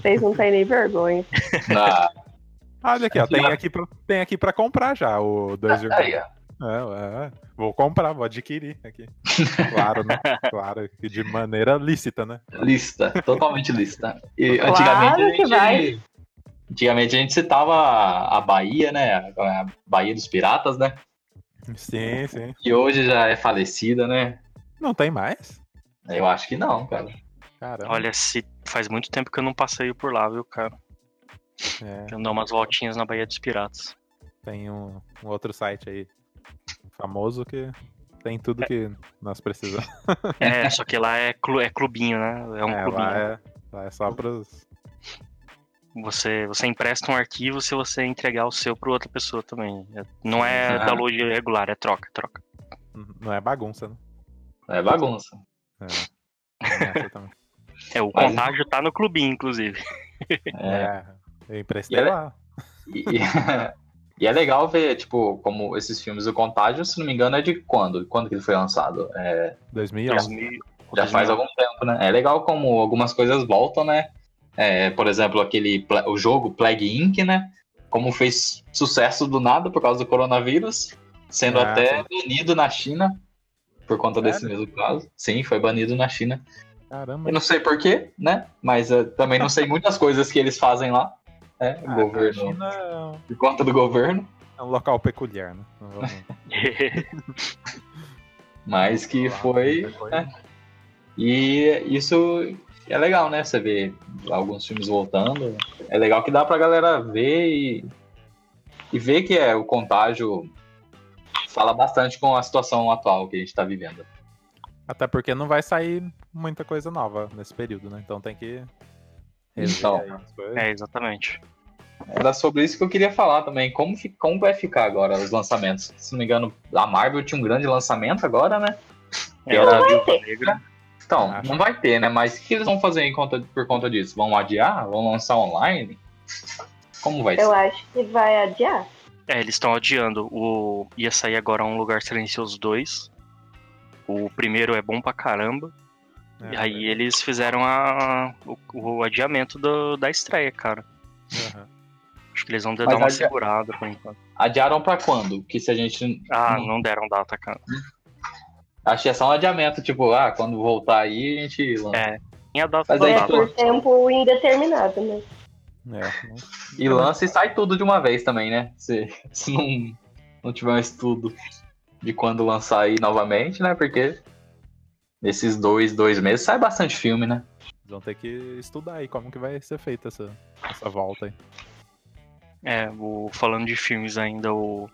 [SPEAKER 3] Vocês não têm nem vergonha.
[SPEAKER 2] Na...
[SPEAKER 1] Olha aqui, ó.
[SPEAKER 2] Tá
[SPEAKER 1] Tem aqui pra, tem aqui pra comprar já o Dois Irmãos.
[SPEAKER 2] Aí, ó.
[SPEAKER 1] É, é, vou comprar, vou adquirir aqui. Claro, né? Claro, e de maneira lícita, né?
[SPEAKER 2] Lista, totalmente lista. E
[SPEAKER 3] Claro
[SPEAKER 2] antigamente, a
[SPEAKER 3] que
[SPEAKER 2] gente,
[SPEAKER 3] vai.
[SPEAKER 2] antigamente a gente citava a Bahia, né? A Bahia dos Piratas, né?
[SPEAKER 1] Sim, sim.
[SPEAKER 2] Que hoje já é falecida, né?
[SPEAKER 1] Não tem mais?
[SPEAKER 2] Eu acho que não, cara.
[SPEAKER 1] Caramba.
[SPEAKER 4] Olha, se faz muito tempo que eu não passeio por lá, viu, cara?
[SPEAKER 1] É,
[SPEAKER 4] Eu dou umas voltinhas na Baía dos Piratas.
[SPEAKER 1] tem um, um outro site aí famoso que tem tudo que nós precisamos.
[SPEAKER 4] É, só que lá é, clu- é clubinho, né? É um
[SPEAKER 1] É,
[SPEAKER 4] clubinho.
[SPEAKER 1] lá é, lá é só pros.
[SPEAKER 4] Você, você empresta um arquivo se você entregar o seu pra outra pessoa também. É- Não é
[SPEAKER 2] Ah.
[SPEAKER 4] download regular, é troca, troca.
[SPEAKER 1] Não é bagunça, né?
[SPEAKER 2] É bagunça.
[SPEAKER 1] É. Tem essa também.
[SPEAKER 4] É, o
[SPEAKER 2] Mas-
[SPEAKER 4] contágio tá no clubinho, inclusive.
[SPEAKER 2] É.
[SPEAKER 1] É, eu emprestei
[SPEAKER 2] E ela-
[SPEAKER 1] lá.
[SPEAKER 2] E, (laughs) e- e é legal ver, tipo, como esses filmes do Contágio, se não me engano, é de quando? Quando que ele foi lançado? É,
[SPEAKER 1] 2011.
[SPEAKER 4] 2000,
[SPEAKER 2] já
[SPEAKER 4] 2000.
[SPEAKER 2] faz algum tempo, né? É legal como algumas coisas voltam, né? É, por exemplo, aquele pla- o jogo Plague Inc, né? Como fez sucesso do nada por causa do coronavírus, sendo
[SPEAKER 1] Ah, É?
[SPEAKER 2] até banido na China por conta desse
[SPEAKER 1] Sério?
[SPEAKER 2] mesmo caso. Sim, foi banido na China.
[SPEAKER 1] Caramba.
[SPEAKER 2] Eu não sei porquê, né? Mas eu também não sei muitas coisas que eles fazem lá. né?
[SPEAKER 1] (laughs)
[SPEAKER 2] o
[SPEAKER 1] Ah, a
[SPEAKER 2] governo,
[SPEAKER 1] China é um-
[SPEAKER 2] por conta do governo.
[SPEAKER 1] é um local peculiar, né? Não vamos-
[SPEAKER 2] Mas que
[SPEAKER 1] falar
[SPEAKER 2] foi.
[SPEAKER 1] muita coisa.
[SPEAKER 2] né? E isso é legal, né? Você vê alguns filmes voltando. É legal que dá pra galera ver e, e ver que é, o contágio fala bastante com a situação atual que a gente tá vivendo.
[SPEAKER 1] Até porque não vai sair muita coisa nova nesse período, né? Então tem que. rever
[SPEAKER 2] Então.
[SPEAKER 1] aí as coisas.
[SPEAKER 4] (laughs) É, exatamente.
[SPEAKER 2] Era sobre isso que eu queria falar também. Como, fi- como vai ficar agora os lançamentos? Se não me engano, a Marvel tinha um grande lançamento agora, né?
[SPEAKER 4] É,
[SPEAKER 2] Era
[SPEAKER 4] a
[SPEAKER 2] a
[SPEAKER 4] Viúva Negra.
[SPEAKER 2] Então,
[SPEAKER 1] Acho.
[SPEAKER 2] não vai ter, né? Mas o que eles vão fazer em conta, por conta disso? Vão adiar? Vão lançar online? Como vai
[SPEAKER 3] Eu
[SPEAKER 2] ser?
[SPEAKER 3] acho que vai adiar.
[SPEAKER 4] É, eles estão adiando. O... Ia sair agora Um Lugar Silencioso 2. O primeiro é bom pra caramba.
[SPEAKER 1] É,
[SPEAKER 4] e aí eles fizeram a... o, o adiamento do- da estreia, cara. é.
[SPEAKER 1] aham.
[SPEAKER 4] Acho que eles vão dar
[SPEAKER 2] Mas
[SPEAKER 4] uma
[SPEAKER 2] adia-
[SPEAKER 4] segurada por enquanto.
[SPEAKER 2] Adiaram pra quando? Que se a gente.
[SPEAKER 4] Ah, não deram data, cara.
[SPEAKER 2] Acho que é só um adiamento, tipo, ah, quando voltar aí a gente lança.
[SPEAKER 4] É. Em adota
[SPEAKER 2] Mas aí,
[SPEAKER 3] É
[SPEAKER 4] adotado.
[SPEAKER 2] pô.
[SPEAKER 3] por tempo indeterminado, né?
[SPEAKER 1] É, não-
[SPEAKER 2] E lança e sai tudo de uma vez também, né? Se, (laughs) se não, não tiver um estudo de quando lançar aí novamente, né? Porque nesses dois, dois meses sai bastante filme,
[SPEAKER 4] (laughs)
[SPEAKER 2] né?
[SPEAKER 1] Eles vão ter que estudar aí como que vai ser feita essa, essa volta aí.
[SPEAKER 4] É, o, falando de filmes ainda, o.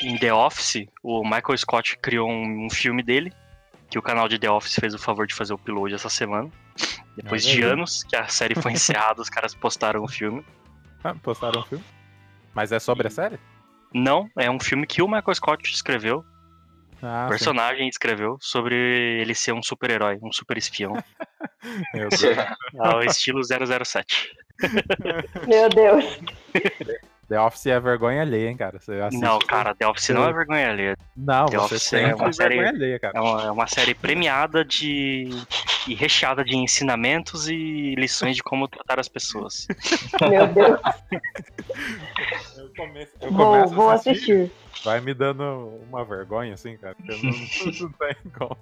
[SPEAKER 4] Em The Office, o Michael Scott criou um, um filme dele, que o canal de The Office fez o favor de fazer o upload essa semana. Depois
[SPEAKER 1] Olha
[SPEAKER 4] de
[SPEAKER 1] aí.
[SPEAKER 4] anos que a série
[SPEAKER 1] (laughs)
[SPEAKER 4] foi encerrada, os caras postaram o filme.
[SPEAKER 1] Ah, postaram o filme? Mas é sobre a série?
[SPEAKER 4] Não, é um filme que o Michael Scott escreveu,
[SPEAKER 1] Ah,
[SPEAKER 4] o
[SPEAKER 1] sim.
[SPEAKER 4] personagem escreveu, sobre ele ser um super-herói, um
[SPEAKER 1] (laughs)
[SPEAKER 4] super espião, É,
[SPEAKER 1] Meu Deus.
[SPEAKER 4] ao estilo 007.
[SPEAKER 3] Meu Deus.
[SPEAKER 1] The Office é vergonha alheia, hein, cara. Você assiste...
[SPEAKER 4] Não, cara, The Office não é vergonha alheia.
[SPEAKER 1] Não,
[SPEAKER 4] The
[SPEAKER 1] você
[SPEAKER 4] Office
[SPEAKER 1] sempre
[SPEAKER 4] é uma série-
[SPEAKER 1] vergonha alheia, cara.
[SPEAKER 4] É uma, é uma série premiada de e recheada de ensinamentos e lições de como tratar as pessoas.
[SPEAKER 3] Meu Deus.
[SPEAKER 1] Eu começo,
[SPEAKER 3] Vou, vou assistir.
[SPEAKER 1] Vai me dando uma vergonha, assim, cara. que Eu
[SPEAKER 4] (laughs)
[SPEAKER 1] não, (laughs) não tenho como.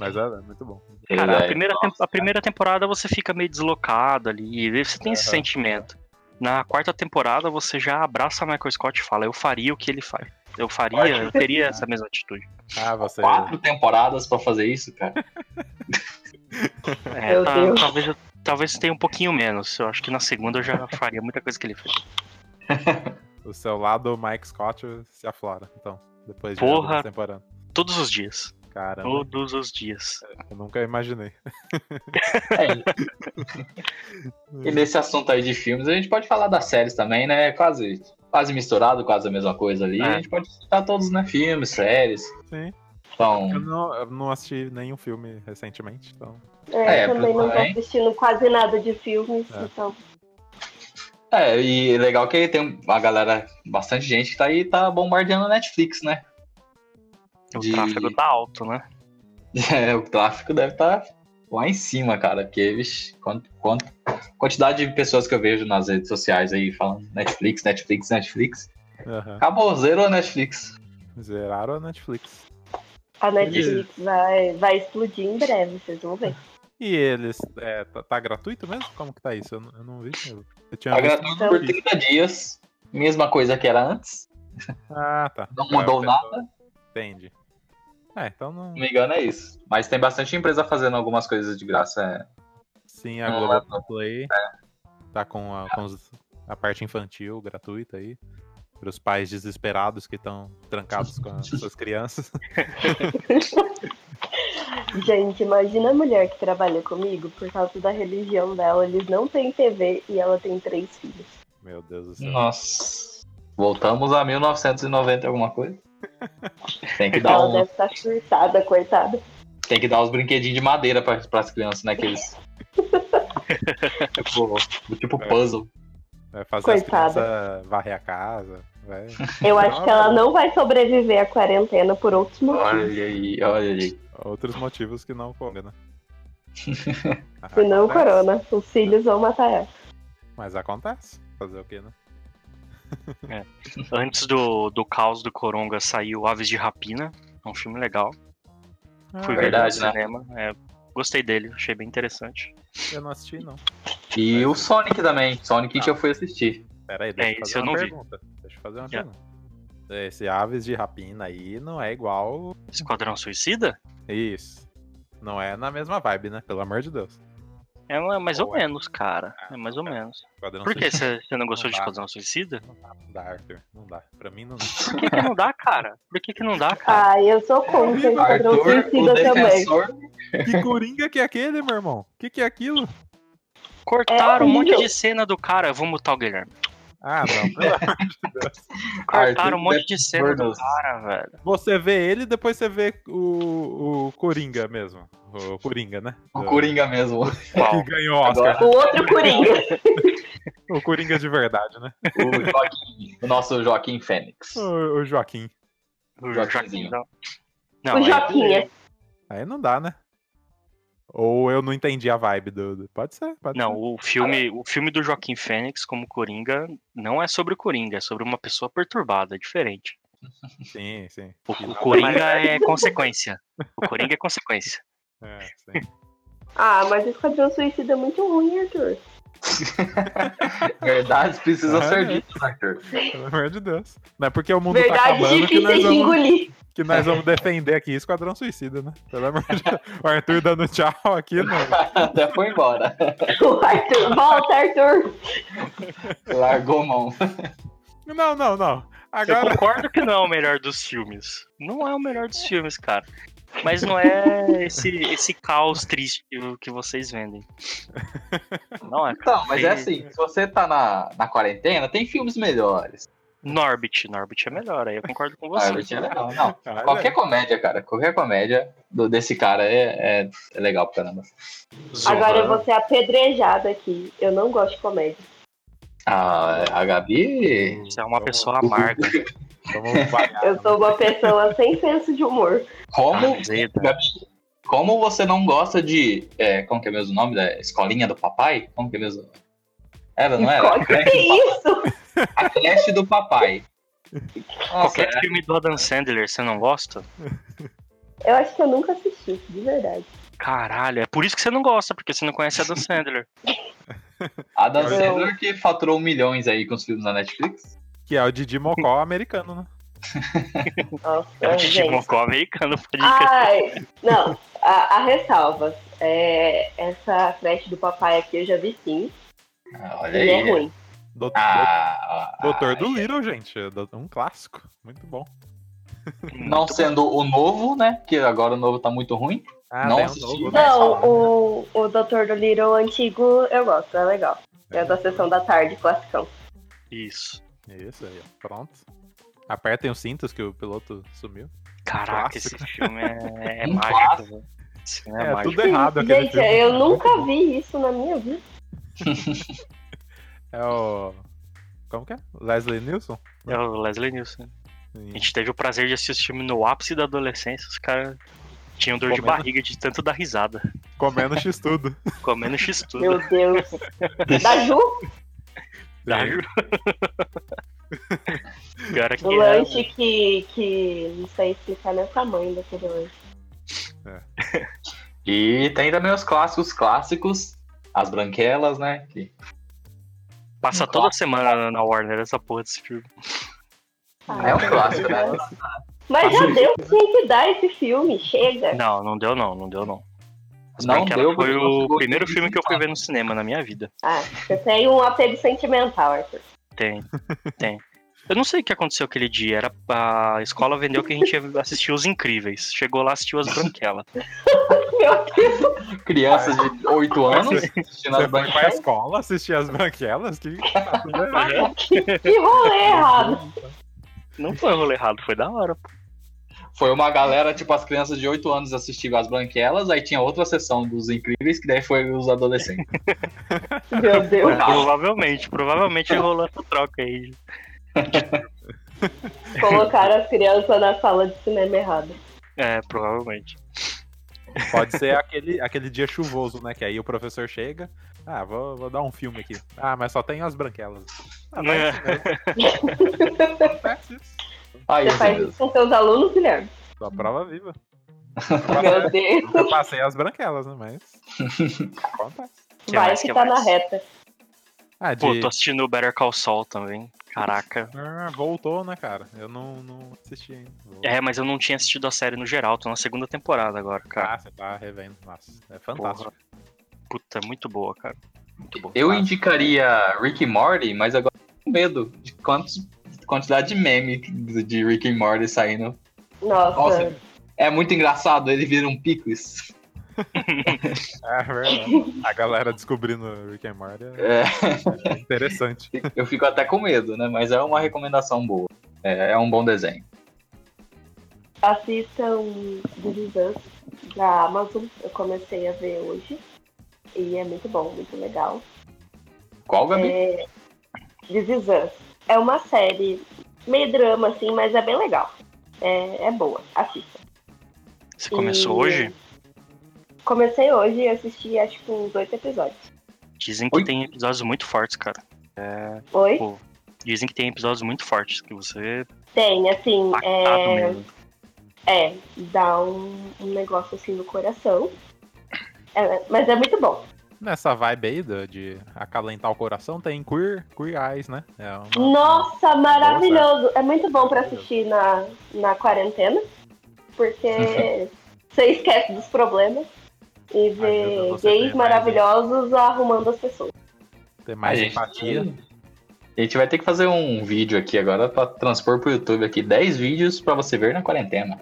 [SPEAKER 1] Mas é, é muito bom.
[SPEAKER 4] Cara, a
[SPEAKER 2] Verdade.
[SPEAKER 4] primeira, tem- a primeira temporada você fica meio deslocado ali, e você tem esse
[SPEAKER 1] Aham.
[SPEAKER 4] sentimento. Na quarta temporada você já abraça Michael Scott e fala: Eu faria o que ele faz. Eu faria, eu teria essa mesma atitude.
[SPEAKER 1] Ah, você.
[SPEAKER 4] né?
[SPEAKER 2] Quatro temporadas pra fazer isso, cara.
[SPEAKER 4] É,
[SPEAKER 3] Meu
[SPEAKER 4] tá-
[SPEAKER 3] Deus.
[SPEAKER 4] talvez eu- Talvez tenha um pouquinho menos. Eu acho que na segunda eu já faria muita coisa que ele fez.
[SPEAKER 1] O seu lado, Mike Scott, se aflora. Então, depois de
[SPEAKER 4] Porra.
[SPEAKER 1] algumas temporadas.
[SPEAKER 4] Todos os dias.
[SPEAKER 1] Caramba,
[SPEAKER 4] Todos os dias.
[SPEAKER 1] eu nunca imaginei.
[SPEAKER 4] (laughs)
[SPEAKER 2] É. e nesse assunto aí de filmes, a gente pode falar das séries também, né? Quase, quase misturado, quase a mesma coisa ali.
[SPEAKER 4] É.
[SPEAKER 2] A gente pode citar todos, né? Filmes, séries.
[SPEAKER 1] Sim.
[SPEAKER 2] Então,
[SPEAKER 1] Eu não, eu não assisti nenhum filme recentemente, então.
[SPEAKER 3] É,
[SPEAKER 2] É,
[SPEAKER 3] eu também não tô
[SPEAKER 2] também.
[SPEAKER 3] assistindo quase nada de filmes,
[SPEAKER 1] É.
[SPEAKER 3] então.
[SPEAKER 2] É, e legal que tem a galera, bastante gente que tá aí tá bombardeando a Netflix, né? (laughs)
[SPEAKER 4] O
[SPEAKER 2] De-
[SPEAKER 4] tráfego tá alto, né?
[SPEAKER 2] É, o tráfico deve estar lá em cima, cara, porque, vixi, quanto, quanto, quantidade de pessoas que eu vejo nas redes sociais aí falando Netflix, Netflix, Netflix.
[SPEAKER 1] Aham.
[SPEAKER 2] Acabou, zerou a Netflix.
[SPEAKER 1] Zeraram a Netflix.
[SPEAKER 3] A Netflix vai, vai explodir em breve, vocês vão ver.
[SPEAKER 1] E eles. é, tá, tá gratuito mesmo? Como que tá isso? Eu, não- eu não vi. Eu, eu tinha
[SPEAKER 2] Tá
[SPEAKER 1] visto-
[SPEAKER 2] gratuito por 30 dias, mesma coisa que era antes,
[SPEAKER 1] Ah, tá.
[SPEAKER 2] não mudou
[SPEAKER 1] É,
[SPEAKER 2] nada,
[SPEAKER 1] Entende. É, então não.
[SPEAKER 2] se não me engano é isso. Mas tem bastante empresa fazendo algumas coisas de graça, é.
[SPEAKER 1] Sim, a
[SPEAKER 2] Não, é
[SPEAKER 1] Globoplay tá com a, com os- a parte infantil gratuita aí. Para os pais desesperados que estão trancados com as suas crianças.
[SPEAKER 3] Gente, imagina a mulher que trabalha comigo, por causa da religião dela, eles não têm TV e ela tem três filhos.
[SPEAKER 1] Meu Deus do céu.
[SPEAKER 4] Hum.
[SPEAKER 2] Nossa. Voltamos a 1990 alguma coisa. Tem que dar
[SPEAKER 3] Ela
[SPEAKER 2] um...
[SPEAKER 3] deve estar surtada, coitada.
[SPEAKER 2] Tem que dar os brinquedinhos de madeira para as crianças, né?
[SPEAKER 3] (laughs)
[SPEAKER 2] Aqueles. tipo, tipo puzzle.
[SPEAKER 1] Vai É fazer as
[SPEAKER 3] Coitada.
[SPEAKER 1] crianças varrer a casa. né?
[SPEAKER 4] (laughs)
[SPEAKER 1] Vai...
[SPEAKER 3] Eu acho que ela não vai sobreviver à quarentena por outros
[SPEAKER 1] Ah,
[SPEAKER 3] motivos.
[SPEAKER 2] Olha aí, olha aí.
[SPEAKER 1] Outros motivos que não
[SPEAKER 4] (laughs)
[SPEAKER 1] combinam.
[SPEAKER 3] Se não, o
[SPEAKER 1] Acontece,
[SPEAKER 3] corona. Os filhos vão matar ela.
[SPEAKER 1] Mas acontece. Fazer o quê, né?
[SPEAKER 4] Antes do, do caos do Coronga saiu Aves de Rapina. É um filme legal.
[SPEAKER 1] Ah,
[SPEAKER 4] Fui ver no
[SPEAKER 2] verdade, né?
[SPEAKER 4] cinema. é, gostei dele, achei bem interessante.
[SPEAKER 1] Eu não assisti, não.
[SPEAKER 2] E o Sonic também. Sonic que eu fui assistir.
[SPEAKER 1] Pera aí, deixa
[SPEAKER 4] É,
[SPEAKER 1] eu
[SPEAKER 4] esse
[SPEAKER 1] fazer
[SPEAKER 4] eu
[SPEAKER 1] uma
[SPEAKER 4] não vi.
[SPEAKER 1] pergunta. Deixa eu fazer uma
[SPEAKER 4] Já.
[SPEAKER 1] pergunta. Esse Aves de Rapina aí não é igual.
[SPEAKER 4] Esquadrão Suicida?
[SPEAKER 1] Isso. Não é na mesma vibe, né? Pelo amor de Deus.
[SPEAKER 4] É uma- mais ou
[SPEAKER 1] Boa.
[SPEAKER 4] menos, cara. É mais ou
[SPEAKER 1] Ah, tá.
[SPEAKER 4] menos.
[SPEAKER 1] Esquadrão
[SPEAKER 4] Por que
[SPEAKER 1] Suicida
[SPEAKER 4] você você não gostou
[SPEAKER 1] Não
[SPEAKER 4] de
[SPEAKER 1] dá.
[SPEAKER 4] Esquadrão Suicida?
[SPEAKER 1] Não dá, não dá, Arthur. Não dá. Pra mim
[SPEAKER 4] (laughs)
[SPEAKER 1] não dá.
[SPEAKER 4] Por que, que não dá, cara? Por que, que não dá, cara?
[SPEAKER 3] Ah, eu
[SPEAKER 1] É,
[SPEAKER 3] sou contra o Esquadrão Suicida também.
[SPEAKER 1] que coringa que é aquele, meu irmão? O que, que é aquilo?
[SPEAKER 4] Cortaram um monte
[SPEAKER 3] horrível.
[SPEAKER 4] de cena do cara. Eu vou mutar o Guilherme.
[SPEAKER 1] Ah, não.
[SPEAKER 4] (laughs)
[SPEAKER 1] pelo amor de Deus.
[SPEAKER 4] Cortaram um monte de cena do
[SPEAKER 2] Defensor.
[SPEAKER 4] cara, velho.
[SPEAKER 1] Você vê ele, depois você vê o, o Coringa mesmo. O Coringa, né?
[SPEAKER 2] O
[SPEAKER 1] Do-
[SPEAKER 2] Coringa mesmo.
[SPEAKER 4] Qual?
[SPEAKER 1] Que ganhou o Oscar.
[SPEAKER 2] Agora,
[SPEAKER 3] O outro Coringa.
[SPEAKER 1] O Coringa de verdade,
[SPEAKER 2] (laughs)
[SPEAKER 1] né?
[SPEAKER 2] o, Joaquim, (laughs) o nosso Joaquim Fênix.
[SPEAKER 1] O, o Joaquim.
[SPEAKER 4] O
[SPEAKER 2] Joaquinzinho.
[SPEAKER 4] Joaquim. Não. Não, é
[SPEAKER 3] o
[SPEAKER 4] aí-
[SPEAKER 3] Joaquinha.
[SPEAKER 1] Aí não dá, né? Ou eu não entendi a vibe do. do- Pode ser, pode
[SPEAKER 4] Não,
[SPEAKER 1] ser.
[SPEAKER 4] o filme, o filme do Joaquim Fênix como Coringa não é sobre o Coringa, é sobre uma pessoa perturbada, é diferente.
[SPEAKER 1] Sim, sim.
[SPEAKER 4] O, o Coringa é consequência. O Coringa é consequência.
[SPEAKER 1] É, sim.
[SPEAKER 3] Ah, mas o Esquadrão Suicida é muito ruim, Arthur.
[SPEAKER 2] Verdade precisa
[SPEAKER 1] É.
[SPEAKER 2] ser dito, Arthur. (laughs)
[SPEAKER 1] Pelo amor de Deus. Não é porque o mundo tá
[SPEAKER 3] Verdade
[SPEAKER 1] acabando que
[SPEAKER 3] difícil
[SPEAKER 1] nós,
[SPEAKER 3] de
[SPEAKER 1] vamos,
[SPEAKER 3] engolir. (laughs)
[SPEAKER 1] que nós vamos defender aqui Esquadrão Suicida, né? Pelo amor de Deus. O Arthur dando tchau aqui, né?
[SPEAKER 2] Até foi embora.
[SPEAKER 3] O Arthur, volta, Arthur.
[SPEAKER 2] Largou a mão.
[SPEAKER 1] Não, não, não.
[SPEAKER 4] Eu
[SPEAKER 1] (laughs) Agora.
[SPEAKER 4] concordo que não é o melhor dos filmes. Não é o melhor dos filmes, cara. Mas não é esse, esse caos triste que- que vocês vendem. Não é.
[SPEAKER 2] Então, mas é assim, se você tá na, na quarentena, tem filmes melhores.
[SPEAKER 4] Norbit. Norbit é melhor, aí eu concordo com
[SPEAKER 2] Ah,
[SPEAKER 4] você.
[SPEAKER 2] eu tinha legal. Não,
[SPEAKER 1] Olha,
[SPEAKER 2] qualquer comédia, cara, qualquer comédia do- desse cara é, é, é legal pra caramba.
[SPEAKER 4] Zohan.
[SPEAKER 3] Agora eu vou ser apedrejada aqui. Eu não gosto de comédia.
[SPEAKER 2] A, Ah, a Gabi.
[SPEAKER 4] Você é uma
[SPEAKER 1] Zohan.
[SPEAKER 4] pessoa amarga,
[SPEAKER 1] vamos vaiar.
[SPEAKER 3] Eu sou uma pessoa sem senso de humor.
[SPEAKER 4] Ah,
[SPEAKER 2] Como,
[SPEAKER 4] azeda.
[SPEAKER 2] Gabi, como você não gosta de. É, como que é mesmo o nome? Da escolinha do papai? Como que é mesmo? Era, não era? (laughs) É.
[SPEAKER 3] Escolhe. Que é isso?
[SPEAKER 2] A creche do papai. Nossa,
[SPEAKER 4] Qualquer filme do Adam Sandler, você não gosta?
[SPEAKER 3] Eu acho que eu nunca assisti, de verdade.
[SPEAKER 4] Caralho, é por isso que você não gosta, porque você não conhece Adam Sandler.
[SPEAKER 2] Adam
[SPEAKER 1] Eu-
[SPEAKER 2] Sandler que faturou milhões aí com os filmes na Netflix.
[SPEAKER 1] Que é o Didi Mocó americano, né?
[SPEAKER 3] Nossa,
[SPEAKER 4] É o Didi
[SPEAKER 3] gente.
[SPEAKER 4] Mocó americano. pode
[SPEAKER 3] Ah,
[SPEAKER 4] crer.
[SPEAKER 3] Ai, não, a, a ressalva. É, essa creche do papai aqui eu já vi sim.
[SPEAKER 2] Ah, Olha
[SPEAKER 3] E é
[SPEAKER 2] aí.
[SPEAKER 3] ruim.
[SPEAKER 1] Doutor,
[SPEAKER 2] Ah, ah,
[SPEAKER 1] Doutor do Little, gente. é do- Um clássico. Muito bom.
[SPEAKER 2] Não
[SPEAKER 4] Muito
[SPEAKER 2] sendo o novo, né? Que agora o novo tá muito ruim.
[SPEAKER 1] Ah,
[SPEAKER 2] Não
[SPEAKER 1] tem um
[SPEAKER 2] assisti.
[SPEAKER 1] novo, né?
[SPEAKER 3] Não, o, o Doutor do Little antigo eu gosto, é legal. É da sessão da tarde, classicão.
[SPEAKER 4] Isso.
[SPEAKER 1] Isso aí, ó. Pronto. Apertem os cintos que o piloto sumiu.
[SPEAKER 4] Caraca,
[SPEAKER 1] Clássico.
[SPEAKER 4] esse filme é, é
[SPEAKER 2] Um
[SPEAKER 4] mágico, velho. Esse filme é,
[SPEAKER 1] É,
[SPEAKER 4] mágico.
[SPEAKER 1] tudo errado aquele
[SPEAKER 3] Gente,
[SPEAKER 1] filme.
[SPEAKER 3] eu nunca vi isso na minha vida.
[SPEAKER 1] É o... Como que é? Leslie Nielsen?
[SPEAKER 4] É o Leslie Nielsen. A
[SPEAKER 1] Sim.
[SPEAKER 4] gente teve o prazer de assistir esse filme no ápice da adolescência. Os caras tinham dor de
[SPEAKER 1] Comendo.
[SPEAKER 4] barriga de tanto dar risada.
[SPEAKER 1] Comendo X-Tudo.
[SPEAKER 4] Comendo x-tudo. (laughs)
[SPEAKER 3] Meu
[SPEAKER 2] (laughs)
[SPEAKER 3] Deus. Da Ju,
[SPEAKER 4] Tá,
[SPEAKER 1] Sim.
[SPEAKER 4] Ju? Pior é que
[SPEAKER 3] o
[SPEAKER 4] é,
[SPEAKER 3] lanche que, que não sei explicar nem o tamanho daquele lanche.
[SPEAKER 2] E tem também os clássicos clássicos. As branquelas, né? Que
[SPEAKER 4] um- passa toda semana na Warner essa porra desse filme.
[SPEAKER 3] Ah,
[SPEAKER 2] é um clássico, né?
[SPEAKER 4] Tá
[SPEAKER 3] Mas já deu o que tinha que dar esse filme, chega.
[SPEAKER 4] Não, não deu não, não deu não. As
[SPEAKER 2] Não
[SPEAKER 4] Branquelas
[SPEAKER 2] deu,
[SPEAKER 4] foi
[SPEAKER 2] porque você
[SPEAKER 4] o
[SPEAKER 2] gostou
[SPEAKER 4] primeiro
[SPEAKER 2] de
[SPEAKER 4] filme que eu fui
[SPEAKER 2] sentar.
[SPEAKER 4] ver no cinema na minha vida.
[SPEAKER 3] Ah, eu tenho um apego sentimental, Arthur.
[SPEAKER 4] Tem, tem. Eu não sei o que aconteceu aquele dia. Era a escola vendeu que a gente ia assistir Os Incríveis. Chegou lá assistiu As Branquelas.
[SPEAKER 3] Meu Deus.
[SPEAKER 2] Crianças de 8 anos assistindo
[SPEAKER 1] Você
[SPEAKER 2] as
[SPEAKER 1] foi pra
[SPEAKER 2] branquelas.
[SPEAKER 1] escola assistir as branquelas? Que
[SPEAKER 4] Uhum.
[SPEAKER 3] Que rolê errado.
[SPEAKER 4] Não foi um rolê errado, foi da hora. pô.
[SPEAKER 2] Foi uma galera, tipo, as crianças de 8 anos assistiam as branquelas, aí tinha outra sessão dos incríveis, que daí foi os
[SPEAKER 3] (laughs)
[SPEAKER 2] adolescentes.
[SPEAKER 3] Meu Deus.
[SPEAKER 4] Provavelmente, provavelmente rolou essa troca aí.
[SPEAKER 3] Colocaram as crianças na sala de cinema errada.
[SPEAKER 4] É, provavelmente.
[SPEAKER 1] Pode ser aquele, aquele dia chuvoso, né? Que aí o professor chega. Ah, vou, vou dar um filme aqui. Ah, mas só tem as branquelas. Ah, mas
[SPEAKER 4] É.
[SPEAKER 1] isso mesmo, acontece isso.
[SPEAKER 2] Aí,
[SPEAKER 3] Você faz isso com seus alunos, Guilherme?
[SPEAKER 1] Só prova viva.
[SPEAKER 3] Meu Deus.
[SPEAKER 1] Então Eu passei as branquelas, né?
[SPEAKER 4] (laughs)
[SPEAKER 1] Mas. Acontece.
[SPEAKER 4] Que
[SPEAKER 3] Vai
[SPEAKER 4] mais,
[SPEAKER 3] que
[SPEAKER 4] que
[SPEAKER 3] tá na
[SPEAKER 4] mais?
[SPEAKER 3] reta.
[SPEAKER 1] Ah, de...
[SPEAKER 4] Pô, tô assistindo o Better Call Saul também. Caraca.
[SPEAKER 1] Ah, voltou, né, cara? Eu não, não assisti ainda. Vou-
[SPEAKER 4] É, mas eu não tinha assistido a série no geral, tô na segunda temporada agora, cara.
[SPEAKER 1] Ah, você tá revendo. Nossa, é fantástico.
[SPEAKER 4] Puta, muito boa, cara. Muito boa.
[SPEAKER 2] Eu indicaria Rick and Morty, mas agora tô com medo de quantos, quantidade de meme de de Rick and Morty saindo.
[SPEAKER 3] Nossa.
[SPEAKER 2] Nossa, é muito engraçado, ele vira um
[SPEAKER 3] (laughs)
[SPEAKER 2] picles.
[SPEAKER 1] É verdade. A galera descobrindo Rick and Morty é
[SPEAKER 2] É,
[SPEAKER 1] interessante.
[SPEAKER 2] eu fico até com medo, né? Mas é uma recomendação boa. É, é um bom desenho.
[SPEAKER 3] Assistam This Is Us da Amazon. Eu comecei a ver hoje. E é muito bom, muito legal.
[SPEAKER 2] Qual, Gabi?
[SPEAKER 3] É... This Is Us. É uma série meio drama, assim, mas é bem legal. É, é boa. Assista.
[SPEAKER 4] Você começou
[SPEAKER 3] E-
[SPEAKER 4] hoje?
[SPEAKER 3] Comecei hoje e assisti acho que uns oito episódios.
[SPEAKER 4] Dizem que
[SPEAKER 2] Oi?
[SPEAKER 4] tem episódios muito fortes, cara.
[SPEAKER 3] Oi?
[SPEAKER 4] Pô. Dizem que tem episódios muito fortes que você é
[SPEAKER 3] Tem, assim,
[SPEAKER 4] impactado
[SPEAKER 3] é,
[SPEAKER 4] mesmo.
[SPEAKER 3] é, dá um, um negócio assim no coração. É, mas é muito bom.
[SPEAKER 1] Nessa vibe aí do- de acalentar o coração, tem Queer, Queer Eyes, né? É uma-
[SPEAKER 3] Nossa, maravilhoso! É muito bom pra assistir na, na quarentena, porque você esquece dos problemas e vê
[SPEAKER 1] Ajuda você a ter
[SPEAKER 3] gays
[SPEAKER 1] mais
[SPEAKER 3] maravilhosos arrumando as pessoas.
[SPEAKER 1] Tem mais
[SPEAKER 2] a gente-
[SPEAKER 1] empatia.
[SPEAKER 2] A gente vai ter que fazer um vídeo aqui agora pra transpor pro YouTube aqui 10 vídeos pra você ver na quarentena.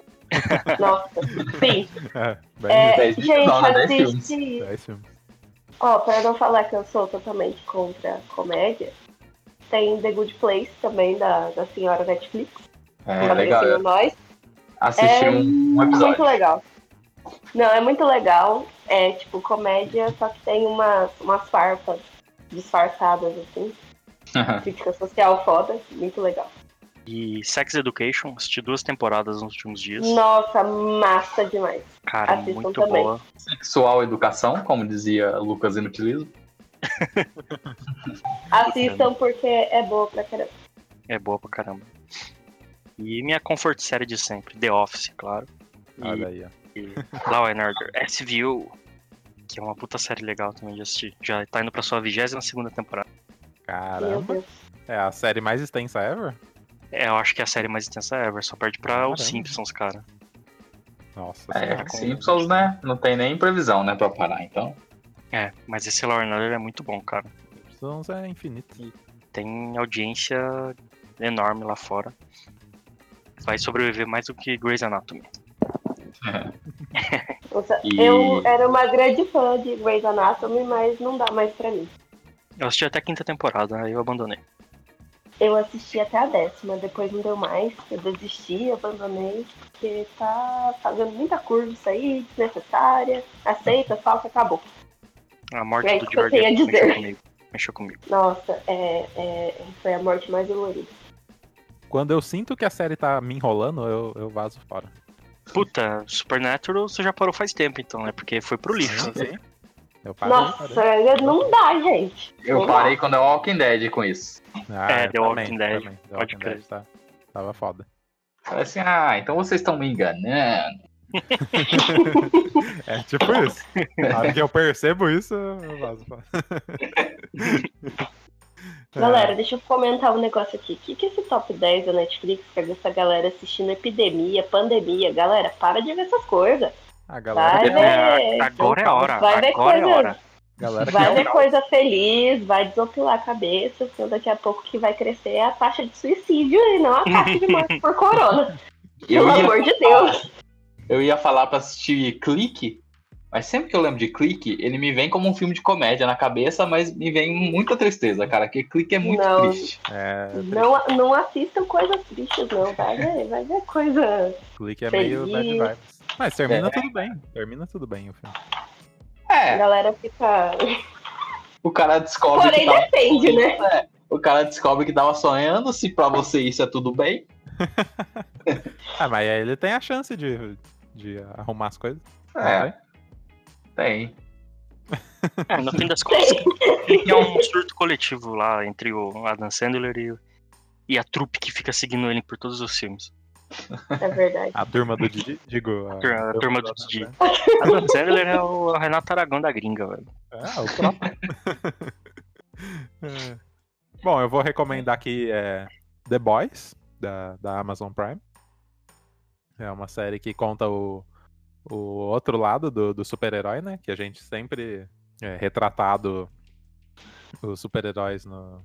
[SPEAKER 3] Nossa, sim.
[SPEAKER 1] (laughs) É, bem
[SPEAKER 3] É,
[SPEAKER 2] Dez
[SPEAKER 3] gente,
[SPEAKER 2] filmes, não, né? Dez
[SPEAKER 3] assiste.
[SPEAKER 1] isso, é esse filme.
[SPEAKER 3] Ó, pra não falar que eu sou totalmente contra comédia, tem The Good Place também, da, da senhora Netflix,
[SPEAKER 2] É,
[SPEAKER 3] que
[SPEAKER 2] legal.
[SPEAKER 3] patrocinou nós.
[SPEAKER 2] Assistir
[SPEAKER 3] É
[SPEAKER 2] um, um
[SPEAKER 3] Muito
[SPEAKER 2] episódio.
[SPEAKER 3] legal. Não, é muito legal. É tipo comédia, só que tem umas, umas farpas disfarçadas, assim. Crítica social foda, muito legal.
[SPEAKER 4] E Sex Education, assisti duas temporadas nos últimos dias.
[SPEAKER 3] Nossa, massa demais.
[SPEAKER 4] Cara,
[SPEAKER 3] assistam
[SPEAKER 4] muito
[SPEAKER 3] também.
[SPEAKER 4] boa.
[SPEAKER 2] (laughs) Sexual educação, como dizia Lucas Inutilismo.
[SPEAKER 3] Assistam porque é boa pra caramba.
[SPEAKER 4] É boa pra caramba. E minha comfort série de sempre, The Office, claro.
[SPEAKER 1] Olha aí, ó.
[SPEAKER 4] E (laughs) Law and Order, SVU, que é uma puta série legal também de assistir. Já tá indo pra sua 22 segunda temporada.
[SPEAKER 3] Meu
[SPEAKER 1] Caramba.
[SPEAKER 3] Deus.
[SPEAKER 1] É a série mais extensa ever?
[SPEAKER 4] É, eu acho que é a série mais intensa ever, só perde pra
[SPEAKER 1] Caramba.
[SPEAKER 4] Os Simpsons, cara.
[SPEAKER 1] Nossa
[SPEAKER 2] É,
[SPEAKER 1] senhora.
[SPEAKER 2] Simpsons, né? Não tem nem previsão, né, pra parar, então.
[SPEAKER 4] É, mas esse Law and Order é muito bom, cara.
[SPEAKER 1] Simpsons é infinito.
[SPEAKER 4] Tem audiência enorme lá fora. Vai sobreviver mais do que Grey's Anatomy.
[SPEAKER 3] Nossa,
[SPEAKER 2] E-
[SPEAKER 3] Eu era uma grande fã de Grey's Anatomy, mas não dá mais pra mim.
[SPEAKER 4] Eu assisti até a quinta temporada, aí eu abandonei.
[SPEAKER 3] Eu assisti até a décima, depois não deu mais. Eu desisti, abandonei, porque tá fazendo muita curva isso aí, desnecessária. Aceita, falta, acabou.
[SPEAKER 4] A morte
[SPEAKER 3] É
[SPEAKER 4] do
[SPEAKER 3] isso que eu
[SPEAKER 4] George
[SPEAKER 3] tenho a
[SPEAKER 4] mexeu
[SPEAKER 3] dizer.
[SPEAKER 4] comigo. Mexeu comigo.
[SPEAKER 3] Nossa, é, é, foi a morte mais dolorida.
[SPEAKER 1] Quando eu sinto que a série tá me enrolando, eu, eu vazo fora.
[SPEAKER 4] Puta, Supernatural você já parou faz tempo então, né? Porque foi pro lixo. né?
[SPEAKER 1] Sim. Eu parei,
[SPEAKER 3] Nossa, é,
[SPEAKER 1] parei.
[SPEAKER 3] não dá, gente.
[SPEAKER 2] Eu
[SPEAKER 3] Não dá.
[SPEAKER 2] parei quando é Walking Dead com isso.
[SPEAKER 1] Ah,
[SPEAKER 4] É,
[SPEAKER 1] eu
[SPEAKER 4] The
[SPEAKER 1] também,
[SPEAKER 4] Walking Dead,
[SPEAKER 1] também. The
[SPEAKER 4] pode
[SPEAKER 1] Walking Dead tá, tava foda.
[SPEAKER 2] Falei assim, ah, então vocês estão me enganando.
[SPEAKER 1] É tipo isso. Na hora que eu percebo isso, eu vazo fora.
[SPEAKER 3] (laughs)
[SPEAKER 1] É,
[SPEAKER 3] Galera, deixa eu comentar um negócio aqui. O que, que esse top 10 da Netflix quer ver essa galera assistindo epidemia, pandemia? Galera, para de ver essas coisas.
[SPEAKER 1] a galera,
[SPEAKER 3] vai
[SPEAKER 1] que,
[SPEAKER 3] ver-
[SPEAKER 1] é,
[SPEAKER 4] É, agora é a hora.
[SPEAKER 3] Vai ver
[SPEAKER 4] Agora é a
[SPEAKER 3] coisa-
[SPEAKER 4] hora.
[SPEAKER 1] a galera que é
[SPEAKER 3] Vai ver
[SPEAKER 1] o-
[SPEAKER 3] coisa feliz, vai desopilar a cabeça, porque daqui a pouco o que vai crescer é a taxa de suicídio e não a taxa de morte por corona.
[SPEAKER 2] (laughs) Eu
[SPEAKER 3] Pelo
[SPEAKER 2] ia,
[SPEAKER 3] amor de Deus.
[SPEAKER 2] eu ia falar pra assistir Clique, mas sempre que eu lembro de Clique, ele me vem como um filme de comédia na cabeça, mas me vem muita tristeza, cara, que Clique é muito
[SPEAKER 3] Não.
[SPEAKER 2] triste.
[SPEAKER 1] É,
[SPEAKER 2] né?
[SPEAKER 3] Não, não assistam coisas tristes, não. Vai ver, vai ver coisa
[SPEAKER 1] clique é meio bad
[SPEAKER 3] Feliz. É.
[SPEAKER 1] vibes. Mas termina tudo bem. Termina tudo bem o filme.
[SPEAKER 3] A
[SPEAKER 2] É,
[SPEAKER 3] galera fica.
[SPEAKER 2] o cara descobre
[SPEAKER 3] Porém,
[SPEAKER 2] que tava,
[SPEAKER 3] depende, né?
[SPEAKER 2] o cara descobre que tava sonhando, se pra você isso é tudo bem.
[SPEAKER 1] Ah, mas aí ele tem a chance de, de arrumar as coisas. não
[SPEAKER 2] É,
[SPEAKER 1] tem?
[SPEAKER 2] tem.
[SPEAKER 4] É, no fim
[SPEAKER 3] (laughs)
[SPEAKER 4] das contas, que é um surto coletivo lá entre o Adam Sandler e, e a trupe que fica seguindo ele por todos os filmes.
[SPEAKER 3] É verdade.
[SPEAKER 1] A turma do Didi, digo. A,
[SPEAKER 4] Tur- A turma do Didi.
[SPEAKER 1] Didi.
[SPEAKER 4] Adam Sandler é o Renato Aragão da gringa, velho.
[SPEAKER 1] Ah, o próprio. (laughs) É. Bom, eu vou recomendar aqui é, The Boys, da, da Amazon Prime. É uma série que conta o, o outro lado do, do super-herói, né? Que a gente sempre é retratado os super-heróis no-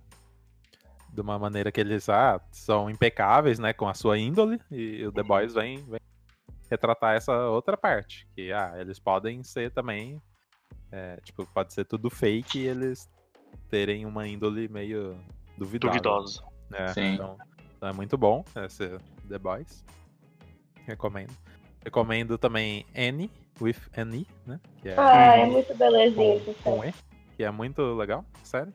[SPEAKER 1] de uma maneira que eles ah, são impecáveis, né? Com a sua índole. E o The Boys vem, vem retratar essa outra parte. Que ah, eles podem ser também é, tipo, pode ser tudo fake e eles terem uma índole meio duvidosa.
[SPEAKER 4] Duvidoso.
[SPEAKER 1] É,
[SPEAKER 2] Sim.
[SPEAKER 1] Então, então é muito bom esse The Boys. Recomendo. Recomendo também Annie, with Annie, né? Que é
[SPEAKER 3] Ah, é muito belezinha
[SPEAKER 1] com,
[SPEAKER 3] essa série.
[SPEAKER 1] com E, que é muito legal, sério.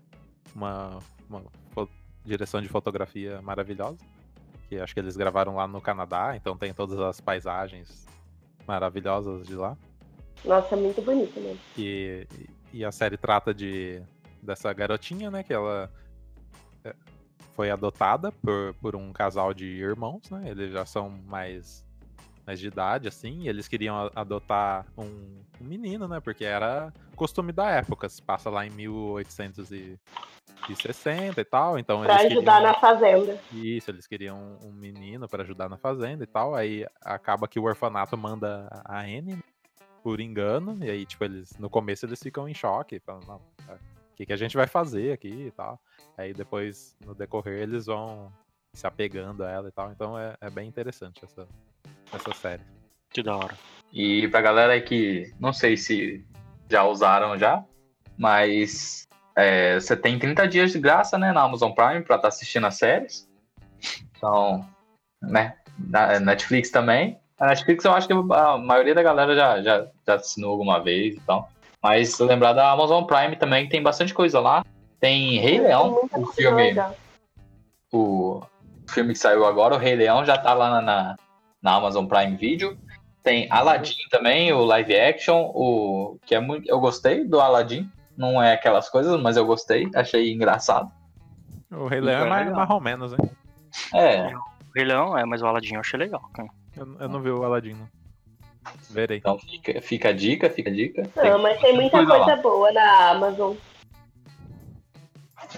[SPEAKER 1] Uma, uma fo- direção de fotografia maravilhosa. Que acho que eles gravaram lá no Canadá, então tem todas as paisagens maravilhosas de lá.
[SPEAKER 3] Nossa, é muito bonita mesmo.
[SPEAKER 1] E, e a série trata de dessa garotinha, né? Que ela é, foi adotada por, por um casal de irmãos, né? Eles já são mais, mais de idade, assim, e eles queriam a- adotar um, um menino, né? Porque era costume da época, se passa lá em 1860 e tal, então
[SPEAKER 3] Pra
[SPEAKER 1] eles
[SPEAKER 3] ajudar
[SPEAKER 1] queriam...
[SPEAKER 3] na fazenda.
[SPEAKER 1] Isso, eles queriam um menino para ajudar na
[SPEAKER 3] Uhum.
[SPEAKER 1] fazenda e tal. Aí acaba que o orfanato manda a Anne né, por engano. E aí, tipo, eles no começo eles ficam em choque, falando, não, tá, o que, que a gente vai fazer aqui e tal. Aí depois, no decorrer, eles vão se apegando a ela e tal. Então é, é bem interessante essa, essa série.
[SPEAKER 4] Que da hora.
[SPEAKER 2] E pra galera que não sei se já usaram já, mas é, você tem 30 dias de graça, né, na Amazon Prime pra estar assistindo as séries. Então, né, na Netflix também. A Netflix eu acho que a maioria da galera já, já, já assinou alguma vez e tal. Mas lembrar da Amazon Prime também, que tem bastante coisa lá. Tem Rei Leão,
[SPEAKER 3] Muita
[SPEAKER 2] o
[SPEAKER 3] coisa
[SPEAKER 2] filme
[SPEAKER 3] legal.
[SPEAKER 2] o filme que saiu agora, o Rei Leão, já tá lá na, na, na Amazon Prime Video. Tem Aladdin também, o live action, o que é muito, eu gostei do Aladdin. Não é aquelas coisas, mas eu gostei, achei engraçado.
[SPEAKER 1] O Rei
[SPEAKER 2] Então,
[SPEAKER 1] Leão é
[SPEAKER 2] é
[SPEAKER 1] mais,
[SPEAKER 2] legal.
[SPEAKER 1] mais ou menos, hein?
[SPEAKER 2] É,
[SPEAKER 4] O Rei Leão, é, mas o Aladdin eu achei legal, cara.
[SPEAKER 1] Eu, eu não vi o Aladdin, não. Verei.
[SPEAKER 2] então fica, fica a dica, fica a dica.
[SPEAKER 3] Não, mas tem muita
[SPEAKER 2] coisa lá.
[SPEAKER 3] coisa boa na Amazon.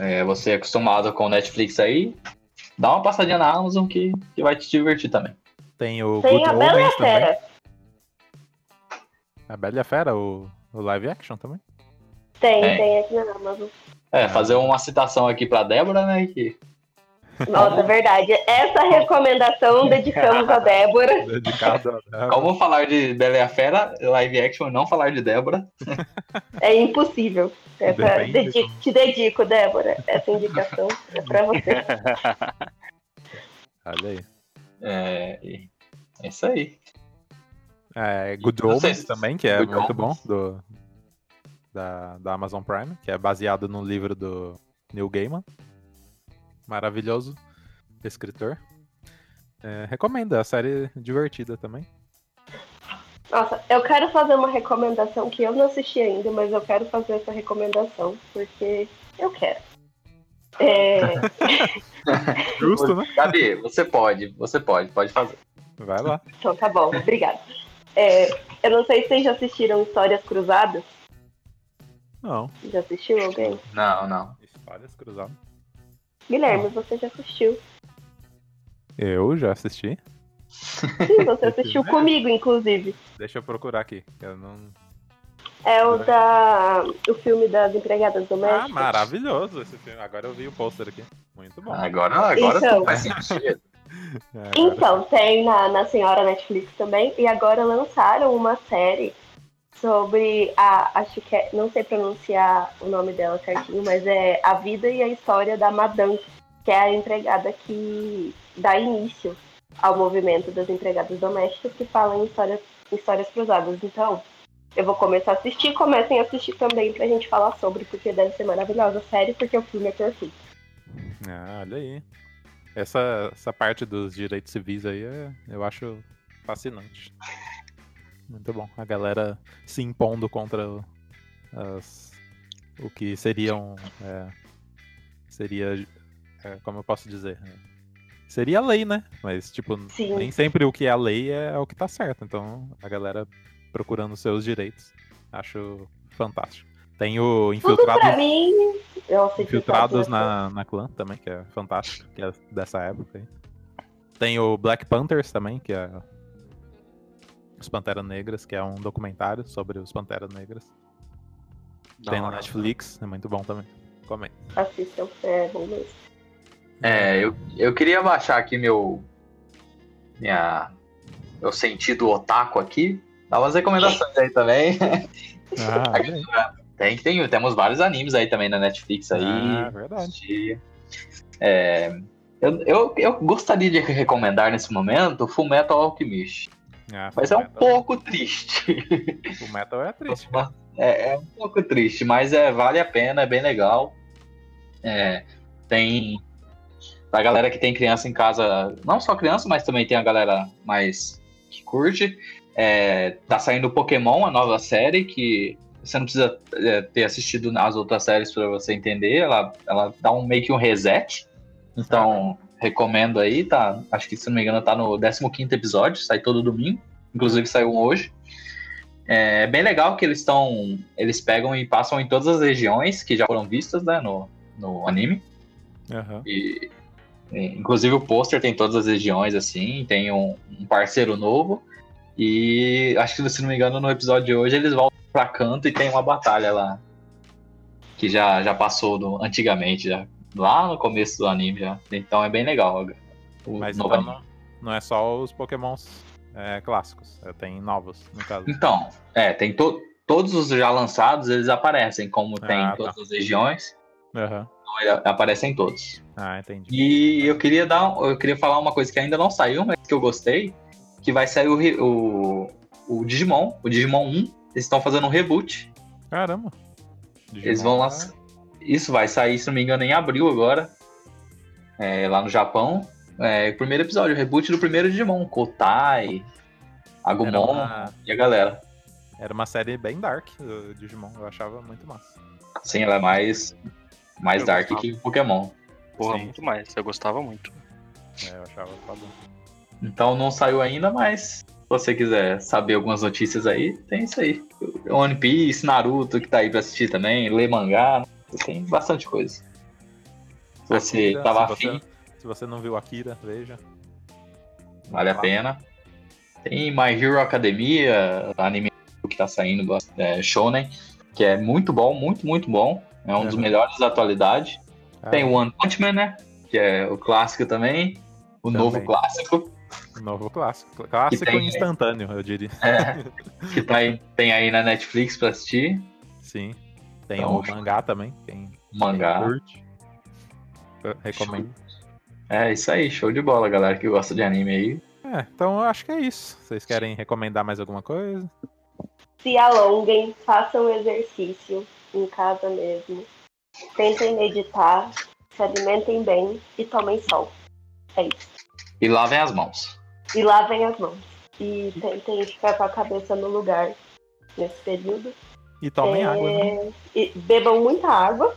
[SPEAKER 2] É, você é acostumado com o Netflix aí, dá uma passadinha na Amazon que, que vai te divertir também.
[SPEAKER 1] Tem o
[SPEAKER 3] Tem
[SPEAKER 1] Good
[SPEAKER 3] a Bela e a
[SPEAKER 1] Omens também.
[SPEAKER 3] Fera.
[SPEAKER 1] A Bela e a Fera, o, o live action
[SPEAKER 3] (laughs)
[SPEAKER 1] também.
[SPEAKER 3] Tem,
[SPEAKER 2] É.
[SPEAKER 3] tem aqui na Amazon.
[SPEAKER 2] É, fazer uma citação aqui pra Débora, né? Que
[SPEAKER 3] Nossa, é verdade. Essa
[SPEAKER 1] (laughs)
[SPEAKER 3] recomendação dedicamos a Débora.
[SPEAKER 1] Dedicado a...
[SPEAKER 2] como falar de Bela e a Fera, live action, e não falar de Débora.
[SPEAKER 3] É impossível. Essa,
[SPEAKER 1] Depende. então.
[SPEAKER 3] dedi- te dedico, Débora. Essa indicação é pra você.
[SPEAKER 1] Olha aí.
[SPEAKER 2] É, e- é isso aí.
[SPEAKER 1] É, Good
[SPEAKER 2] Não sei
[SPEAKER 1] Omens
[SPEAKER 2] se-
[SPEAKER 1] também, que é
[SPEAKER 2] Good
[SPEAKER 1] muito bom,
[SPEAKER 2] Omens.
[SPEAKER 1] do, da, da Amazon Prime, que é baseado no livro do Neil Gaiman. Maravilhoso escritor. É, recomendo, é uma série divertida também.
[SPEAKER 3] Nossa, eu quero fazer uma recomendação que eu não assisti ainda, mas eu quero fazer essa recomendação, porque eu quero. É,
[SPEAKER 1] Justo, né?
[SPEAKER 2] Gabi, você pode, você pode, pode fazer.
[SPEAKER 1] Vai
[SPEAKER 2] (laughs)
[SPEAKER 1] lá.
[SPEAKER 3] Então tá bom, obrigada. É, eu não sei se vocês já assistiram Histórias Cruzadas.
[SPEAKER 1] Não.
[SPEAKER 3] Já assistiu alguém?
[SPEAKER 2] Não, não.
[SPEAKER 1] Histórias cruzadas.
[SPEAKER 3] Guilherme, você já assistiu.
[SPEAKER 1] Eu já assisti.
[SPEAKER 3] Sim, você assistiu comigo, inclusive.
[SPEAKER 1] Deixa eu procurar aqui. que Eu não...
[SPEAKER 3] É o da o filme das empregadas
[SPEAKER 1] Ah,
[SPEAKER 3] domésticas.
[SPEAKER 1] maravilhoso esse filme. Agora eu vi o pôster aqui. Muito bom.
[SPEAKER 2] Agora, agora
[SPEAKER 3] Então.
[SPEAKER 2] não faz sentido.
[SPEAKER 1] É, agora-
[SPEAKER 3] Então, tem na, na Senhora Netflix também. E agora lançaram uma série sobre a. Acho que é. Não sei pronunciar o nome dela certinho, mas é A Vida e a História da Madame, que é a empregada que dá início ao movimento das empregadas domésticas que falam em histórias, histórias cruzadas. Então, eu vou começar a assistir. Comecem a assistir também pra gente falar sobre, porque deve ser maravilhosa a série, porque o filme é perfeito.
[SPEAKER 1] (laughs) Ah, olha aí. Essa, essa parte dos direitos civis aí é- eu acho fascinante. Muito bom. A galera se impondo contra o- as- o que seriam. é, seria. é, como eu posso dizer? Seria lei, né? Mas, tipo,
[SPEAKER 3] Sim.
[SPEAKER 1] nem sempre o que é a lei é o que tá certo. Então, a galera procurando seus direitos. Acho fantástico. Tem o
[SPEAKER 3] Tudo
[SPEAKER 1] Infiltrados
[SPEAKER 3] pra mim.
[SPEAKER 1] Infiltrados
[SPEAKER 3] Nossa, Infiltrados
[SPEAKER 1] na, na clã também, que é fantástico, que é dessa época aí. Tem o Black Panthers também, que é Os Panteras Negras, que é um documentário sobre os Panteras Negras.
[SPEAKER 4] Da
[SPEAKER 1] Tem na
[SPEAKER 4] hora.
[SPEAKER 1] Netflix, é muito bom também. Comem.
[SPEAKER 3] Assistam, é bom mesmo.
[SPEAKER 2] É, eu, eu queria baixar aqui meu. Minha. Meu sentido otaku aqui. Dá umas recomendações aí também. (laughs)
[SPEAKER 1] Ah, olha aí.
[SPEAKER 2] Tem que tem, temos vários animes aí também na Netflix Tá aí.
[SPEAKER 1] Ah, verdade.
[SPEAKER 2] assistir. É, eu, eu, eu gostaria de recomendar nesse momento Full Metal Alchemist.
[SPEAKER 1] Ah,
[SPEAKER 2] Mas é um
[SPEAKER 1] metal,
[SPEAKER 2] pouco triste.
[SPEAKER 1] o metal é triste.
[SPEAKER 2] É, é um pouco triste, mas é, vale a pena, é bem legal. É, tem. Pra galera que tem criança em casa, não só criança, mas também tem a galera mais que curte. É, tá saindo Pokémon, a nova série, que você não precisa é, ter assistido as outras séries pra você entender. Ela, ela dá um meio que um reset Então, recomendo aí, tá? Acho que se não me engano, tá no 15 episódio, sai todo domingo. Inclusive saiu um hoje. É bem legal que eles estão. Eles pegam e passam em todas as regiões que já foram vistas, né, no, no anime.
[SPEAKER 1] Aham.
[SPEAKER 2] E, e, inclusive o pôster tem todas as regiões, assim, tem um, um parceiro novo. E acho que, se não me engano, no episódio de hoje eles vão pra canto e tem uma batalha lá. Que já, já passou do, antigamente, já. Lá no começo do anime já. Então é bem legal. O
[SPEAKER 1] Mas
[SPEAKER 2] novo
[SPEAKER 1] então
[SPEAKER 2] anime.
[SPEAKER 1] não, não é só os pokémons é, clássicos, é, tem novos, no caso.
[SPEAKER 2] Então, é, tem to- todos os já lançados, eles aparecem, como tem
[SPEAKER 1] Ah,
[SPEAKER 2] em todas as regiões,
[SPEAKER 1] Aham.
[SPEAKER 2] então ele- aparecem todos.
[SPEAKER 1] Ah, entendi.
[SPEAKER 2] E eu queria dar, um- eu queria falar uma coisa que ainda não saiu, mas que eu gostei, que vai sair o re- o, o Digimon, o Digimon 1, eles estão fazendo um reboot.
[SPEAKER 1] Caramba. tá-
[SPEAKER 2] Eles
[SPEAKER 4] um.
[SPEAKER 2] vão lançar. Isso vai sair, se não me engano, em abril agora. é, lá no Japão. É, o primeiro episódio, o reboot do primeiro Digimon, Kotai,
[SPEAKER 1] Era
[SPEAKER 2] Agumon
[SPEAKER 1] uma,
[SPEAKER 2] e a galera.
[SPEAKER 1] era uma série bem dark do Digimon, eu achava muito massa.
[SPEAKER 2] Sim, ela é mais, mais
[SPEAKER 4] Eu
[SPEAKER 2] dark
[SPEAKER 4] gostava.
[SPEAKER 2] que Pokémon.
[SPEAKER 4] Porra,
[SPEAKER 1] Sim.
[SPEAKER 4] muito mais. Eu gostava muito.
[SPEAKER 1] É, eu achava bom.
[SPEAKER 2] Então não saiu ainda, mas se você quiser saber algumas notícias aí, tem isso aí. One Piece, Naruto que tá aí pra assistir também, ler mangá, tem bastante coisa. Se você
[SPEAKER 1] Akira,
[SPEAKER 2] tava
[SPEAKER 1] se
[SPEAKER 2] afim,
[SPEAKER 1] você, se você não viu Akira, veja.
[SPEAKER 2] vale a
[SPEAKER 1] tá
[SPEAKER 2] pena. Tem My Hero Academia, anime que tá saindo, bas- é, Shonen, que é muito bom, muito, muito bom. É um dos
[SPEAKER 1] Uhum.
[SPEAKER 2] melhores da atualidade.
[SPEAKER 1] Ah,
[SPEAKER 2] Tem o One Punch Man, né? Que é o clássico também. O
[SPEAKER 1] Também.
[SPEAKER 2] novo clássico.
[SPEAKER 1] um novo clássico. Clássico
[SPEAKER 2] E tem-
[SPEAKER 1] instantâneo, eu diria.
[SPEAKER 2] É, que tá aí, tem aí na Netflix pra assistir.
[SPEAKER 1] Sim. Tem
[SPEAKER 2] Então,
[SPEAKER 1] o mangá também. Tem,
[SPEAKER 2] Mangá.
[SPEAKER 1] Curte. Eu Recomendo.
[SPEAKER 2] É isso aí, show de bola, galera que gosta de anime aí.
[SPEAKER 1] É, então eu acho que é isso. Vocês querem recomendar mais alguma coisa?
[SPEAKER 3] Se alonguem, façam exercício em casa mesmo. Tentem meditar, se alimentem bem e tomem sol.
[SPEAKER 2] E lavem as mãos.
[SPEAKER 3] E lavem as mãos. E tentem ficar com a cabeça no lugar nesse período.
[SPEAKER 1] E tomem
[SPEAKER 3] É,
[SPEAKER 1] água, né?
[SPEAKER 3] E bebam muita água.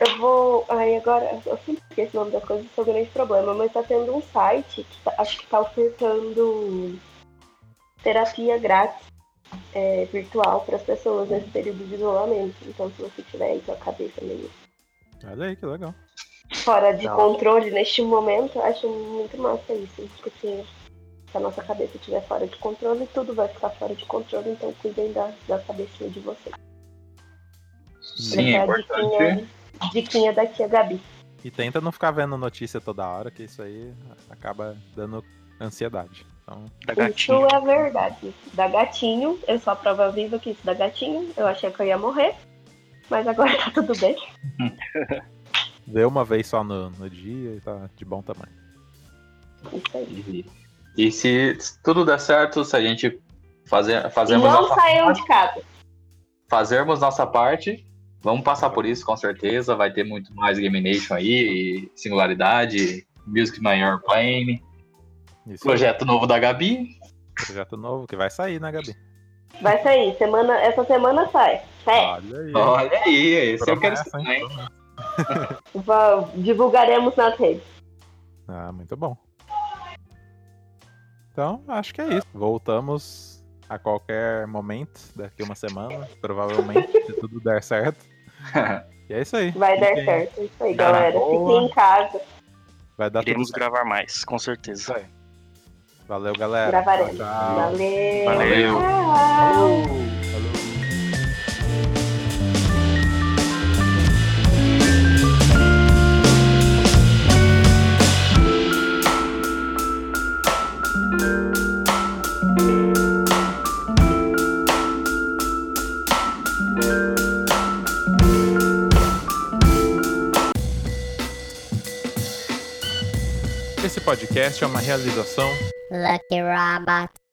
[SPEAKER 3] Eu vou. Ai, agora. Eu sempre esqueço o nome das coisas, isso é o grande problema. Mas tá tendo um site que tá- acho que tá ofertando terapia grátis é, virtual para as pessoas nesse período de isolamento. Então, se você tiver aí com a cabeça meio
[SPEAKER 1] Olha aí, que legal.
[SPEAKER 3] fora de
[SPEAKER 4] Não.
[SPEAKER 3] controle neste momento, eu acho muito massa isso. Porque se a nossa cabeça estiver fora de controle, tudo vai ficar fora de controle. Então, cuidem da, da cabecinha de vocês.
[SPEAKER 2] Sim, é
[SPEAKER 3] Essa é a
[SPEAKER 2] importante.
[SPEAKER 3] Diquinha, diquinha da tia Gabi.
[SPEAKER 1] E tenta não ficar vendo notícia toda hora, que isso aí acaba dando ansiedade. Então,
[SPEAKER 4] Da gatinha.
[SPEAKER 3] Isso é verdade. Da gatinho, eu sou a prova viva que isso da gatinho, eu achei que eu ia morrer. Mas agora (laughs) tá tudo bem.
[SPEAKER 1] vê uma vez só no, no dia e tá de bom tamanho.
[SPEAKER 3] Isso aí.
[SPEAKER 2] E- E se tudo der certo, se a gente fazer,
[SPEAKER 3] E
[SPEAKER 2] fazermos,
[SPEAKER 3] não
[SPEAKER 2] nossa,
[SPEAKER 3] saiam de casa.
[SPEAKER 2] fazermos nossa parte, vamos passar por isso com certeza. Vai ter muito mais Game Nation aí, e Singularidade, Music My Airplane,
[SPEAKER 1] Isso
[SPEAKER 2] projeto novo da Gabi.
[SPEAKER 1] aí, projeto novo que vai sair, né, Gabi?
[SPEAKER 3] Vai sair. Semana, essa semana sai. Fé.
[SPEAKER 1] Olha aí.
[SPEAKER 2] Olha aí, É. esse é eu quero
[SPEAKER 1] Promessa,
[SPEAKER 2] escutar,
[SPEAKER 1] hein?
[SPEAKER 2] hein?
[SPEAKER 3] Va- Divulgaremos nas redes.
[SPEAKER 1] Ah, muito bom. Então, acho que é isso. Voltamos a qualquer momento, daqui uma semana, provavelmente, se tudo der
[SPEAKER 2] (laughs)
[SPEAKER 1] certo. E é isso aí.
[SPEAKER 3] Vai dar
[SPEAKER 1] Fiquem-
[SPEAKER 3] certo. é Isso aí,
[SPEAKER 1] Cara,
[SPEAKER 3] galera.
[SPEAKER 1] boa.
[SPEAKER 3] Fiquem em casa.
[SPEAKER 1] Vai dar tudo
[SPEAKER 4] Iremos
[SPEAKER 1] certo.
[SPEAKER 4] gravar mais, com certeza.
[SPEAKER 1] Isso aí. Valeu, galera.
[SPEAKER 3] Gravaremos.
[SPEAKER 1] É. Tchau.
[SPEAKER 3] Valeu.
[SPEAKER 2] Valeu.
[SPEAKER 3] Tchau.
[SPEAKER 1] Falou. Esse podcast é uma realização é
[SPEAKER 5] Lucky Robot.